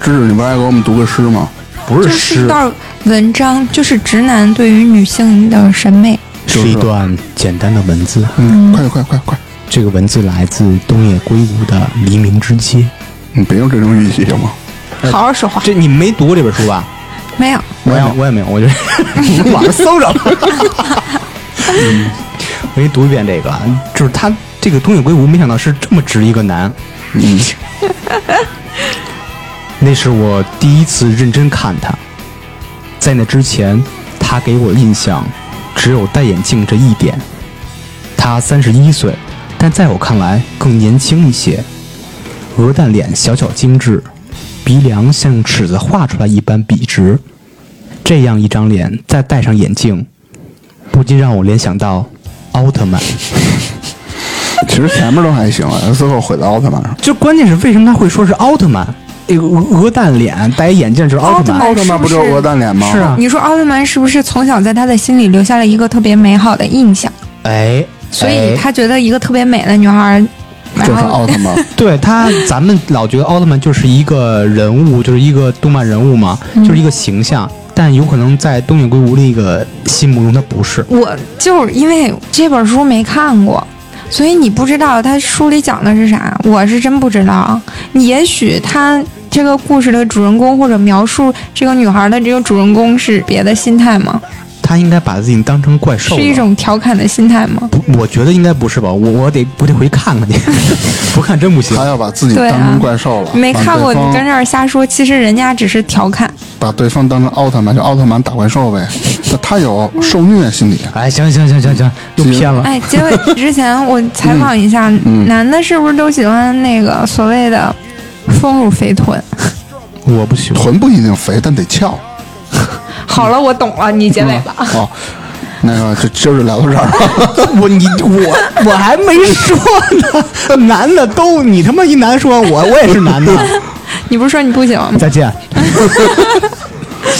Speaker 2: 芝芝，你不是还给我们读个诗吗？
Speaker 1: 不
Speaker 4: 就是是一
Speaker 1: 诗，
Speaker 4: 段文章，就是直男对于女性的审美。
Speaker 1: 是一段简单的文字。
Speaker 2: 嗯，快快快快，
Speaker 1: 这个文字来自东野圭吾的《黎明之街》。
Speaker 4: 啊
Speaker 2: 你别用这种语气行吗？
Speaker 1: 哎
Speaker 4: 好好说话，
Speaker 1: 这你没读过这本书吧？
Speaker 4: 没有。
Speaker 1: 我也我也没有，我就是 网上搜着了。我给你读一遍这个，就是他这个东野圭吾，没想到是这么直一个男。嗯 那是我第一次认真看他，在那之前，他给我印象只有戴眼镜这一点。他三十一岁，但在我看来更年轻一些。鹅蛋脸小巧精致，鼻梁像尺子画出来一般笔直。这样一张脸，再戴上眼镜，不禁让我联想到奥特曼。
Speaker 2: 其实前面都还行，啊最后毁到奥特曼上。
Speaker 1: 就关键是为什么他会说是奥特曼？那个鹅鹅蛋脸戴眼镜就是奥特曼。
Speaker 2: 奥特曼不就是鹅蛋脸吗？
Speaker 1: 是啊
Speaker 4: 你说奥特曼是不是从小在他的心里留下了一个特别美好的印象？
Speaker 1: 哎，
Speaker 4: 所以
Speaker 1: 哎
Speaker 4: 他觉得一个特别美的女孩儿，然
Speaker 2: 就是
Speaker 4: 后
Speaker 2: 奥特曼。
Speaker 1: 对他，咱们老觉得奥特曼就是一个人物，就是一个动漫人物嘛，就是一个形象。但有可能在东野圭吾那个心目中，他不是。
Speaker 4: 我就是因为这本书没看过，所以你不知道他书里讲的是啥，我是真不知道。你也许他这个故事的主人公或者描述这个女孩的这个主人公是别的心态吗？
Speaker 1: 他应该把自己当成怪兽
Speaker 4: 是
Speaker 1: 了。
Speaker 4: 一种调侃的心态吗？
Speaker 1: 不，我觉得应该不是吧？我我得我得回去看看去， 不看真不行
Speaker 2: 他。要把自己当成怪兽了，
Speaker 4: 没看过，你
Speaker 2: 把对方
Speaker 4: 跟这儿瞎说，其实人家只是调侃。
Speaker 2: 把对方当成奥特曼，就奥特曼打怪兽呗。那他有受虐心理，
Speaker 1: 哎，行行行行行，又偏了。
Speaker 4: 哎，结尾 之前我采访一下，
Speaker 2: 嗯
Speaker 4: 男的是不是都喜欢那个所谓的丰乳肥臀？
Speaker 1: 我不喜欢。
Speaker 2: 臀不一定肥，但得翘。
Speaker 4: 好了，我懂了，你结尾吧。
Speaker 2: 哦，那个就今儿就聊到这儿吧。
Speaker 1: 我你 我我还没说呢，男的都你他妈一男说我我也是男的，
Speaker 4: 你不是说你不喜欢 吗？
Speaker 1: 再见，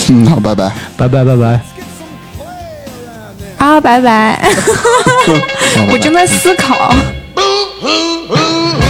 Speaker 2: 嗯，好，拜拜。
Speaker 1: 拜拜拜拜。
Speaker 4: 啊，拜拜。
Speaker 2: 拜拜
Speaker 4: 我正在思考。
Speaker 3: Boo hoo hoo hoo.